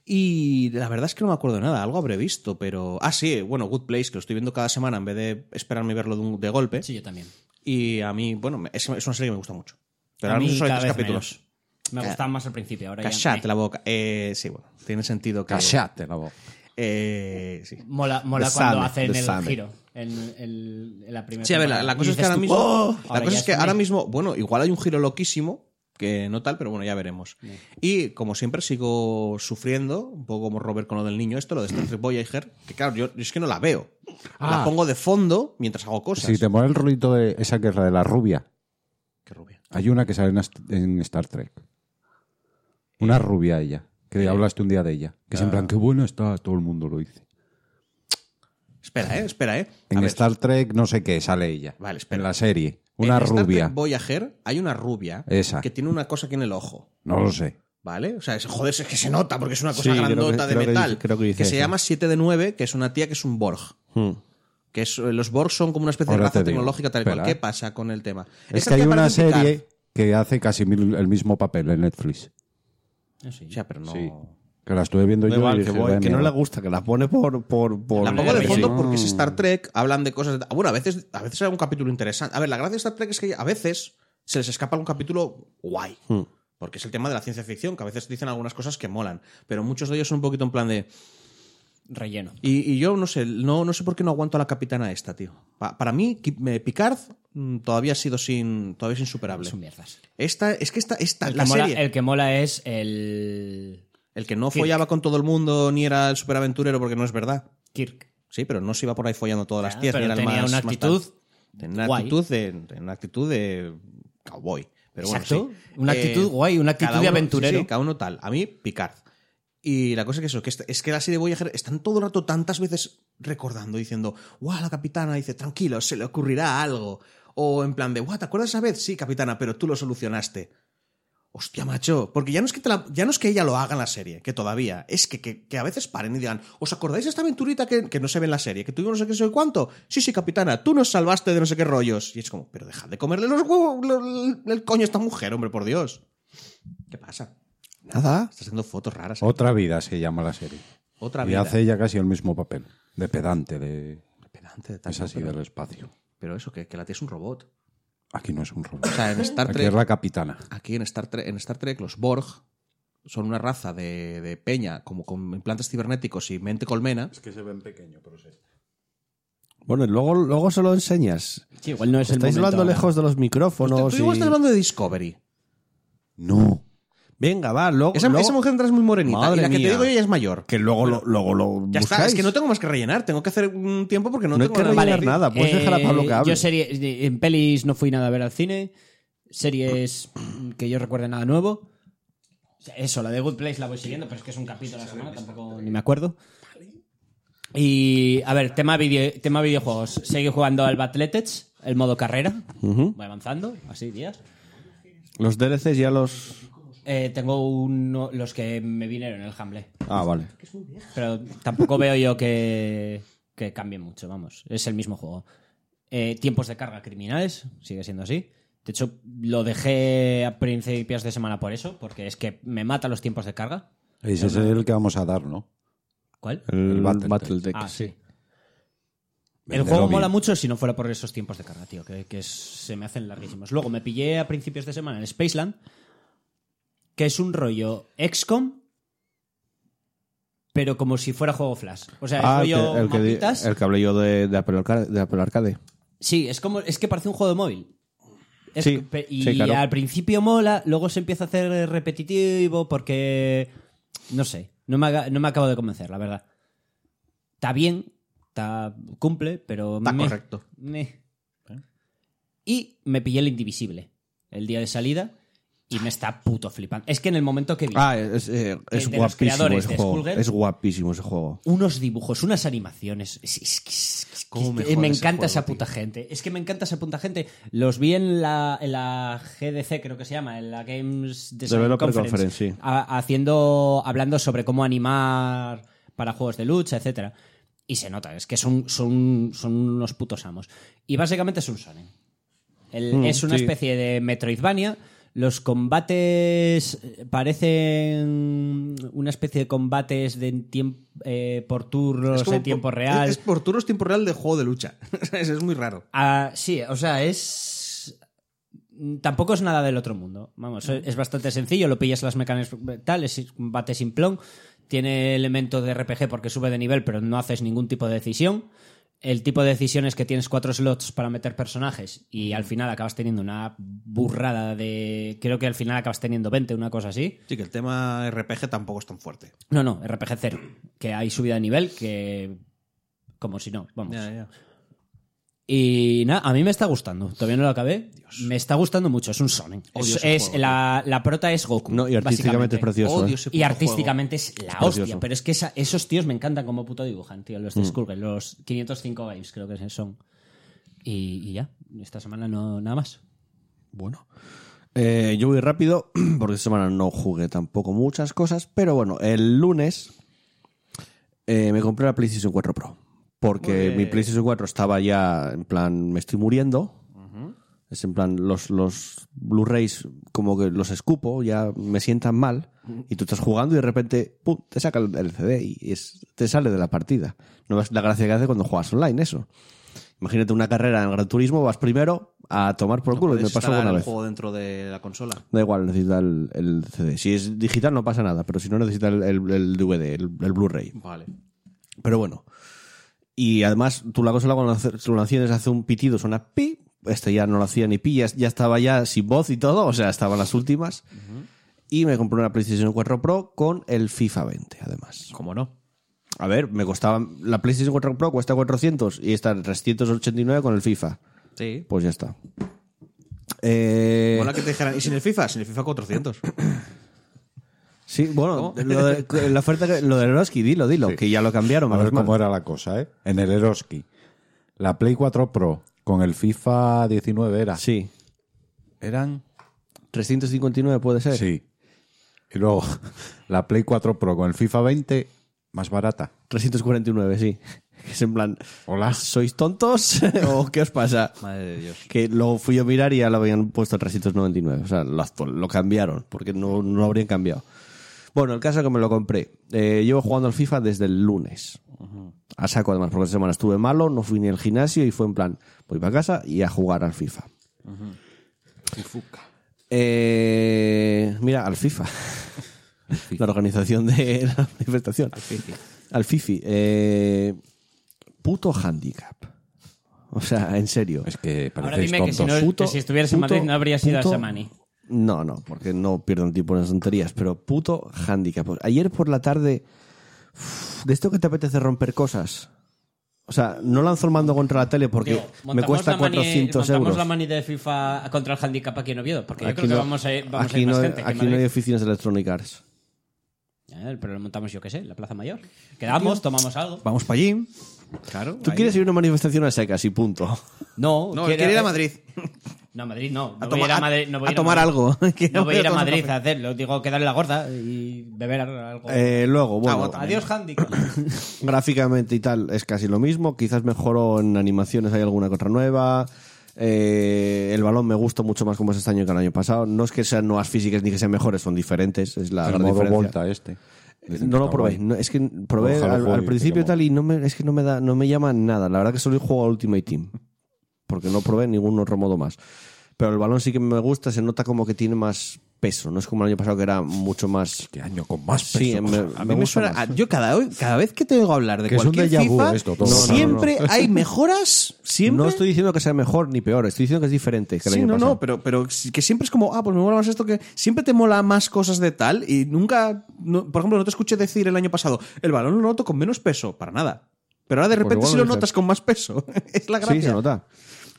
Y la verdad es que no me acuerdo de nada, algo habré visto, pero. Ah, sí, bueno, Good Place, que lo estoy viendo cada semana en vez de esperarme y verlo de, un- de golpe. Sí, yo también. Y a mí, bueno, me- es, es una serie que me gusta mucho. Pero A ahora mí mismo solo hay cada tres vez capítulos. Me Ca- gustaba más al principio, ahora Eh, Cachate ya. la boca. Eh, sí, bueno, tiene sentido que. Cállate la boca. Eh, sí. Mola, mola The cuando Same, hacen The el Same. giro. En, en- en la primera Sí, a ver, la, temporada. la Y cosa es que dices ahora tú, mismo. ¡oh! La Ahora cosa ya es que un ahora mes. mismo, bueno, igual hay un giro loquísimo, que no tal, pero bueno, ya veremos. Y como siempre, sigo sufriendo, un poco como Robert con lo del niño, esto, lo de Star Trek Voyager, que claro, yo es que no la veo. La Ah. pongo de fondo mientras hago cosas. Si te pone el rolito de esa que es la de la rubia, Qué rubia. hay una que sale en Ast- en Star Trek. Una rubia ella, que hablaste un día de ella. Que es Ah. en plan, qué buena está, todo el mundo lo dice. Espera, eh, espera, eh. A En ver, Star Trek no sé qué sale ella. Vale, espera. En la serie. en Una Star Trek rubia. Voyager, hay una rubia Esa. que tiene una cosa aquí en el ojo. No lo sé. ¿Vale? O sea, es, joder, es que se nota porque es una cosa Sí, creo que- grandota de creo que metal. dice- creo que dice se eso. llama 7 de 9, que es una tía que es un Borg. Hmm. que Que es, eh, los Borg son como una especie Ahora de raza te digo. tecnológica tal y cual. Espera, ¿Qué eh. pasa con el tema? Es Esta que hay tía una parece picar. serie que hace casi mil- el mismo papel en Netflix. O sea, pero no. Sí. Que la estuve viendo yo y Igual, que, dije, voy- "Vaya que no le mierda". gusta, que la pone por. por, por La pongo de Sí. fondo porque es Star Trek, hablan de cosas. Bueno, a veces, a veces hay un capítulo interesante. A ver, la gracia de Star Trek es que a veces se les escapa un capítulo guay. Hmm. Porque es el tema de la ciencia ficción, que a veces dicen algunas cosas que molan. Pero muchos de ellos son un poquito en plan de. Relleno. Y, y yo no sé, no, no sé por qué no aguanto a la capitana esta, tío. Pa- para mí, Ki- me- Picard mm, todavía ha sido sin. todavía es insuperable. Son mierdas. Esta, es que esta, esta El que, la mola, serie. el que mola es el. el que no Kirk. follaba con todo el mundo ni era el superaventurero porque no es verdad. Kirk. Sí, pero no se iba por ahí follando todas Ah, las tías. pero ni era el tenía más- una más actitud tal. Tenía una guay. actitud de, tenía una actitud de cowboy. Pero bueno, Exacto. sí. Eh, Una actitud guay, una actitud cada de uno- aventurero. sí, sí, cada uno tal. A mí, Picard. Y la cosa que eso, que es, es que la serie Voyager están todo el rato tantas veces recordando, diciendo, guau, la capitana dice, tranquilo, se le ocurrirá algo. O en plan de, guau, ¿te acuerdas esa vez? Sí, capitana, pero tú lo solucionaste. Hostia, macho, porque ya no es que, te la- ya no es que ella lo haga en la serie, que todavía, es que, que, que a veces paren y digan, ¿os acordáis de esta aventurita que, que no se ve en la serie? Que tuvimos no sé qué, sé cuánto. Sí, sí, capitana, tú nos salvaste de no sé qué rollos. Y es como, pero dejad de comerle los huevos, lo- lo- el coño a esta mujer, hombre, por Dios. ¿Qué pasa? Nada, está haciendo fotos raras. Otra vida se llama la serie. Otra y vida. hace ella casi el mismo papel. De pedante, de. Pedante de tal, Es así, pero, del espacio. pero eso, que, que la tía es un robot. Aquí no es un robot. O sea, en Star Aquí Trek. es la capitana. Aquí en Star Trek, en Star Trek los Borg son una raza de, de peña, como con implantes cibernéticos y mente colmena. que se ven pequeño, pero sé. Bueno, y luego, luego se lo enseñas. Sí, igual Pues no es Estáis el momento hablando ahora. lejos de los micrófonos. Tú igual y- estás hablando de Discovery. No. Venga, va, luego. Esa, luego- esa mujer atrás es muy morenita. Madre y la que mía. te digo yo ya es mayor. Que luego lo, luego lo ya está, buscáis. es que no tengo más que rellenar. Tengo que hacer un tiempo porque no, No hay tengo que nada más. rellenar nada, puedes dejar a Pablo que hable. Eh, Yo serie, en pelis no fui nada a ver al cine. Series que yo recuerde nada nuevo. O sea, Eso, la de Good Place la voy siguiendo, pero es que es un capítulo a la semana, tampoco ni me acuerdo. Y, a ver, tema, video- tema videojuegos. Seguí jugando al Battletoads, el modo carrera. Voy avanzando, así días. Los DLCs ya los. Eh, tengo uno, los que me vinieron en el Humble. Ah, vale. Pero tampoco veo yo que, que cambie mucho, vamos. Es el mismo juego. Eh, tiempos de carga criminales, sigue siendo así. De hecho, lo dejé a principios de semana por eso, porque es que me mata los tiempos de carga. Ese es el que vamos a dar, ¿no? ¿Cuál? El, Battle Battle, Tech. Tech. ah, sí. El Venderlo juego bien. mola mucho si no fuera por esos tiempos de carga, tío, que, que se me hacen larguísimos. Luego me pillé a principios de semana en Spaceland, que es un rollo XCOM, pero como si fuera juego Flash. O sea, Ah, es el rollo que, el que di- mapitas. el que hablé yo de, de Apple Arcade. de Apple Arcade. Sí, es como es que parece un juego de móvil. Es Sí, que- pe- y sí, claro. al principio mola, luego se empieza a hacer repetitivo porque no sé, no me, haga- no me acabo de convencer, la verdad. Está bien, está cumple, pero Está meh, correcto. meh. Y me pillé el indivisible el día de salida y me está puto flipando. Es que en el momento que vi Ah, es, eh, De- es de los guapísimo creadores ese de juego. Skullgirl. Es guapísimo ese juego. unos dibujos, unas animaciones. Es- es que- es- es- Cómo me es- me jode ese encanta juego, esa tío. puta gente. Es que me encanta esa puta gente. Los vi en la, en la GDC, creo que se llama, en la Games Design Developer Conference, Conference, sí. ha- haciendo, hablando sobre cómo animar para juegos de lucha, etcétera. Y se nota, es que son, son, son unos putos amos. Y básicamente es un Sonic. El- es una sí. especie de Metroidvania. Los combates eh, parecen una especie de combates de en tiemp- eh, por turnos Es como en tiempo por- real. Es, es por turnos tiempo real de juego de lucha. es, es muy raro. Ah, sí, o sea, es. Tampoco es nada del otro mundo. Vamos, es es bastante sencillo, lo pillas las mecánicas tal, es combate simplón. Tiene elemento de RPG porque sube de nivel, pero no haces ningún tipo de decisión. El tipo de decisión es que tienes cuatro slots para meter personajes y al final acabas teniendo una burrada de. Creo que al final acabas teniendo 20, una cosa así. Sí, que el tema RPG tampoco es tan fuerte. No, no, RPG cero. Que hay subida de nivel que. Como si no, vamos. Y nada, a mí me está gustando. Todavía no lo acabé. Me está gustando mucho. Es un Sonic. Es, Odio ese es- juego. la, la prota es Goku. No, y artísticamente es básicamente. precioso. Odio ¿eh? ese Y puto artísticamente es la Precioso. hostia. Pero es que esa- esos tíos me encantan como puto dibujan, tío. Los de Skullgirl, los 505 Games, creo que son. Y, y ya. Esta semana no nada más. Bueno. Eh, yo voy rápido, porque esta semana no jugué tampoco muchas cosas, pero bueno, el lunes eh, me compré la PlayStation 4 Pro. porque mi PlayStation 4 estaba ya en plan, me estoy muriendo. Es en plan, los, los Blu-rays como que los escupo, ya me sientan mal. Y tú estás jugando y de repente, pum, te saca el- el CD y es- te sale de la partida. No es la gracia que hace cuando juegas online eso. Imagínate una carrera en Gran Turismo, vas primero a tomar por culo y me Puedes pasó instalar una el vez. juego dentro de la consola. Da igual, necesita el, el CD. Si es digital no pasa nada, pero si no necesita el, el- el DVD, el, el Blu-ray. Vale. Pero bueno. Y además, tú la consola cuando hace- lo enciendes hace un pitido, suena pi. Este ya no lo hacía ni pi, ya, ya estaba ya sin voz y todo, o sea, estaban las últimas. Y me compré una PlayStation 4 Pro con el FIFA 20, además. ¿Cómo no? A ver, me costaba. La PlayStation 4 Pro cuesta 400 y está en 389 con el FIFA. Sí. Pues ya está. Eh, Mola que te dijeran, ¿y sin el FIFA? Sin el FIFA 400. Sí, bueno, lo de- la oferta, que- lo de Eroski, dilo, dilo, que ya lo cambiaron. A ver menos mal. cómo era la cosa, ¿eh? En el Eroski. La Play 4 Pro con el FIFA 19 era. Sí, Eran. 359 puede ser. Sí. Y luego la Play 4 Pro con el FIFA 20 más barata. 349, sí. Es en plan, Hola. ¿sois tontos o qué os pasa? Madre de Dios. Que lo fui a mirar y ya lo habían puesto a 399. O sea, lo, actual- lo cambiaron, porque no, no lo habrían cambiado. Bueno, el caso es que me lo compré. Eh, llevo jugando al FIFA desde el lunes. A saco, además, porque esta semana estuve malo, no fui ni al gimnasio y fue en plan, voy para casa y a jugar al FIFA. Eh, mira, al FIFA. La organización de la manifestación. Al FIFI. Eh, puto handicap. O sea, en serio. Es que Ahora parecéis dime que si, tontos. no- Puto- que si estuvieras en puto- Madrid no habrías ido puto- a Samani. No, no, porque no pierdan tiempo en las tonterías, pero puto handicap. Ayer por la tarde, uf, de esto que te apetece romper cosas. O sea, no lanzo el mando contra la tele porque Digo, me montamos cuesta la mani- 400 montamos euros. la mani de FIFA contra el handicap aquí en Oviedo, porque yo Aquí creo que no- vamos a ir, vamos a aquí ir más no- gente. que en aquí no hay Madrid. oficinas de Electronic Arts. Ya, pero lo montamos, yo qué sé, en la Plaza Mayor. Quedamos, tomamos algo. Vamos para allí. Claro. Tú quieres ir a una manifestación a secas y punto. No, No, quiero- quiere ir a Madrid. No, a Madrid eh, no. No A voy a ir toma- a Madrid. no voy a ir tomar Madrid. algo. No voy a ir a Tomar un Madrid café. a hacerlo. Digo, quedarle la gorda y beber algo. Eh, luego, bueno, Agua también. Oh. Ah, Adiós, handicap. gráficamente y tal es casi lo mismo. Quizás mejoró en animaciones, hay alguna que otra nueva. Eh, el balón me gusta mucho más como es este año que el año pasado. No es que sean nuevas físicas ni que sean mejores, son diferentes. Es la El gran modo diferencia. Volta este. Dicen No que lo está probé. guay. No, es que probé Ojalá al, juegue al y te principio llamo. tal y no me, es que no me da, no me llama nada. La verdad que solo he jugado a Ultimate Team. Porque no probé ningún otro modo más. Pero el balón sí que me gusta, se nota como que tiene más peso. No es como el año pasado que era mucho más. Este año con más peso. Sí, me- me A mí me gusta suena- más. a- yo cada, hoy- cada vez que te oigo hablar de Que es un cualquier déjà vu FIFA, esto, todo. No, no, no, no. siempre hay mejoras, siempre. No estoy diciendo que sea mejor ni peor, estoy diciendo que es diferente. Que el Sí, año no, pasado. no, pero, pero sí que siempre es como, ah, pues me mola más esto que. Siempre te mola más cosas de tal y nunca. no- por ejemplo, no te escuché decir el año pasado, el balón lo noto con menos peso, para nada. Pero ahora de Pues repente igual sí lo lo dices. notas con más peso. es la gracia. Sí, se nota.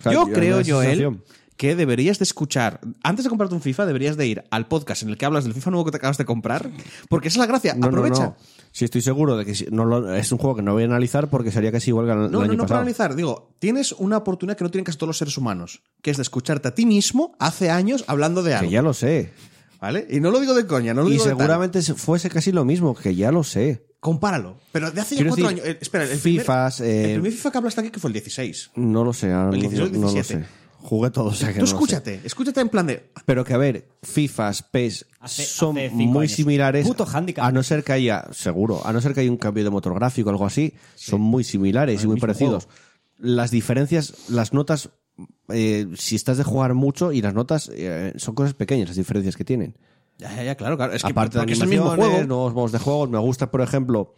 O sea, yo me da creo, esa Joel, sensación. que deberías de escuchar. Antes de comprarte un FIFA, deberías de ir al podcast en el que hablas del FIFA nuevo que te acabas de comprar. Porque esa es la gracia. No, no, Aprovecha. no. Sí, estoy seguro de que si- no lo- es un juego que no voy a analizar porque sería casi igual que el, el No, año no, no para pasado. analizar. Digo, tienes una oportunidad que no tienen casi todos los seres humanos, que es de escucharte a ti mismo hace años hablando de Que algo. ya lo sé. ¿Vale? Y no lo digo de coña, no lo Y digo de tal. seguramente se- fuese casi lo mismo, que ya lo sé. Compáralo. Pero de hace ya Quiero cuatro decir, años. eh, espera, el Fifas, Primer, eh, el primer FIFA que hablaste aquí que fue el 16. No lo sé, ahora El no- 16, no, no lo 17. sé. Jugué todo, o sea que Tú no lo sé. escúchate, escúchate en plan de. Pero que a ver, FIFAs, PES Hace- son hace cinco muy años. similares. Puto hándicap. A no ser que haya, seguro, a no ser que haya un cambio de motor gráfico o algo así, son muy similares y muy parecidos. Las diferencias, las notas, eh, si estás de jugar mucho y las notas eh, son cosas pequeñas, las diferencias que tienen. Ya, ya, ya, claro, claro. Es que Aparte de porque es el mismo animaciones, juego. nuevos modos de juegos, me gusta, por ejemplo,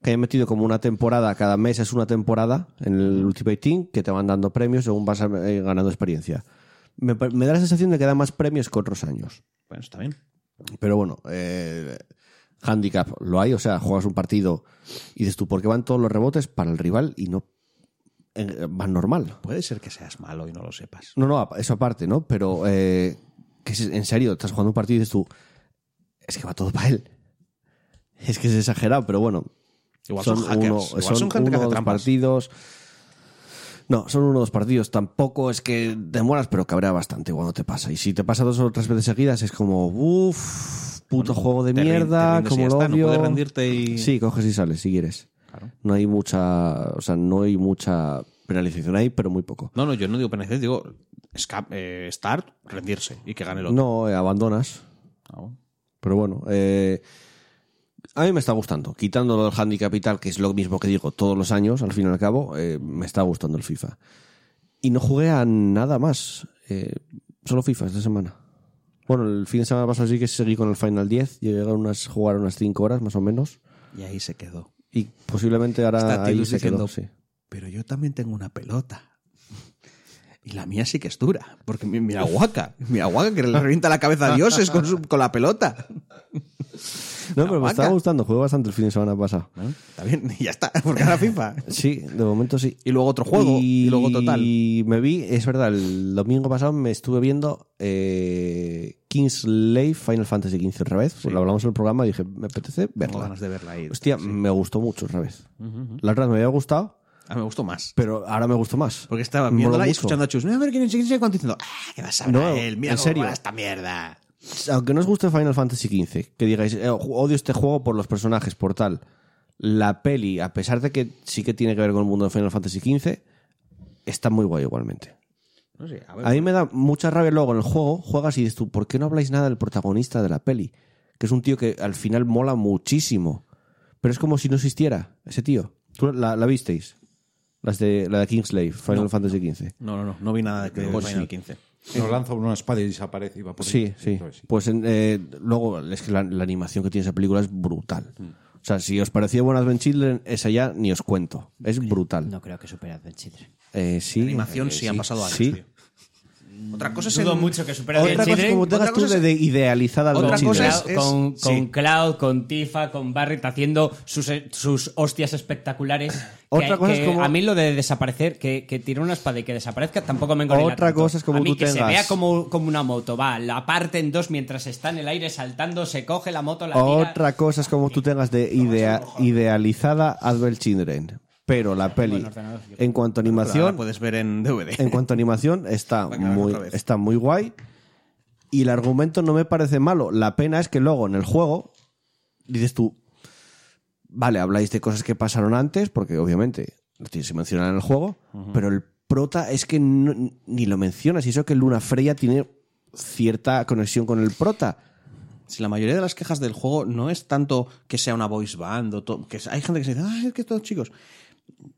que hayan metido como una temporada, cada mes es una temporada en el Ultimate Team, que te van dando premios según vas eh, ganando experiencia. Me, pa- me da la sensación de que da más premios que otros años. Bueno, está bien. Pero bueno, eh, handicap lo hay, o sea, juegas un partido y dices tú, ¿por qué van todos los rebotes para el rival y no eh, van normal? Puede ser que seas malo y no lo sepas. No, no, ap- eso aparte, ¿no? Pero eh, que si- en serio, estás jugando un partido y dices tú, es que va todo para él. Es que es exagerado, pero bueno. Igual son, hackers. uno- Igual son son gente que uno o hace dos trampas. partidos. No, son uno o dos partidos. Tampoco es que te mueras, pero cabrea bastante cuando te pasa. Y si te pasa dos o tres veces seguidas, es como, uff, puto juego de te rin- te mierda, rindes y como ya lo está, no odio. puedes rendirte y- Sí, coges y sales si quieres. No hay mucha, o sea, no hay mucha penalización ahí, pero muy poco. No, no, yo no digo penalización, digo esca- eh, start, rendirse y que gane el otro. No, eh, abandonas. Ah, bueno. Pero bueno, eh, a mí me está gustando. Quitando lo del handicapital, que es lo mismo que digo todos los años, al fin y al cabo, eh, me está gustando el FIFA. Y no jugué a nada más. eh, solo FIFA esta semana. Bueno, el fin de semana pasado sí que seguí con el Final 10. Llegué a unas, jugar unas 5 horas más o menos. Y ahí se quedó. Y posiblemente ahora Está Ah, ahí Tidus se quedó, diciendo, sí. pero yo también tengo una pelota. Y la mía sí que es dura, porque mi, mi aguaca, mi aguaca que le revienta la cabeza a dioses con, su- con la pelota. No, pero me vaca. está gustando. Jugué bastante el fin de semana pasado. Está bien, y ya está, porque ahora FIFA. Sí, de momento sí. Y luego otro juego, y, luego total. Y me vi, es verdad, el domingo pasado me estuve viendo eh, Kingsley Final Fantasy XV otra vez. Lo hablamos en el programa y dije, me apetece Tengo verla. ganas de verla ahí. Hostia, me gustó mucho otra vez. La otra vez me había gustado, Ah, me gustó más. pero ahora me gustó más. Porque estaba Me moló viéndola y mucho. escuchando a Chus. Mira, a ver quién es, quién es, cuánto", diciendo, ah, ¿qué vas a ver No, él? Mira en cómo serio. mola esta mierda. Aunque no os guste Final Fantasy XV, que digáis, "Eh, odio este juego por los personajes, por tal. La peli, a pesar de que sí que tiene que ver con el mundo de Final Fantasy XV, está muy guay igualmente. No sé, a ver. A mí me da mucha rabia luego en el juego, juegas y dices tú, ¿por qué no habláis nada del protagonista de la peli? Que es un tío que al final mola muchísimo. Pero es como si no existiera ese tío. ¿Tú la, la visteis? Las de, la de Kingsley, Final Fantasy XV. No, no, no, no vi nada de que Luego Final sí. 15. Nos lanza una espada y desaparece y va por Sí, ahí. sí. Entonces, Pues en, eh, luego es que la, la animación que tiene esa película es brutal. Mm. O sea, si os parecía Buenas Ben Children, esa ya ni os cuento. Es brutal. No creo que supere del Children. Eh, sí, Animación eh, sí, han pasado años, sí. tío. Otra cosa es Mm, Dudo el- mucho que supere Otra cosa es como Eh, Otra tengas tú cosa de, es- de idealizada al otra Ben Con, cosa Children. es- Cloud- con, sí. con Cloud, con Tifa, con Barrett haciendo sus, eh, sus hostias espectaculares. que- Otra cosa es que como- A mí lo de desaparecer, que, que tire una espada y que desaparezca, tampoco me engolela Otra tanto. cosa es como a mí tú que se tengas- vea como, como una moto, va, la parte en dos mientras está en el aire saltando, se coge la moto, la tira. Otra cosa es como tú tengas de idea, idealizada Advent Children. Pero la peli, en cuanto a Ahora la animación, puedes ver en DVD. en cuanto a animación está Venga, a ver, muy, otra vez. está muy guay. Y el argumento no me parece malo. La pena es que luego en el juego dices tú, vale, habláis de cosas que pasaron antes, porque obviamente lo tienes que mencionar en el juego, pero el prota es que no- ni lo mencionas. Y eso que Luna Freya tiene cierta conexión con el prota. Si la mayoría de las quejas del juego no es tanto que sea una voice band o to- que es- hay gente que se dice, ah, es que estos chicos.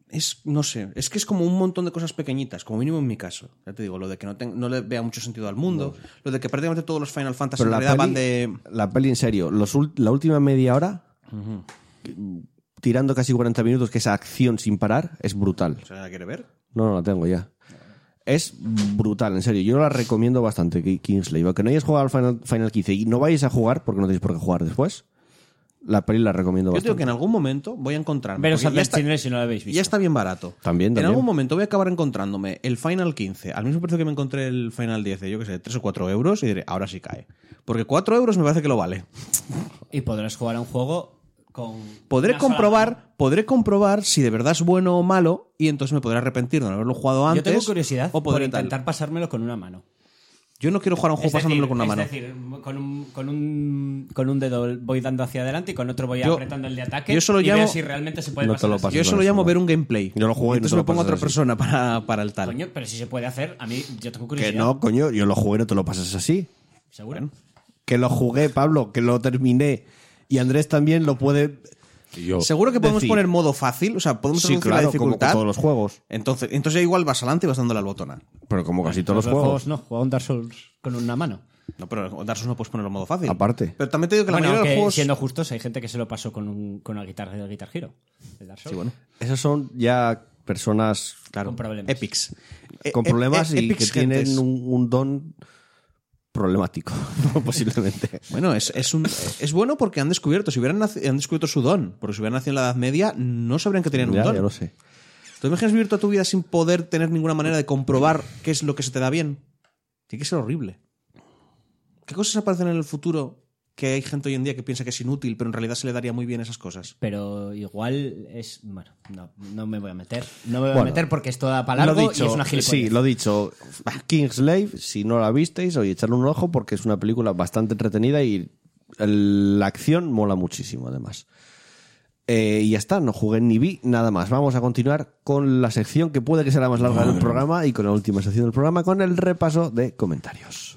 Es, no sé, es que es como un montón de cosas pequeñitas, como mínimo en mi caso. Ya te digo, lo de que no, ten- no le vea mucho sentido al mundo, lo de que prácticamente todos los Final Fantasy Pero en Ah, la realidad peli, van de. la peli, en serio, los ul- la última media hora, mm, tirando casi 40 minutos, que esa acción sin parar, es brutal. ¿Se la quiere ver? No, no la tengo ya. Es brutal, en serio. Yo la recomiendo bastante, Ki- Kingsley. Aunque no hayáis jugado al Final, Final 15 y no vayáis a jugar, porque no tenéis por qué jugar después, la peli la recomiendo Yo bastante. digo que en algún momento voy a encontrarme. Veros porque Advent ya está- Children si no lo habéis visto. Ya está bien barato. También, En también. algún momento voy a acabar encontrándome el Final 15 al mismo precio que me encontré el Final 10, de, yo que sé, 3 o 4 euros, y diré, ahora sí cae. Porque 4 euros me parece que lo vale. Y podrás jugar a un juego con. Podré una sola mano. comprobar, podré comprobar si de verdad es bueno o malo, y entonces me podré arrepentir de no haberlo jugado antes. Yo tengo curiosidad o por podré tal. intentar pasármelo con una mano. Yo no quiero jugar a un juego Es decir, pasándomelo con una es mano. decir, con un, con, un, con un dedo voy dando hacia adelante y con otro voy Yo- apretando el de ataque. yo solo y veo llamo- si realmente se puede No te pasar lo así. paso. yo eso lo con llamo eso. ver un gameplay. Yo lo juego y no entonces te lo me pongo a pasas otra así. persona para, para el tal. Coño, pero si se puede hacer, a mí yo tengo Que curiosidad. no, coño, yo lo jugué, no te lo pasas así. ¿Seguro? Que lo jugué, Pablo, que lo terminé. Y Andrés también lo puede. y yo, Seguro que podemos Decir- poner modo fácil, o sea, podemos Sí, reducir la claro, como con dificultad. todos los juegos. Entonces, entonces ya igual vas adelante y vas dándole al botón. Pero como casi todos los juegos. no, juego un Dark Souls con una mano. No, pero Dark Souls no puedes ponerlo en modo fácil. Aparte. Pero también te digo que la bueno, mayoría de aunque, los juegos. siendo justos, hay gente que se lo pasó con, un, con una guitarra del Guitar Hero. El Dark Souls. Esos son ya personas Claro, con problemas. Epics. E- con Eh, eh, problemas eh, y que Epics gentes. tienen un, un don problemático, posiblemente. Bueno, es, es, un, es bueno porque han descubierto, si hubieran naci- han descubierto su don, porque si hubieran nacido en la Edad Media, no sabrían que tenían ya, un don. ya lo sé. ¿Tú imaginas vivir toda tu vida sin poder tener ninguna manera de comprobar qué es lo que se te da bien? Tiene que ser horrible. ¿Qué cosas aparecen en el futuro que hay gente hoy en día que piensa que es inútil, pero en realidad se le daría muy bien esas cosas? Pero igual es. Bueno, no, no me voy a meter. No me voy Bueno, a meter porque es toda palabra Lo dicho, y es una gilipollez. sí, lo dicho. Kingslave, si no la visteis, oye, echarle un ojo porque es una película bastante entretenida y el- la acción mola muchísimo, además. Eh, y ya está, no jugué ni vi nada más. Vamos a continuar con la sección que puede que sea la más larga del programa y con la última sección del programa con el repaso de comentarios.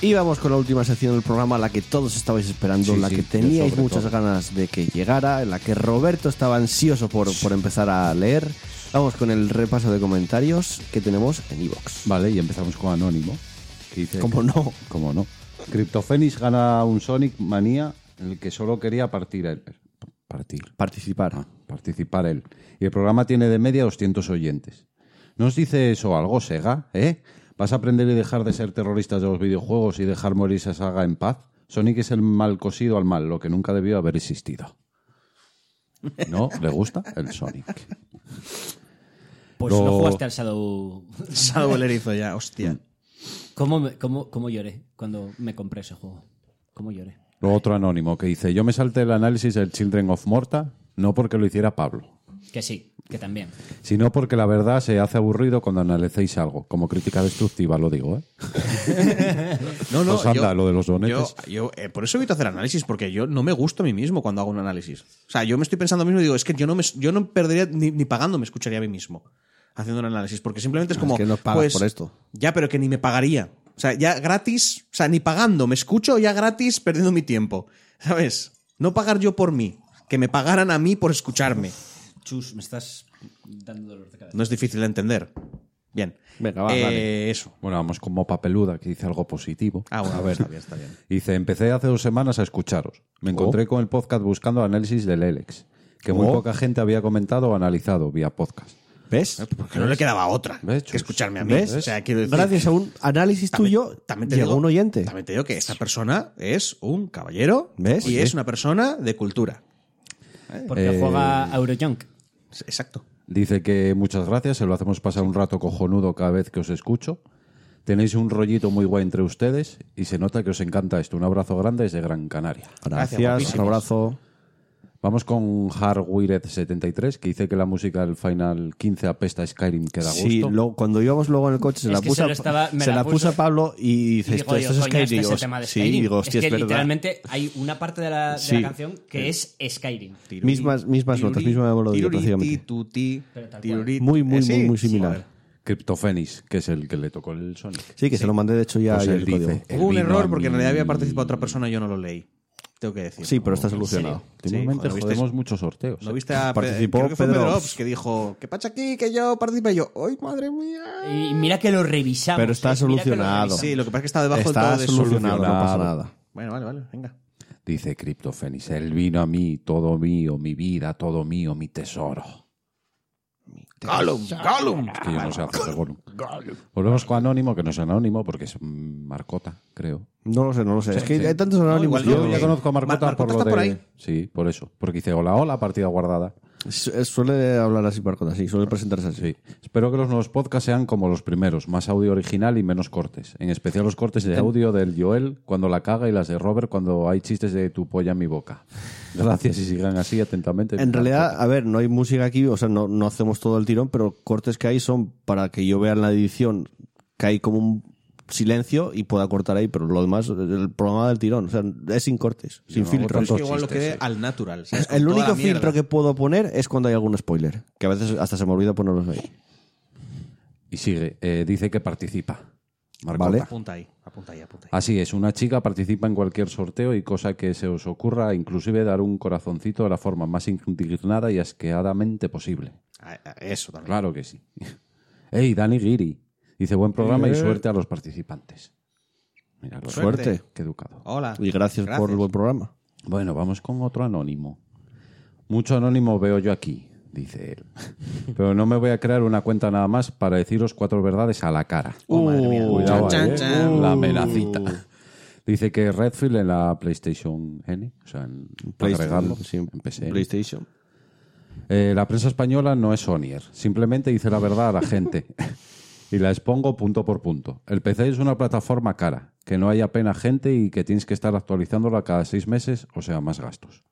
Y vamos con la última sección del programa, la que todos estabais esperando, Sí, la sí, que teníais sobre muchas todo. ganas de que llegara, en la que Roberto estaba ansioso por, por empezar a leer. Vamos con el repaso de comentarios que tenemos en iVoox. Vale, y empezamos con Anónimo. que dice- ¿Cómo no? ¿Cómo no? Cryptofenix gana un Sonic Manía en el que solo quería partir él. Partir. Participar. Ah, participar él. Y el programa tiene de media 200 oyentes. ¿Nos dice eso algo, Sega? ¿Eh? ¿Vas a aprender y dejar de ser terroristas de los videojuegos y dejar morir esa saga en paz? Sonic es el mal cosido al mal, lo que nunca debió haber existido. ¿No? ¿Le gusta el Sonic? Pues Lo- no jugaste al Shadow. Salvo el erizo ya, hostia. ¿Cómo, me- cómo, cómo lloré cuando me compré ese juego? ¿Cómo lloré? Luego otro anónimo que dice, yo me salté el análisis del Children of Morta, no porque lo hiciera Pablo, Que sí, que también. sino porque la verdad se hace aburrido cuando analicéis algo. Como crítica destructiva lo digo, ¿eh? No, no, Pues anda, lo de los donetes. Yo, yo, eh, por eso evito hacer análisis, porque yo no me gusto a mí mismo cuando hago un análisis. O sea, yo me estoy pensando mismo y digo, es que yo no me yo no perdería ni, ni pagando, me escucharía a mí mismo haciendo un análisis, porque simplemente es como. es que nos pagas pues, por esto. Ya, pero que ni me pagaría. O sea, ya gratis, o sea, ni pagando, me escucho ya gratis perdiendo mi tiempo. ¿Sabes? No pagar yo por mí, que me pagaran a mí por escucharme. Chus, me estás dando dolor de cabeza. No es difícil de entender. Bien. Venga, va, Eh, dale. Eso. Bueno, vamos como papeluda, que dice algo positivo. Ah, bueno, a ver, está bien, está bien. Dice, empecé hace dos semanas a escucharos. Me encontré Oh. con el podcast buscando análisis del Elex, que muy Oh. poca gente había comentado o analizado vía podcast. Eh, pues, ¿Ves? Porque no le quedaba otra ¿Ves, que Chus? escucharme a mí. ¿Ves? O sea, quiero decir- Gracias a un análisis tuyo te llegó digo- un oyente. También te digo que esta persona es un caballero ¿Ves? y Oye. es una persona de cultura. Porque Eh, juega a Eurojunk. S- Exacto. Dice que muchas gracias, se lo hacemos pasar un rato cojonudo cada vez que os escucho. Tenéis un rollito muy guay entre ustedes y se nota que os encanta esto. Un abrazo grande desde Gran Canaria. Gracias, Gracias, un guapísimos. abrazo. Vamos con Hardwired73, que dice que la música del Final 15 apesta a Skyrim, que da gusto. Sí, luego- cuando íbamos luego en el coche se Es la que puso se lo estaba- me se la la puso puso- a Pablo y dice, Y esto, digo, esto yo, es coño, Skyrim. este es Digo, el tema de sí, Skyrim. digo, es hostia, que es verdad. literalmente hay una parte de la, de Sí. la canción que es Skyrim. Mismas, mismas notas, misma melodía Tiruri, prácticamente. ti, tu, ti, Pero tal tiruri, Muy, muy, eh, sí, muy, muy sí, similar. joder. Cryptophenis, que es el que le tocó el Sonic. Sí, que se lo mandé de hecho ya Pues ya él el código. dice, Él Hubo un vino a error porque en mí- realidad había participado otra persona y yo no lo leí. Tengo que decir. Sí, pero está solucionado. Últimamente joder, ¿visteis? jodemos muchos sorteos. ¿No eh. viste a Pe- Participó creo que fue Pedro Pedro Ops. Ops, que dijo, ¿qué pasa aquí? Que yo participé. Y yo, ¡ay, madre mía! Y mira que lo revisamos. Pero está ¿eh? Mira que lo solucionado. revisamos. Sí, lo que pasa es que está debajo del Está todo de solucionado, no pasa solucionado. nada. Bueno, vale, vale, venga. Dice Cryptofenis, él vino a mí, todo mío, mi vida, todo mío, mi tesoro. Gollum, Gollum. Que yo no sé hacer de Gollum. Volvemos con Anónimo, que no es Anónimo porque es mm, Marcota, creo. No lo sé, no lo sé. es que sí. hay tantos igual anónimos. no, que Yo sí. ya conozco a Marcota, Ma- Marcota por lo está de... por ahí. Sí, por eso. Porque dice, hola, hola, partida guardada. Su- Suele hablar así, Marcota, sí, suele presentarse así. Sí. Espero que los nuevos podcasts sean como los primeros, más audio original y menos cortes. En especial los cortes de audio del Joel cuando la caga y las de Robert cuando hay chistes de tu polla en mi boca. Gracias y sigan así atentamente. En realidad, a ver, no hay música aquí, o sea, no, no hacemos todo el tirón, pero cortes que hay son para que yo vea en la edición que hay como un silencio y pueda cortar ahí, pero lo demás, el programa del tirón, o sea, es sin cortes, sin Pero filtros. es que igual lo quede al natural. ¿sabes? eh. Con El toda la único mierda. filtro que puedo poner es cuando hay algún spoiler, que a veces hasta se me olvida ponerlos ahí. Y sigue, eh, dice que participa. Marcota. Vale. Apunta ahí, apunta ahí, apunta ahí. Así es, una chica participa en cualquier sorteo y cosa que se os ocurra, inclusive dar un corazoncito de la forma más indignada y asqueadamente posible. Ah, ah, Eso también. Claro que sí. Ey, Dani Giri. Dice, buen programa y suerte a los participantes. Mira, lo- Suerte. Qué educado. Hola. Y gracias, por el buen programa. Bueno, vamos con otro anónimo. Mucho anónimo veo yo aquí. dice él. Pero no me voy a crear una cuenta nada más para deciros cuatro verdades a la cara. Cuidado Uh, Oh, Chan, ahí, chan, ¿eh? chan. La amenacita. Dice que Redfield en la PlayStation N, o sea, en, para agregarlo, sí, en PC. PlayStation. Eh, la prensa española no es Sonier, simplemente dice la verdad a la gente y la expongo punto por punto. El PC es una plataforma cara, que no hay apenas gente y que tienes que estar actualizándola cada seis meses, o sea, más gastos.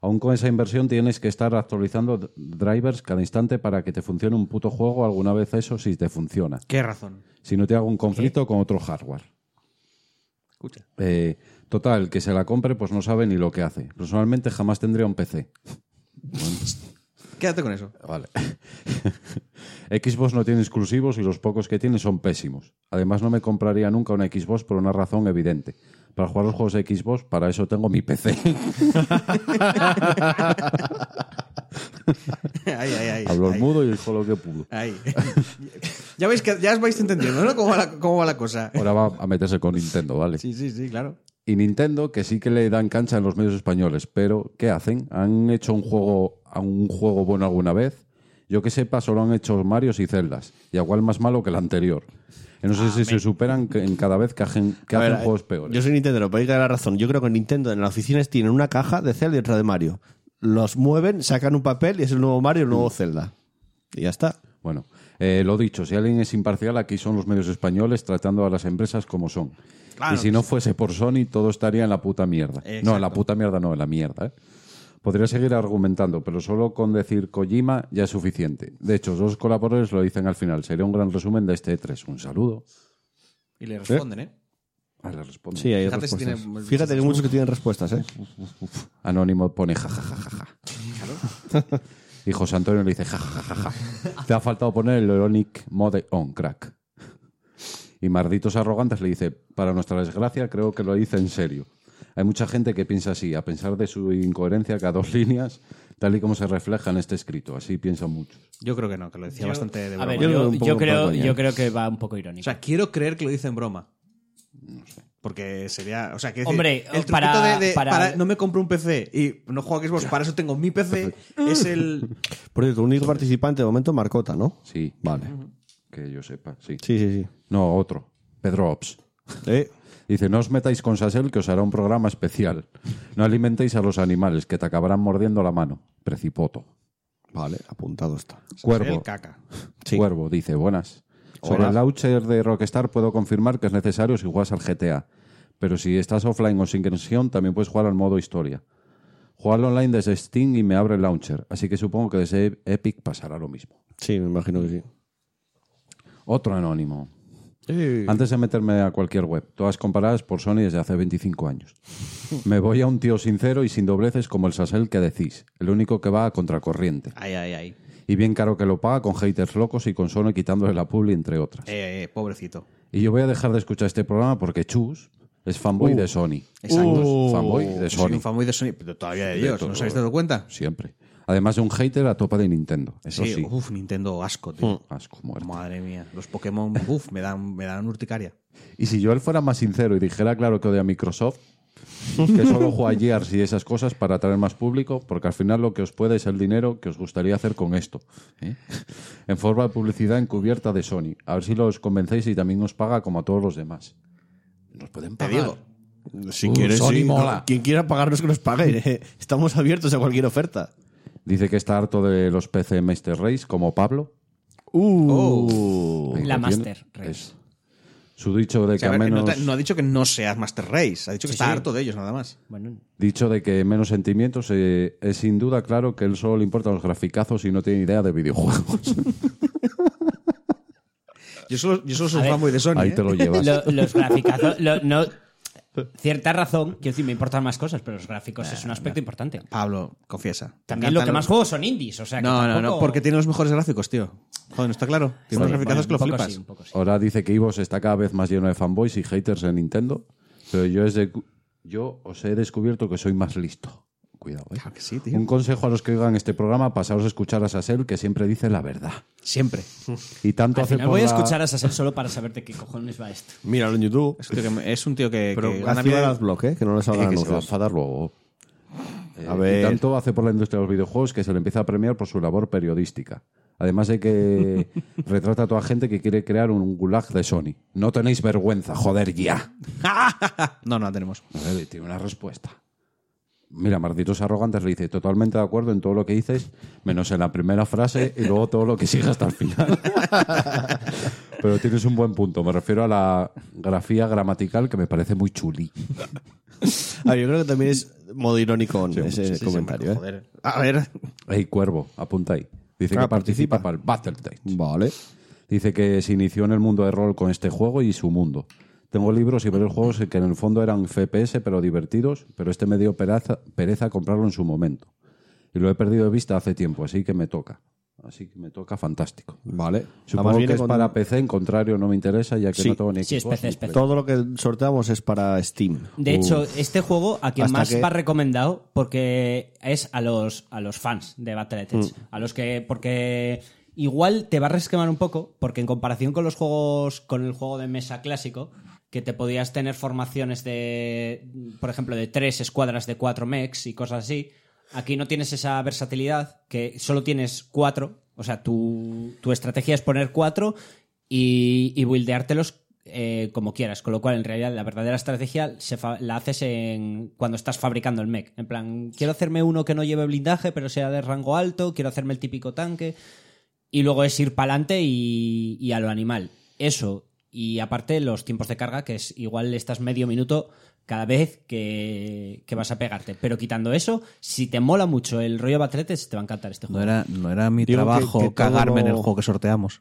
Aún con esa inversión tienes que estar actualizando d- drivers cada instante para que te funcione un puto juego alguna vez eso si te funciona Qué razón. si no te hago un conflicto con otro hardware. Escucha. Eh, total, el que se la compre pues no sabe ni lo que hace. Personalmente jamás tendría un PC. Quédate con eso. Vale. Xbox no tiene exclusivos y los pocos que tiene son pésimos. Además no me compraría nunca una Xbox por una razón evidente. Para jugar los juegos de Xbox, para eso tengo mi PC. Ay, ay, ay. Habló el ay, mudo y dijo lo que pudo. ay. ya veis que ya os vais entendiendo, ¿no? ¿Cómo va la, cómo va la cosa? Ahora va a meterse con Nintendo, ¿vale? Sí, sí, sí, claro. Y Nintendo, que sí que le dan cancha en los medios españoles, pero ¿qué hacen? ¿Han hecho un juego, a un juego bueno alguna vez? Yo que sepa, solo han hecho Marios y Zeldas, y igual más malo que el anterior. Y no sé si se superan que- en cada vez que, hacen- que Ah, A hacen ver, juegos eh, peores. Yo soy Nintendo, podéis dar la razón. Yo creo que Nintendo en las oficinas tienen una caja de Zelda y otra de Mario. Los mueven, sacan un papel y es el nuevo Mario y el nuevo Zelda. Y ya está. Bueno, eh, lo dicho, si alguien es imparcial, aquí son los medios españoles tratando a las empresas como son. Claro y si que no fuese por Sony, todo estaría en la puta mierda. No, en la Exacto. puta mierda no, en la mierda. ¿eh? Podría seguir argumentando, pero solo con decir Kojima ya es suficiente. De hecho, los dos colaboradores lo dicen al final. Sería un gran resumen de este E3. Un saludo. Y le responden, ¿eh? Ah, le respondo. Sí, hay Fíjate si respuestas. tiene- Fíjate, hay muchos que tienen respuestas, ¿eh? Anónimo pone jajajajaja. y José Antonio le dice jajajajaja. Te ha faltado poner el Euronic Mode On, crack. Y Marditos Arrogantes le dice, para nuestra desgracia, creo que lo dice en serio. Hay mucha gente que piensa así, a pesar de su incoherencia cada dos líneas, tal y como se refleja en este escrito. Así piensan muchos. Yo creo que no, que lo decía bastante de A broma. ver, Yo creo yo, un poco yo creo, coña. yo creo que va un poco irónico. O sea, quiero creer que lo dice en broma. Porque sería. O sea, que. decir, Hombre, el truquito para- de, de- para- para- No me compro un PC y no juego a Xbox, para eso tengo mi PC. es el. Por cierto, único participante de momento, Marcota, ¿no? Sí, vale. Que yo sepa, sí. Sí, sí, sí. No, otro. Pedro Ops. Eh, Dice, no os metáis con Sasel que os hará un programa especial. No alimentéis a los animales que te acabarán mordiendo la mano. Precipoto. Vale, apuntado está. Cuervo. El caca. Sí. Cuervo dice, buenas. Sobre el launcher de Rockstar puedo confirmar que es necesario si juegas al GTA. Pero si estás offline o sin conexión, también puedes jugar al modo historia. Jugar online desde Steam y me abre el launcher. Así que supongo que desde Epic pasará lo mismo. Sí, me imagino que sí. Otro anónimo. Antes de meterme a cualquier web, todas comparadas por Sony desde hace 25 años. Me voy a un tío sincero y sin dobleces como el Sasel que decís, el único que va a contracorriente. Ay, ay, ay. Y bien caro que lo paga con haters locos y con Sony quitándole la publi, entre otras. Eh, eh, pobrecito. Y yo voy a dejar de escuchar este programa porque Chus es fanboy Uh. de Sony. Exacto. Uh. fanboy de Soy Sony. un fanboy de Sony, pero todavía de Dios. todo. ¿No os habéis dado cuenta? Siempre. Además de un hater a topa de Nintendo. Eso sí. Hmm. Uf, Nintendo asco, tío. Asco muerto. Madre mía. Los Pokémon, uf, me dan, me dan urticaria. Y si yo él fuera más sincero y dijera, claro, que odia a Microsoft, que solo juega a Gears y esas cosas para atraer más público, porque al final lo que os puede es el dinero que os gustaría hacer con esto. ¿eh? En forma de publicidad encubierta de Sony. A ver si los convencéis y también os paga como a todos los demás. Nos pueden Te pagar. digo. Si Uh, quieres, Sony sí. mola. Quien quiera pagarnos que nos pague. eh. Estamos abiertos a cualquier oferta. Dice que está harto de los PC Master Race, como Pablo. Uh. Ahí La lo tiene. Master Race. Es Su dicho de O sea, a que al ver, no, menos... te- no ha dicho que no seas Master Race. Ha dicho que Sí, está sí. harto de ellos, nada más. bueno, Dicho de que menos sentimientos, eh, es sin duda claro que él solo le importan los graficazos y no tiene idea de videojuegos. Yo solo, yo solo A soy ver. fanboy de Sony. Ahí ¿eh? te lo llevas. Lo- los graficazos. lo- no, cierta razón, quiero decir, me importan más cosas, pero los gráficos es un aspecto importante. Pablo, confiesa. También lo que más juego son indies, o sea que No, no, no, tampoco- porque tiene los mejores gráficos, tío. Joder, no está claro. Tiene unos Bueno, graficazos que lo un poco flipas. sí, un poco sí. Ahora dice que Ivox está cada vez más lleno de fanboys y haters en Nintendo, pero yo, es de- yo os he descubierto que soy más listo. Cuidado, ¿eh? Claro Ah, que sí, tío. Un consejo a los que oigan este programa, pasaros a escuchar a Sasel, que siempre dice la verdad. Siempre. Y tanto Al hace final por voy a la- escuchar a Sassel solo para saber de qué cojones va esto. Míralo en YouTube. Es un tío que, es un tío que, Pero que gana gana bien. adblock, ¿eh? Que no les Eh, hagan que se va a anuncios. enfadar luego. Eh, A ver. y tanto hace por la industria de los videojuegos que se le empieza a premiar por su labor periodística. Además de que retrata a toda gente que quiere crear un gulag de Sony. No tenéis vergüenza, joder ya. no, no la tenemos. A ver, tiene una respuesta. Mira, malditos arrogantes le dice, totalmente de acuerdo en todo lo que dices, menos en la primera frase y luego todo lo que sigue hasta el final. Pero tienes un buen punto, me refiero a la grafía gramatical que me parece muy chuli. A ver, yo creo que también es modo irónico on ese Sí, comentario. sí, ¿eh? joder. A ver. Ey, Cuervo, apunta ahí. Dice Ah, que participa participa. para el Battletech. Vale. Dice que se inició en el mundo de rol con este juego y su mundo. Tengo libros y varios juegos que en el fondo eran FPS pero divertidos, pero este me dio pereza, pereza comprarlo en su momento. Y lo he perdido de vista hace tiempo, así que me toca. Así que me toca fantástico. Vale. Además Supongo que viene es con- para PC, en contrario no me interesa ya que Sí. no tengo ni Sí, es Xbox PC, ni es Play. PC. Todo lo que sorteamos es para Steam. Uh, De hecho, este juego a quien Hasta más que- va recomendado porque es a los, a los fans de Battletech. Mm. A los que. Porque igual te va a resquemar un poco, porque en comparación con los juegos. con el juego de mesa clásico, que te podías tener formaciones de. por ejemplo, de tres escuadras de cuatro mechs y cosas así. Aquí no tienes esa versatilidad, que solo tienes cuatro. O sea, tu, tu estrategia es poner cuatro y, y buildeártelos eh, como quieras. Con lo cual, en realidad, la verdadera estrategia se fa- la haces en cuando estás fabricando el mech. En plan, quiero hacerme uno que no lleve blindaje, pero sea de rango alto, quiero hacerme el típico tanque. Y luego es ir para adelante y, y a lo animal. Eso. Y aparte los tiempos de carga, que es igual estás medio minuto cada vez que, que vas a pegarte. Pero quitando eso, si te mola mucho el rollo Batletes, te va a encantar este juego. No era, no era mi Digo que- trabajo que todo cagarme en el lo- juego que sorteamos.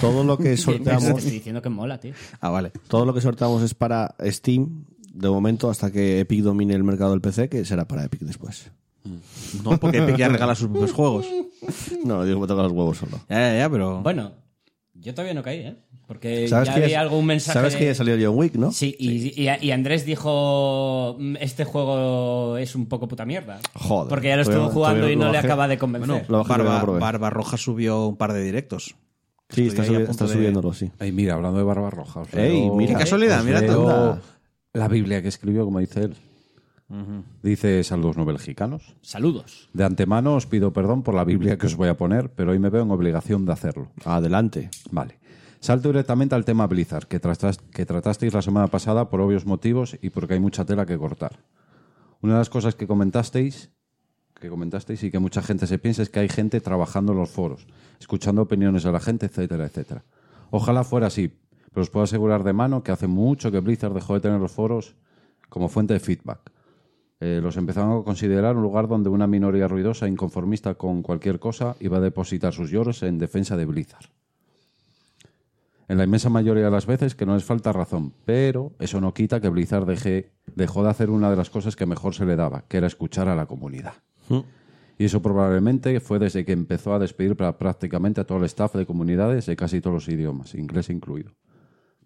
Todo lo que Te sorteamos, estoy diciendo que mola, tío. Ah, vale. todo lo que sorteamos es para Steam de momento hasta que Epic domine el mercado del PC, que será para Epic después. No, porque Epic ya regala sus propios juegos. No, lo digo, me toca los huevos solo. Ya, ya, ya, pero. Bueno, yo todavía no caí, ¿eh? Porque ya ¿Sabes que había ya- algún mensaje. Sabes de- que ya salió John Wick, ¿no? Sí, y, y- y Andrés dijo: "Mm, Este juego es un poco puta mierda. Joder, Porque ya lo estuvo todavía- jugando todavía y lo no le bajé. acaba de convencer. Bueno, Lo bajé, Barba, lo probé. Barba Roja subió un par de directos. Sí, está, Estoy ahí a subi- punto está de- subiéndolo, sí. Ey, mira, hablando de Barba Roja. os Ey, leo- mira. Qué casualidad, os mira, leo tanta- La Biblia que escribió, como dice él. Dice saludos no belgicanos. Saludos. De antemano os pido perdón por la Biblia que os voy a poner, pero hoy me veo en obligación de hacerlo. Adelante. Vale. Salto directamente al tema Blizzard, que, tratas- que tratasteis la semana pasada por obvios motivos y porque hay mucha tela que cortar. Una de las cosas que comentasteis, que comentasteis y que mucha gente se piensa es que hay gente trabajando en los foros, escuchando opiniones de la gente, etcétera, etcétera. Ojalá fuera así, pero os puedo asegurar de mano que hace mucho que Blizzard dejó de tener los foros como fuente de feedback. Eh, los empezaron a considerar un lugar donde una minoría ruidosa e inconformista con cualquier cosa iba a depositar sus lloros en defensa de Blizzard. En la inmensa mayoría de las veces que no les falta razón, pero eso no quita que Blizzard deje- dejó de hacer una de las cosas que mejor se le daba, que era escuchar a la comunidad. Y eso probablemente fue desde que empezó a despedir pra- prácticamente a todo el staff de comunidades de casi todos los idiomas, inglés incluido,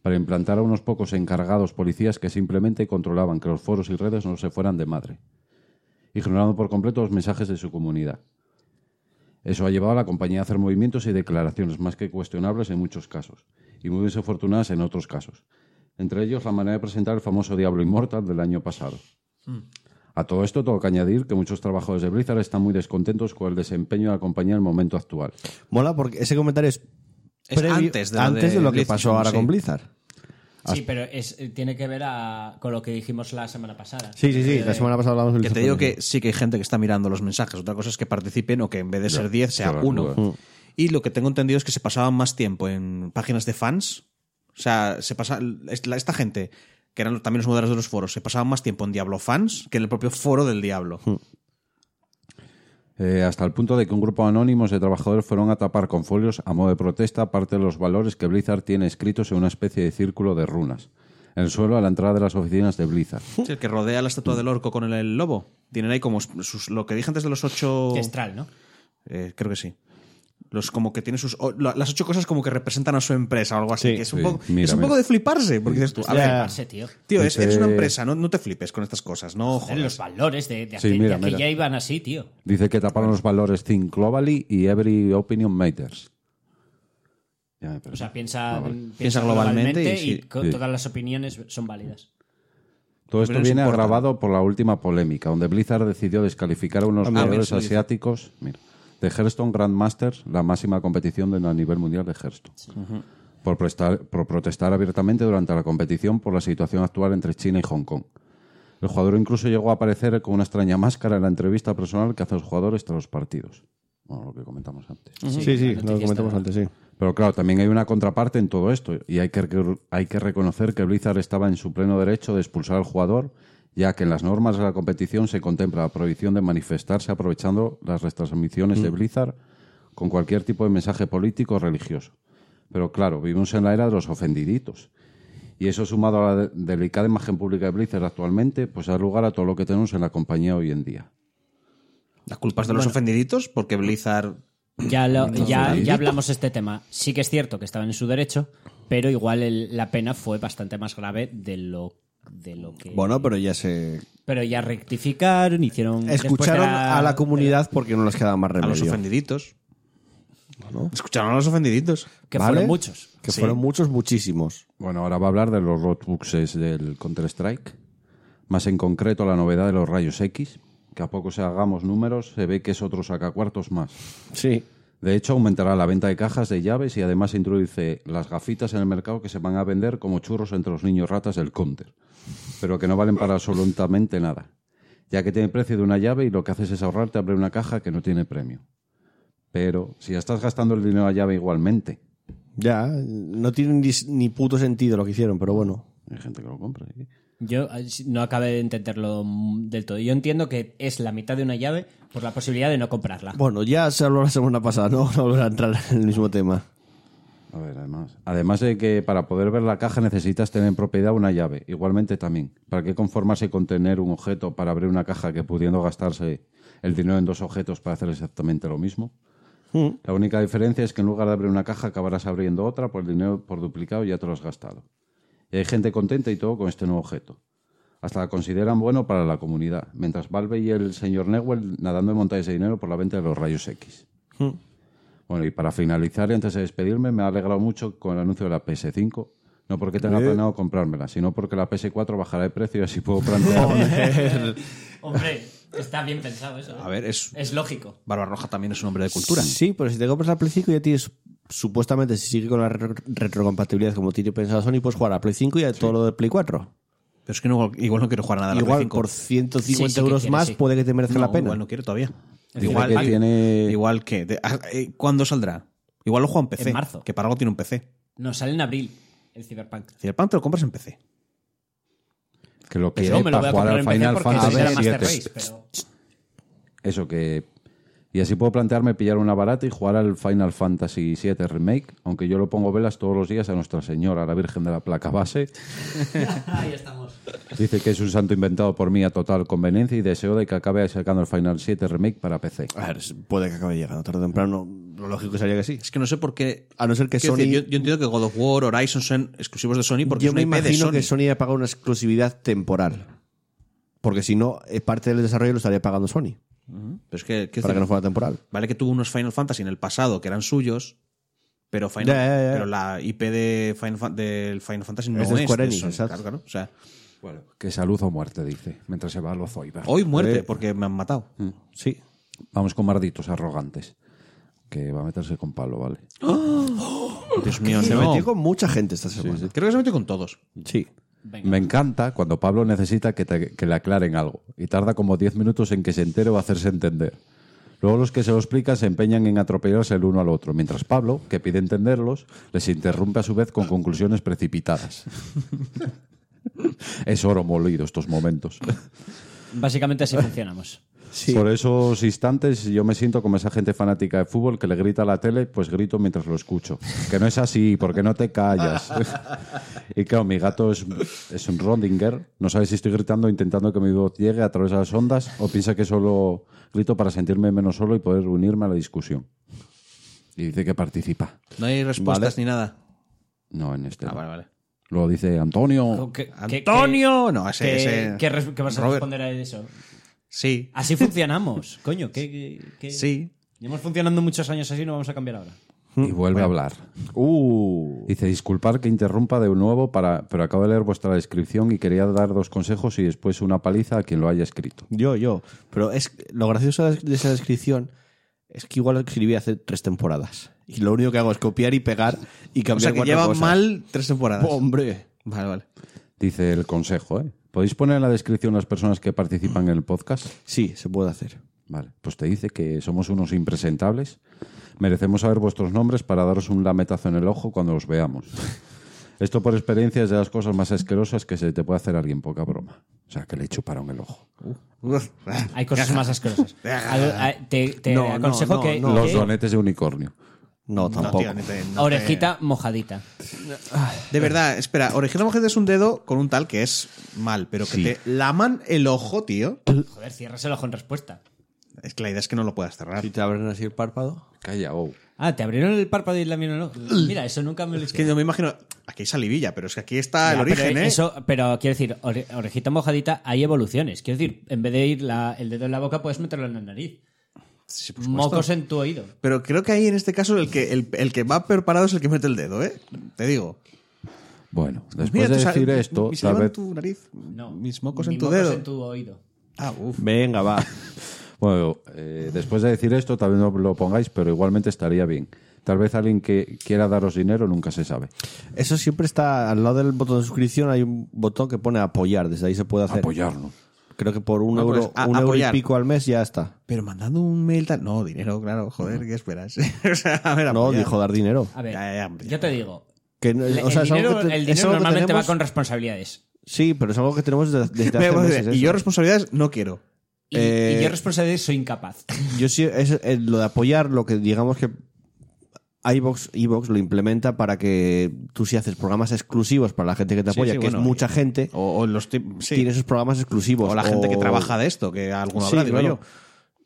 para implantar a unos pocos encargados policías que simplemente controlaban que los foros y redes no se fueran de madre, ignorando por completo los mensajes de su comunidad. Eso ha llevado a la compañía a hacer movimientos y declaraciones más que cuestionables en muchos casos, y muy desafortunadas en otros casos. Entre ellos, la manera de presentar el famoso Diablo Immortal del año pasado. A todo esto tengo que añadir que muchos trabajadores de Blizzard están muy descontentos con el desempeño de la compañía en el momento actual. Mola porque ese comentario es, Es previo- antes de, la antes de lo que Blizzard, pasó ahora sí. con Blizzard. Ah, Sí, pero es, eh, tiene que ver a- con lo que dijimos la semana pasada. Sí, sí, sí. Eh, La semana pasada hablamos del Que te digo que sí que hay gente que está mirando los mensajes. Otra cosa es que participen o que en vez de ser 10 sea claro, uno. claro. Y lo que tengo entendido es que se pasaban más tiempo en páginas de fans. O sea, se pasa, es- la- esta gente, que eran también los moderadores de los foros, se pasaban más tiempo en Diablo fans que en el propio foro del Diablo. Eh, hasta el punto de que un grupo anónimo de trabajadores fueron a tapar con folios a modo de protesta parte de los valores que Blizzard tiene escritos en una especie de círculo de runas, en el suelo a la entrada de las oficinas de Blizzard. Sí, el que rodea la estatua del orco con el, el lobo. Tienen ahí como sus, lo que dije antes de los ocho. que es Tral, ¿no? Eh, creo que sí. Los como que tiene sus o- la- las ocho cosas como que representan a su empresa o algo así. Sí, que es un, sí. poco, Mira, es un mira. poco de fliparse, porque dices tú, a Es ver, fliparse, tío. tío, es- Dice- eres una empresa, no, no te flipes con estas cosas, no Joder, jodas. los valores de, de, Sí, aquel- de mira, aquella mira. iban así, tío. Dice que taparon los valores Think Globally y Every Opinion Matters. Ya me O perdí. sea, piensa, Ah, vale. piensa Piensa globalmente globalmente y y, sí. con Sí. todas las opiniones son válidas. Todo esto Pero nos viene importa. agravado por la última polémica, donde Blizzard decidió descalificar a unos Ah, mira, jugadores eso dice. asiáticos mira, de Hearthstone Grandmaster, la máxima competición de- a nivel mundial de Hearthstone, por, prestar- por protestar abiertamente durante la competición por la situación actual entre China y Hong Kong. El jugador incluso llegó a aparecer con una extraña máscara en la entrevista personal que hacen los jugadores tras los partidos. Bueno, lo que comentamos antes. Sí, la sí, noticia lo está- comentamos antes, sí. Pero claro, también hay una contraparte en todo esto y hay que, rec- hay que reconocer que Blizzard estaba en su pleno derecho de expulsar al jugador, ya que en las normas de la competición se contempla la prohibición de manifestarse aprovechando las retransmisiones de Blizzard con cualquier tipo de mensaje político o religioso. Pero claro, vivimos en la era de los ofendiditos. Y eso sumado a la de- delicada imagen pública de Blizzard actualmente, pues da lugar a todo lo que tenemos en la compañía hoy en día. Las culpas de los ofendiditos, porque Blizzard. Ya, lo- ya, sí. ya hablamos este tema. Sí que es cierto que estaban en su derecho, pero igual el- la pena fue bastante más grave de lo, de lo que... Bueno, pero ya se... Pero ya rectificaron, hicieron... después de Mm. Escucharon a la comunidad porque no les quedaba más A los remedio. ofendiditos. Escucharon a los ofendiditos. Que ¿Vale? fueron muchos. Que Sí. fueron muchos, muchísimos. Bueno, ahora va a hablar de los roadbuxes del Counter-Strike, más en concreto la novedad de los rayos X, que a poco se hagamos números se ve que es otro sacacuartos más. Sí. De hecho, aumentará la venta de cajas de llaves y además introduce las gafitas en el mercado que se van a vender como churros entre los niños ratas del Counter, pero que no valen para absolutamente nada, ya que tiene precio de una llave y lo que haces es ahorrarte abrir una caja que no tiene premio. Pero si ya estás gastando el dinero a llave igualmente, Ya, no tiene ni, ni puto sentido lo que hicieron, pero bueno. hay gente que lo compra. ¿eh? Yo eh, no acabé de entenderlo mm, del todo. Yo entiendo que es la mitad de una llave por la posibilidad de no comprarla. Bueno, ya se habló la semana pasada, no No volver a entrar en el mismo tema. A ver, además. Además de que para poder ver la caja necesitas tener en propiedad una llave. Igualmente también. ¿Para qué conformarse con tener un objeto para abrir una caja que pudiendo gastarse el dinero en dos objetos para hacer exactamente lo mismo? La única diferencia es que en lugar de abrir una caja acabarás abriendo otra por el dinero por duplicado y ya te lo has gastado. Y hay gente contenta y todo con este nuevo objeto. Hasta la consideran bueno para la comunidad, mientras Valve y el señor Newell nadando en montañas de dinero por la venta de los rayos X. Bueno, y para finalizar y antes de despedirme, me ha alegrado mucho con el anuncio de la PS5. No porque Eh. tenga planeado comprármela, sino porque la PS4 bajará de precio y así puedo plantearme. Hombre, está bien pensado eso. ¿eh? A ver, es. Es lógico. Barbarroja también es un hombre de cultura. Sí, pero si te compras la Play 5 ya tienes, supuestamente, si sigue con la retro- retrocompatibilidad como tiene pensado Sony, puedes jugar a Play 5 y a todo lo de Play 4. Pero es que no- igual no quiero jugar nada a la Igual Play cinco. por 150 Sí, sí que euros quiere, más sí. puede que te merezca No, la pena. Igual no quiero todavía. Dice que tiene- Igual que. de- ah, eh, ¿Cuándo saldrá? Igual lo juega en PC. En marzo. Que para algo tiene un PC. No, sale en abril el Cyberpunk. Si el pan te lo compras en PC. que lo Que quiere no Pues me lo voy para a jugar comprar al en PC Final porque es la Fantasy Master VII. Race, pero... Eso que. Y así puedo plantearme pillar una barata y jugar al Final Fantasy VII Remake, aunque yo lo pongo velas todos los días a Nuestra Señora, la Virgen de la Placa Base. Ahí estamos. Dice que es un santo inventado por mí a total conveniencia y deseo de que acabe sacando el Final 7 Remake para PC. A ver, puede que acabe llegando tarde o temprano. Lo lógico sería que sí. Es que no sé por qué. A no ser que Quiero Sony- yo, yo entiendo Ah, que God of War, Horizon son exclusivos de Sony porque Yo es me una IP de imagino Sony. que Sony ha pagado una exclusividad temporal. Porque si no, eh, parte del desarrollo lo estaría pagando Sony. Pero es que, Para quiero que decir, no fuera temporal. Vale que tuvo unos Final Fantasy en el pasado que eran suyos, pero, Final, Ya, ya, ya. pero la IP de Final, Fan- del Final Fantasy no Es es, de Square de Enix, Sony, exacto. claro, claro. O sea, Que salud o muerte, dice, mientras se va a los Zoibar. hoy muerte Eh. porque me han matado. Sí. Vamos con marditos arrogantes. Que va a meterse con palo, ¿vale? Dios mío, Se no. metió con mucha gente esta semana. Sí. Creo que se metió con todos. Venga. Me encanta cuando Pablo necesita que, te- que le aclaren algo y tarda como 10 minutos en que se entere o hacerse entender. Luego los que se lo explican se empeñan en atropellarse el uno al otro, mientras Pablo, que pide entenderlos, les interrumpe a su vez con conclusiones precipitadas. es oro molido estos momentos. Básicamente así funcionamos. Por esos instantes yo me siento como esa gente fanática de fútbol que le grita a la tele, pues grito mientras lo escucho. Que no es así, porque no te callas. y claro, mi gato es, es un Rondinger. No sabe si estoy gritando intentando que mi voz llegue a través de las ondas o piensa que solo grito para sentirme menos solo y poder unirme a la discusión. Y dice que participa. No hay respuestas ni nada. No, en este. Ah, no. vale, vale. Luego dice Antonio. Que- que- Antonio, que- no, ese- que- ese- que res- que vas a Robert. responder a eso? Sí, Así funcionamos, coño. que- que- que- sí. Llevamos funcionando muchos años así, no vamos a cambiar ahora. y vuelve a hablar. Uh, Dice, disculpar que interrumpa de nuevo, para, pero acabo de leer vuestra descripción y quería dar dos consejos y después una paliza a quien lo haya escrito. yo, yo. Pero es lo gracioso de esa descripción es que igual lo escribí hace tres temporadas. Y lo único que hago es copiar y pegar y O cambiar sea, que cuatro lleva cosas. mal tres temporadas. Hombre. Vale, vale. Dice el consejo, ¿eh? ¿Podéis poner en la descripción las personas que participan en el podcast? Sí, se puede hacer. Vale, pues te dice que somos unos impresentables. Merecemos saber vuestros nombres para daros un lametazo en el ojo cuando los veamos. Esto por experiencia es de las cosas más asquerosas que se te puede hacer a alguien, poca broma. O sea, que le chuparon el ojo. ah. Hay cosas más asquerosas. Al- a- te te No, no, aconsejo no, que, no. Los que donetes de unicornio. No, tampoco. No, tío, no te- no te- orejita mojadita. De verdad, espera, Orejita Mojete es un dedo con un tal que es mal, pero que te laman el ojo, tío. Joder, ciérraselo con respuesta. Es que la idea es que no lo puedas cerrar. Si te abren así el párpado. Calla, oh. Ah, te abrieron el párpado y la miraron. el ojo? Mira, eso nunca me lo Es que hicieron. yo me imagino. Aquí hay salivilla, pero es que aquí está el Ya, origen, pero ¿eh? Eso, pero quiero decir, ore- orejita mojadita, hay evoluciones. Quiero decir, en vez de ir la- el dedo en la boca, puedes meterlo en la nariz. Sí, pues por supuesto. Mocos en tu oído. Pero creo que ahí en este caso el que, el, el que va peor parado es el que mete el dedo, ¿eh? Te digo. Bueno, después Mira, de tú sa- decir mi- esto, mi saliva tal en vez- tu nariz, No. mis mocos ni en tu dedo. en tu oído. Ah, uff. Venga, va. bueno, eh, después de decir esto, tal vez no lo pongáis, pero igualmente estaría bien. Tal vez alguien que quiera daros dinero nunca se sabe. Eso siempre está al lado del botón de suscripción. Hay un botón que pone apoyar. Desde ahí se puede hacer. Apoyarlo. Creo que por un, No, euro, pues, a- un euro y apoyar. pico al mes ya está. Pero mandando un mail tal. No, dinero, claro, joder, ¿qué esperas? o sea, a ver, No, apoyar. dijo dar dinero. A ver, Ya, ya, hombre, ya. yo te digo. Que no- le- o sea, el es algo dinero, que te- el es dinero algo que normalmente va tenemos- con responsabilidades. Sí, pero es algo que tenemos desde, desde hace Vamos a ver, meses. y yo eso. responsabilidades no quiero. Y, Eh, y yo responsabilidades soy incapaz. Yo sí, es, eh, lo de apoyar, lo que digamos que iVox, iVox lo implementa para que tú si haces programas exclusivos para la gente que te Sí, apoya, sí, que bueno, es mucha y- gente, O, o los tip- sí. tiene esos programas exclusivos. O la gente que trabaja de esto, que alguno habrá, Sí, digo claro. yo.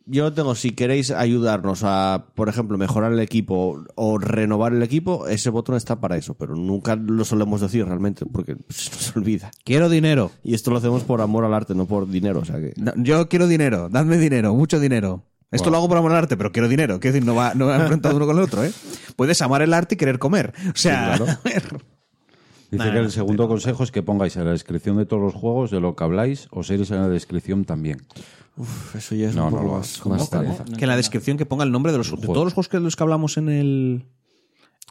Yo lo tengo, si queréis ayudarnos a, por ejemplo, mejorar el equipo o renovar el equipo, ese botón está para eso, pero nunca lo solemos decir realmente, porque se nos olvida. Quiero dinero. Y esto lo hacemos por amor al arte, no por dinero, o sea que... No, yo quiero dinero, dadme dinero, mucho dinero. Esto lo hago por amor al arte, pero quiero dinero. Quiero decir, no va, no va enfrentado uno con el otro, ¿eh? Puedes amar el arte y querer comer. O sea, a ver. Dice Nah, que nah, el segundo consejo es que pongáis en la descripción de todos los juegos de lo que habláis o series en la descripción también. este, Uf, eso ya es No, un no poco lo más- hagas, con más más tarde. pereza. que en la descripción que ponga el nombre de, los, de todos los juegos que los que hablamos en el.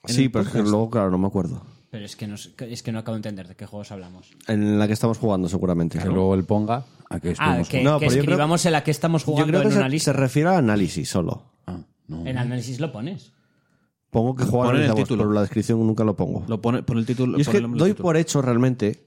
en Sí, el pero es que podcast. luego, claro, no me acuerdo. Pero es que, no, sé- es que no acabo de entender de qué juegos hablamos. En la que estamos jugando, seguramente. Que luego él ponga a que Ah, estuvimos que, No, que pero yo creo- escribamos en la que estamos Yo jugando creo que en se, una se lista. refiere al análisis solo. Ah, no. En análisis lo pones. Pongo que jugar Ponen el analizamos, título. pero la descripción nunca lo pongo. Lo pone por el título. y es pone que el nombre doy del título. por hecho realmente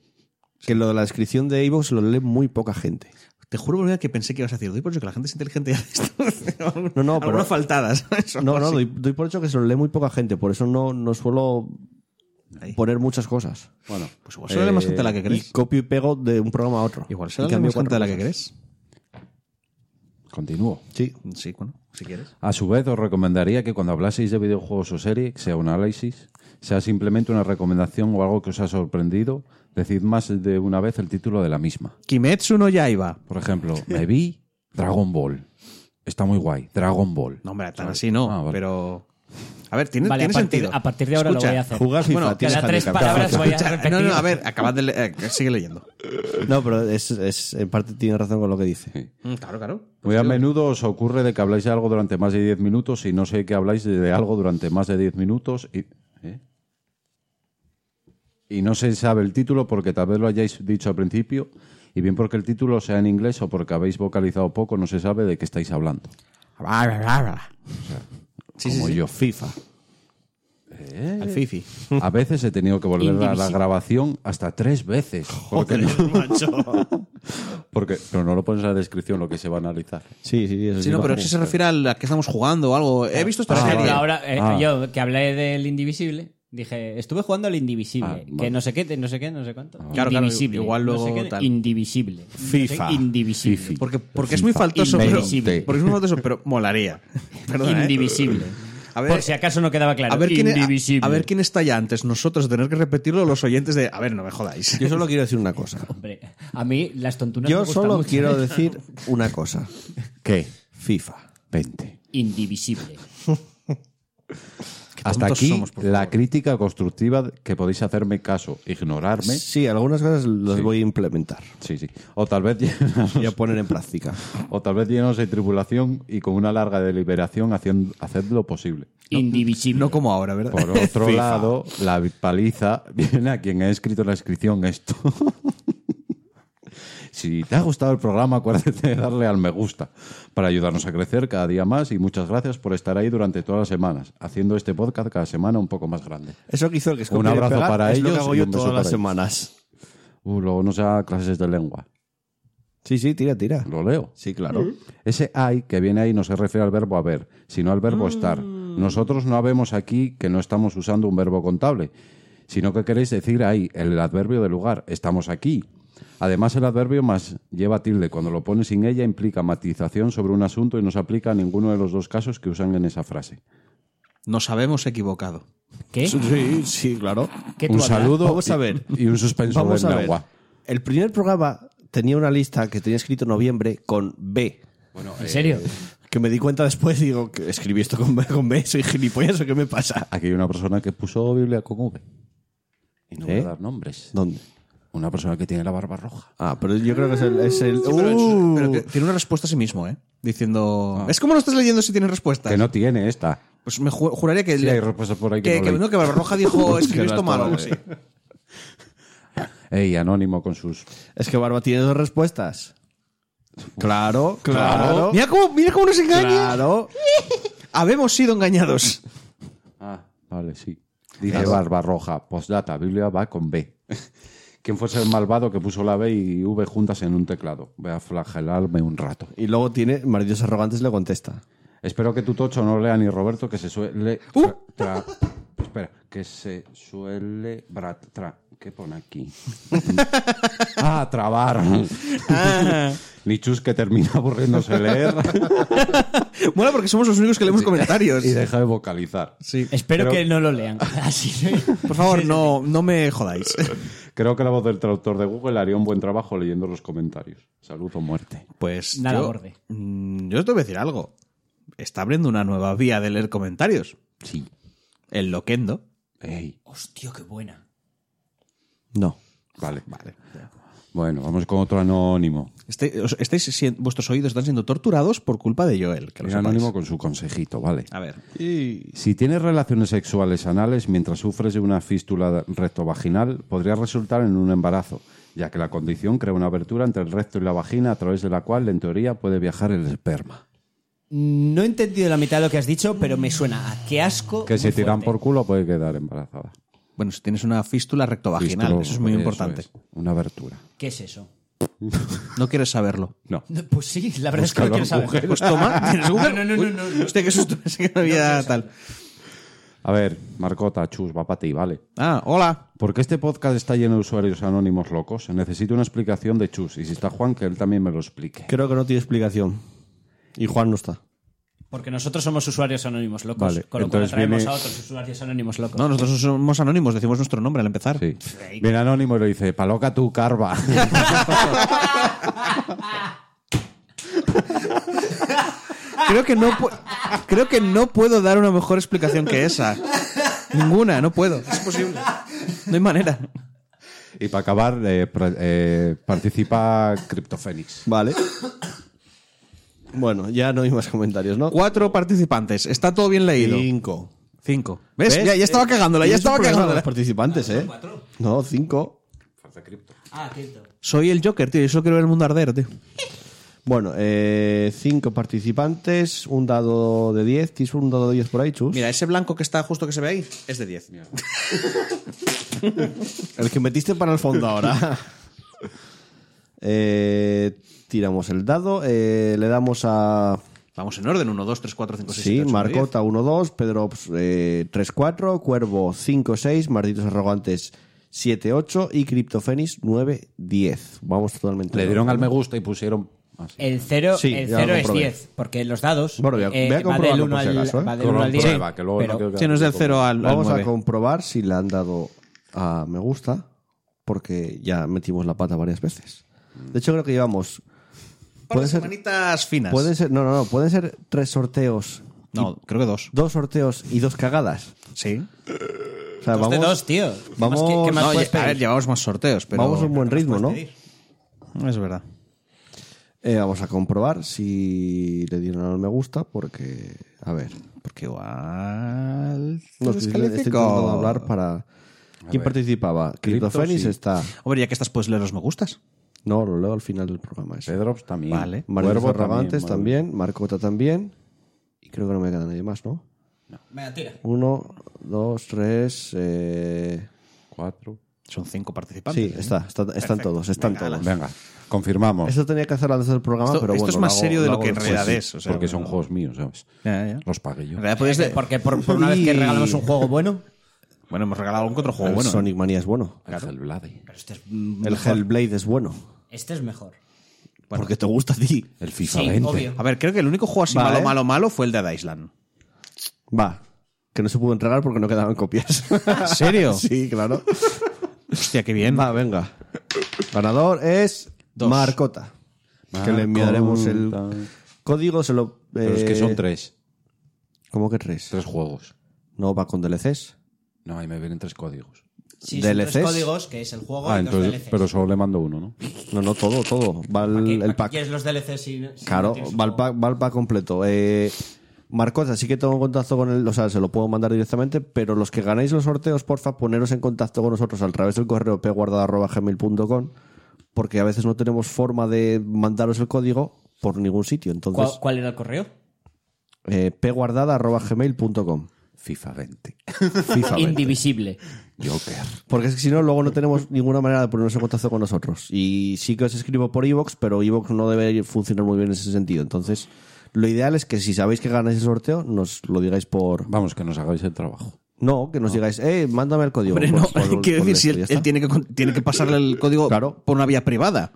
que lo de la descripción de Evox lo lee muy poca gente. Te juro por vida que pensé que ibas a decir, doy por hecho que la gente es inteligente y hace esto. No, no, Algunas pero- faltadas. ¿sabes? Ah, No, Algo pues no, así. doy, doy por hecho que se lo lee muy poca gente, por eso no, no suelo Ahí. poner muchas cosas. Eh, Bueno, Pues igual suele más gente de la que Y crees. copio y pego de un programa a otro. Igual y suele cambio más gente de la cuatro que crees. continúo. Sí. Sí, bueno, si quieres. A su vez, os recomendaría que cuando hablaseis de videojuegos o serie, que sea un análisis, sea simplemente una recomendación o algo que os ha sorprendido, decid más de una vez el título de la misma. Kimetsu no Yaiba. Por ejemplo, me vi Dragon Ball. Está muy guy, Dragon Ball. No, hombre, tan así no, Ah, vale. pero... A ver, tiene, Vale, a tiene partir- sentido. a partir de ahora lo voy a hacer. Jugar FIFA, Bueno, tienes cada tres handicap. palabras voy a Escucha, repetir. No, no, a ver, acabad de leer... sigue leyendo. No, pero es, es- en parte tiene razón con lo que dice. Mm, claro, claro. Pues Muy a menudo os ocurre de que habláis de algo durante más de 10 minutos y no sé que habláis de de algo durante más de 10 minutos y... ¿eh? Y no se sabe el título porque tal vez lo hayáis dicho al principio y bien porque el título sea en inglés o porque habéis vocalizado poco no se sabe de qué estáis hablando. como yo. FIFA. Al Fifi. A veces he tenido que volver a la grabación hasta tres veces. Porque no- porque, pero no lo pones en la descripción lo que se va a analizar. Sí, sí, eso Sí, no, pero Ojo. si se refiere a la que estamos jugando o algo. He visto esta Ah, Por ejemplo, serie. ahora eh, Ah. yo que hablé del Indivisible, dije, estuve jugando al Indivisible, Ah, que vale. no sé qué, te- no sé qué, no sé Ah. cuánto. Claro, claro, Indivisible, igual no luego sé qué, tal. Indivisible. no sé, FIFA. indivisible. Fifi. Porque, porque es muy faltoso, pero... Invisible. Porque es muy faltoso, pero molaría. Perdona, ¿eh? indivisible. A ver- Por si acaso no quedaba claro. A ver, quién, indivisible. a, a ver quién está ya antes, nosotros, de tener que repetirlo, los oyentes de... A ver, no me jodáis. Yo solo quiero decir una cosa. Hombre, a mí las tontunas me Yo gustan solo mucho. ¿eh? quiero decir una cosa. ¿Qué? FIFA. 20. Indivisible. Hasta tontos aquí somos, por la favor. crítica constructiva que podéis hacerme caso, ignorarme. Sí, algunas cosas las voy a implementar Sí, sí. O tal vez llenaros, y a poner en práctica. o tal vez llenos de tribulación y con una larga deliberación haciendo, haced lo posible. Indivisible. No como ahora, ¿verdad? Por otro lado, la paliza viene a quien ha escrito la inscripción esto. si te ha gustado el programa, acuérdate de darle al me gusta para ayudarnos a crecer cada día más y muchas gracias por estar ahí durante todas las semanas, haciendo este podcast cada semana un poco más grande. Eso que hizo el que es Un copiar y abrazo pegar para es lo ellos que hago y yo un beso todas para las ellos. semanas. Uh, luego nos da clases de lengua. Sí, sí, tira, tira. Lo leo. Sí, claro. Ese hay que viene ahí no se refiere al verbo haber, sino al verbo estar. Nosotros no habemos aquí que no estamos usando un verbo contable, sino que queréis decir ahí, el adverbio de lugar, estamos aquí. Además, el adverbio más lleva tilde. Cuando lo pones sin ella implica matización sobre un asunto y no se aplica a ninguno de los dos casos que usan en esa frase. Nos habemos equivocado. ¿Qué? Sí, sí, claro. ¿Qué tú Un hablas? saludo ¿Eh? Vamos a y- ver. y, un suspenso Vamos en a ver. agua. El primer programa tenía una lista que tenía escrito noviembre con B. ¿En serio? Que me di cuenta después y digo, que escribí esto con B, con B, soy gilipollas o qué me pasa. Aquí hay una persona que puso Biblia con V. Y no voy ¿Eh? a dar nombres. ¿Dónde? Una persona que tiene la barba roja. Ah, pero yo creo que es el. Es el Pero- ¡Uh! pero t- tiene una respuesta a sí mismo, ¿eh? Diciendo. Es como lo estás leyendo si tienes respuesta. Que no tiene esta. Pues me ju- juraría que. Sí, hay respuestas por ahí que que, no que, leí. no, que Barbarroja dijo: Escribí esto las malo. algo tomas, así. Ey, anónimo con sus. Es que Barba tiene dos respuestas. Claro, claro. Mira cómo, mira cómo nos engaña. Claro. Habemos sido engañados. Ah, vale, sí. Dice Barbarroja, postdata, Biblia va con B. Quien fuese el malvado que puso la B y V juntas en un teclado. Voy a flagelarme un rato. Y luego tiene maridos arrogantes le contesta. Espero que tu tocho no lea ni Roberto, que se suele. tra- tra- espera, que se suele. bra- tra- ¿Qué pone aquí? ah, trabar. ni Chus que termina aburriéndose leer Mola porque somos los únicos que leemos comentarios. y deja de vocalizar. Sí. Espero Pero- que no lo lean. Así. Por favor, no, no me jodáis. Creo que la voz del traductor de Google haría un buen trabajo leyendo los comentarios. Salud o muerte. Pues. Nada yo, borde. Mm, Yo os tengo que decir algo. Está abriendo una nueva vía de leer comentarios. Sí. El Loquendo. Ey, Hostia, qué buena. No. vale. Bueno, vamos con otro anónimo. Este- os- estáis si- vuestros oídos están siendo torturados por culpa de Joel. Que lo Un sepáis. Ah. anónimo con su consejito, vale. A ver. Si tienes relaciones sexuales anales mientras sufres de una fístula rectovaginal, podría resultar en un embarazo, ya que la condición crea una abertura entre el recto y la vagina a través de la cual, en teoría, puede viajar el esperma. No he entendido la mitad de lo que has dicho, pero me suena a qué asco. Que muy si tiran fuerte. por culo puede quedar embarazada. Bueno, si tienes una fístula rectovaginal, Fístula- eso es muy importante. es, una abertura. ¿Qué es eso? No quieres saberlo. No. No, pues sí, la verdad es que Búscalo no quiero en saber. Google. Pues toma, tienes Google. No, no, no, Uy, no, no. Hostia, qué susto, pensé que no había tal. A ver, Marcota, chus, va para ti, vale. Ah, hola. Porque este podcast está lleno de usuarios anónimos locos? Necesito una explicación de Chus. Y si está Juan, que él también me lo explique. Creo que no tiene explicación. Y Juan no está. Porque nosotros somos usuarios anónimos locos. Vale, con lo cual entonces traemos viene- a otros usuarios anónimos locos. No, nosotros somos anónimos, decimos nuestro nombre al empezar. Sí. Viene anónimo y le dice, paloca tu carva. Creo, que no pu- creo que no puedo dar una mejor explicación que esa. Ninguna, no puedo. Es posible. No hay manera. y para acabar, eh, pra- eh, participa Cryptofénix. Vale. Bueno, ya no hay más comentarios, ¿no? Oh. Cuatro participantes. Está todo bien leído. Cinco. Cinco. ¿Ves? Ya, ya estaba cagándola, ya Tienes Eh, un problema estaba con cagándola. los participantes, ¿eh? No, cinco. Ah, cierto. Soy el Joker, tío. Yo solo quiero ver el mundo arder, tío. Bueno, eh, cinco participantes, un dado de 10. ¿Tienes un dado de 10 por ahí, Chus? Mira, ese blanco que está justo que se ve ahí es de 10. El que metiste para el fondo ahora. Eh, tiramos el dado, eh, le damos a... Vamos en orden: 1, 2, 3, 4, 5, 6, 7. Sí, Marcota 1-2, Pedro pues, 3-4, Cuervo 5-6, Malditos Arrogantes 7-8 y Criptofénix 9-10. Vamos totalmente. Le dieron al me gusta y pusieron... así. El 0 Sí, ya lo es comprobé. 10, porque los dados eh, Bueno, voy a- voy a va del comprobarlo 1 por si al, acaso, ¿eh? va del 1 al 10. Comprueba, que luego no pero- quiero que- Sí, no es del 0 al, al Vamos a 9. comprobar si le han dado a me gusta, porque ya metimos la pata varias veces. De hecho, creo que llevamos. Por Puede las ser, manitas finas. pueden ser, no, no, no, pueden ser tres sorteos No, creo que dos. Dos sorteos y dos cagadas. Sí. O sea, Dos de vamos, dos, tío. ¿Qué vamos- más, qué- qué más No, puedes oye, a pedir? ver, llevamos más sorteos, pero. vamos a un buen ritmo, ¿no? Es verdad. Eh, vamos a comprobar si le dieron al me gusta, porque. A ver. Porque igual. No, estoy, estoy intentando hablar para. ¿Quién participaba? Cripto, Criptofenis sí. está. Hombre, ya que estás, puedes leer los me gustas. No, lo leo al final del programa. Eso. Pedrops también. Vale. Mario Cuervo Ferragantes también, también, Marcota también. Y creo que no me queda nadie más, ¿no? Venga, tira. Uno, dos, tres. eh, vale. Cuatro. Son cinco participantes. Sí, ¿eh? está, está- están todos, están Venga, todos. Venga, confirmamos. Eso tenía que hacerlo antes del programa, Esto- pero esto bueno. es más hago- serio de lo hago que en después. realidad es. o sea, porque son no- juegos míos, ¿sabes? Ya, ya. Los pagué yo. En realidad podías leer- Eh, Porque por, por una vez que regalamos un juego bueno. este- Bueno, hemos regalado un otro juego El bueno. ¿eh? Sonic Mania es bueno. El Hellblade. Pero este es, El Hellblade es bueno. este es mejor. Porque te gusta a ti. El FIFA Sí, 20. obvio. A ver, creo que el único juego así Va, malo, ¿eh? malo, malo fue el de Dead Island. Va. Que no se pudo entregar porque no quedaban copias. ¿En serio? sí, claro. Hostia, qué Em, bien. Va, venga. Ganador es Dos. Marcota. Que le enviaremos el Marcota. código. Se lo, Pero es que son eh, tres. ¿Cómo que tres? Tres juegos. No va con DLCs. No, ahí me vienen tres códigos. Sí, son tres DLCs. códigos, que es el juego Ah, y los entonces, DLCs. pero solo le mando uno, ¿no? No, no, todo, todo. Va el, ¿Para qué- el para qué pack. quieres los DLCs si, si no Claro, tienes un va el juego? pack, va el pack completo. Eh, Marcota, sí que tengo contacto con él, o sea, se lo puedo mandar directamente, pero los que ganáis los sorteos, porfa, poneros en contacto con nosotros a través del correo pguardado.gmail.com porque a veces no tenemos forma de mandaros el código por ningún sitio. ¿Cuál, Entonces, cuál era el correo? eh, pguardada.gmail.com FIFA 20. FIFA, vente. Indivisible. Joker. Porque es que si no, luego no tenemos ninguna manera de ponernos en contacto con nosotros. Y sí que os escribo por Evox, pero Evox no debe funcionar muy bien en ese sentido. Entonces, lo ideal es que si sabéis que ganáis el sorteo, nos lo digáis por... Vamos, que nos hagáis el trabajo. No, que nos digáis, eh, mándame el código. Hombre, por- no, por- quiero por decir, esto, ya si él, él este, está. tiene, que, con- tiene que pasarle el código Claro. por una vía privada.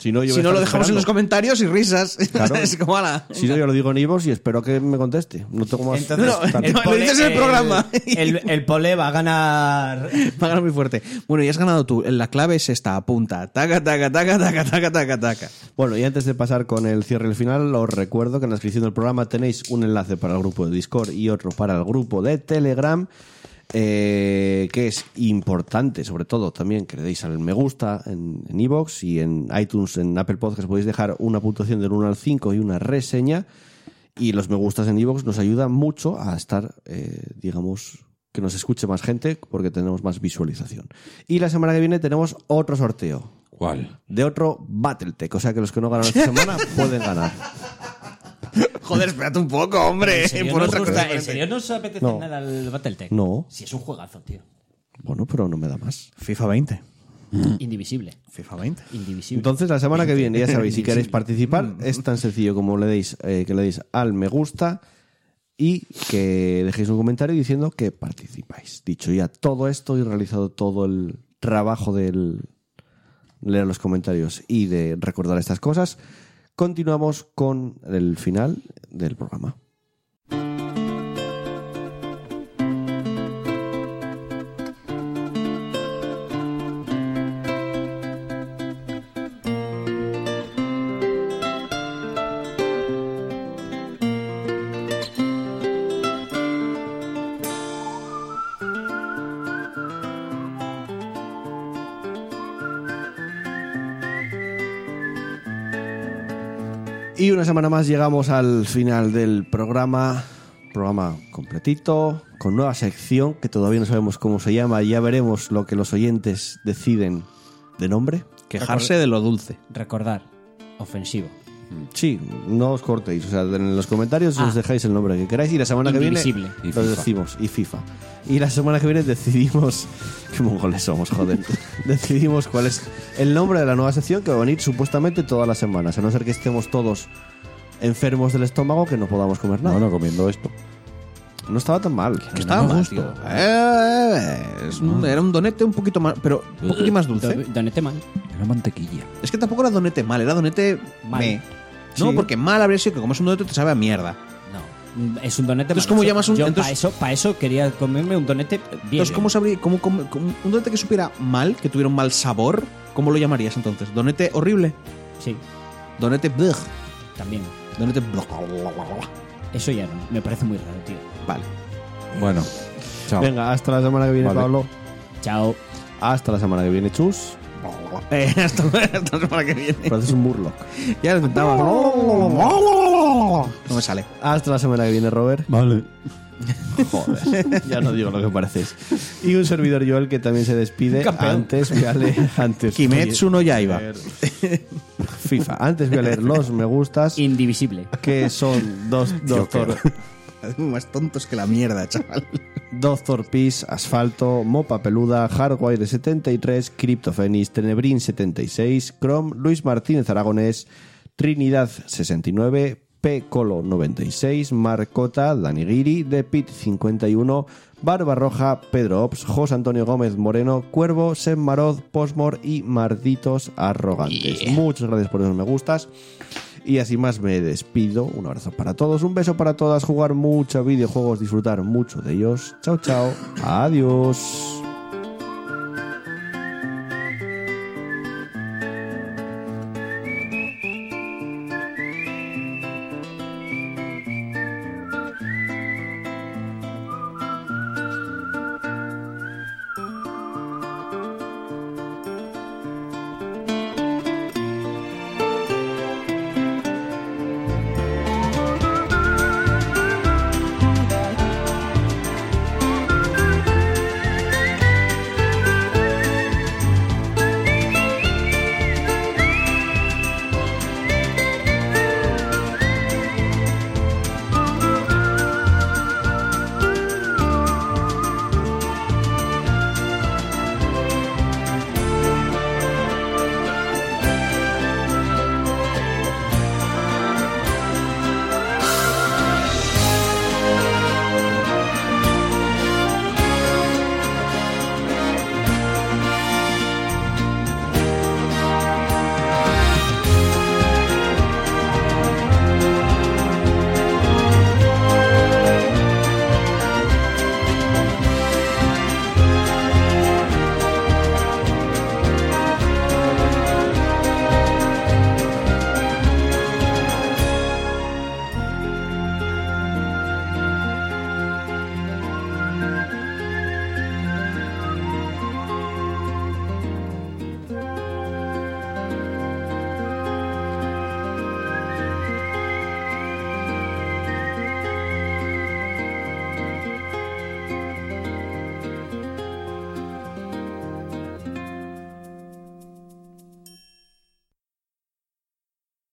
Si no, yo si voy a no, lo estar dejamos en los esperando. comentarios y risas. Claro. es como ala. Si no, yo lo digo en Evox y espero que me conteste. No tengo más... Entonces, No, tanto. no, lo dices en el programa. El, el pole va a ganar. Págalo muy fuerte. Bueno, y has ganado tú. La clave es esta, apunta. Taca, taca, taca, taca, taca, taca, taca. Bueno, y antes de pasar con el cierre y el final, os recuerdo que en la descripción del programa tenéis un enlace para el grupo de Discord y otro para el grupo de Telegram, eh, que es importante, sobre todo también que le deis al me gusta en en iVoox y en iTunes, en Apple Podcasts podéis dejar una puntuación del 1 al 5 y una reseña. Y los me gustas en iVoox nos ayudan mucho a estar, eh, digamos, que nos escuche más gente porque tenemos más visualización. Y la semana que viene tenemos otro sorteo ¿Cuál? de otro Battletech. O sea que los que no ganan esta semana pueden ganar. Joder, espérate un poco, hombre. ¿En serio, Por nos otra gusta- cosa. ¿En serio no os apetece No. nada el Battletech? No. Si es un juegazo, tío. Bueno, pero no me da más. FIFA 20. Mm. Indivisible. FIFA 20. Indivisible. Entonces, la semana que viene, ya sabéis, si queréis participar, es tan sencillo como le deis, eh, que le deis al me gusta y que dejéis un comentario diciendo que participáis. Dicho ya todo esto y realizado todo el trabajo del leer los comentarios y de recordar estas cosas, continuamos con el final del programa. Y una semana más llegamos al final del programa, programa completito, con nueva sección que todavía no sabemos cómo se llama, ya veremos lo que los oyentes deciden de nombre. Quejarse de lo dulce. Recordar. Ofensivo. Sí, no os cortéis, o sea, en los comentarios Ah. os dejáis el nombre que queráis y la semana que viene Indivisible. Y lo FIFA. decimos, y FIFA. Y la semana que viene decidimos, qué mongoles somos, joder, decidimos cuál es el nombre de la nueva sección que va a venir supuestamente todas las semanas, a no ser que estemos todos enfermos del estómago que no podamos comer nada. Bueno, comiendo esto. No estaba tan mal. Que estaba mal, tío. Eh, eh, eh, es un- era un donete un poquito más. Pero un poquito más Do- dulce. Donete mal. Una mantequilla. Es que tampoco era donete mal, era donete Mal. me. No, Sí. porque mal habría sido que como es un donete te sabe a mierda. No. Es un donete Entonces, mal. ¿cómo hecho. llamas un- Yo entonces- para eso, pa' eso quería comerme un donete bien. Entonces, ¿cómo bien. sabría, cómo, cómo- cómo- un donete que supiera mal, que tuviera un mal sabor, ¿cómo lo llamarías entonces? ¿Donete horrible? Sí, ¿Donete blech? también. ¿Donete blech? Eso ya no, me parece muy raro, tío. Vale. Bueno, chao. Venga, hasta la semana que viene, Vale. Pablo. Chao. Hasta la semana que viene, Chus. Eh, hasta, hasta la semana que viene. Pareces un burlock. Ya lo intentaba. No me sale. Hasta la semana que viene, Robert. Vale. Joder, ya no digo lo que parecéis. Y un servidor Joel que también se despide. Antes voy a leer. Antes, Kimetsu no Yaiba. FIFA. Antes voy a leer los me gustas. Indivisible. Que son dos, Doctor, Más tontos que la mierda, chaval. Doctor Peace, Asfalto, Mopa Peluda, Hardwire 73, Cryptofenis, Tenebrin 76, Chrome, Luis Martínez Aragonés, Trinidad 69, P. Colo 96, Marcota, Dani Guiri, The Pit 51, Barbarroja, Pedro Ops, José Antonio Gómez Moreno, Cuervo, Sem Maroz, Posmor y Marditos Arrogantes. Muchas gracias por esos me gustas. Y así más me despido. Un abrazo para todos, un beso para todas, jugar mucho a videojuegos, disfrutar mucho de ellos. Chao, chao. Adiós.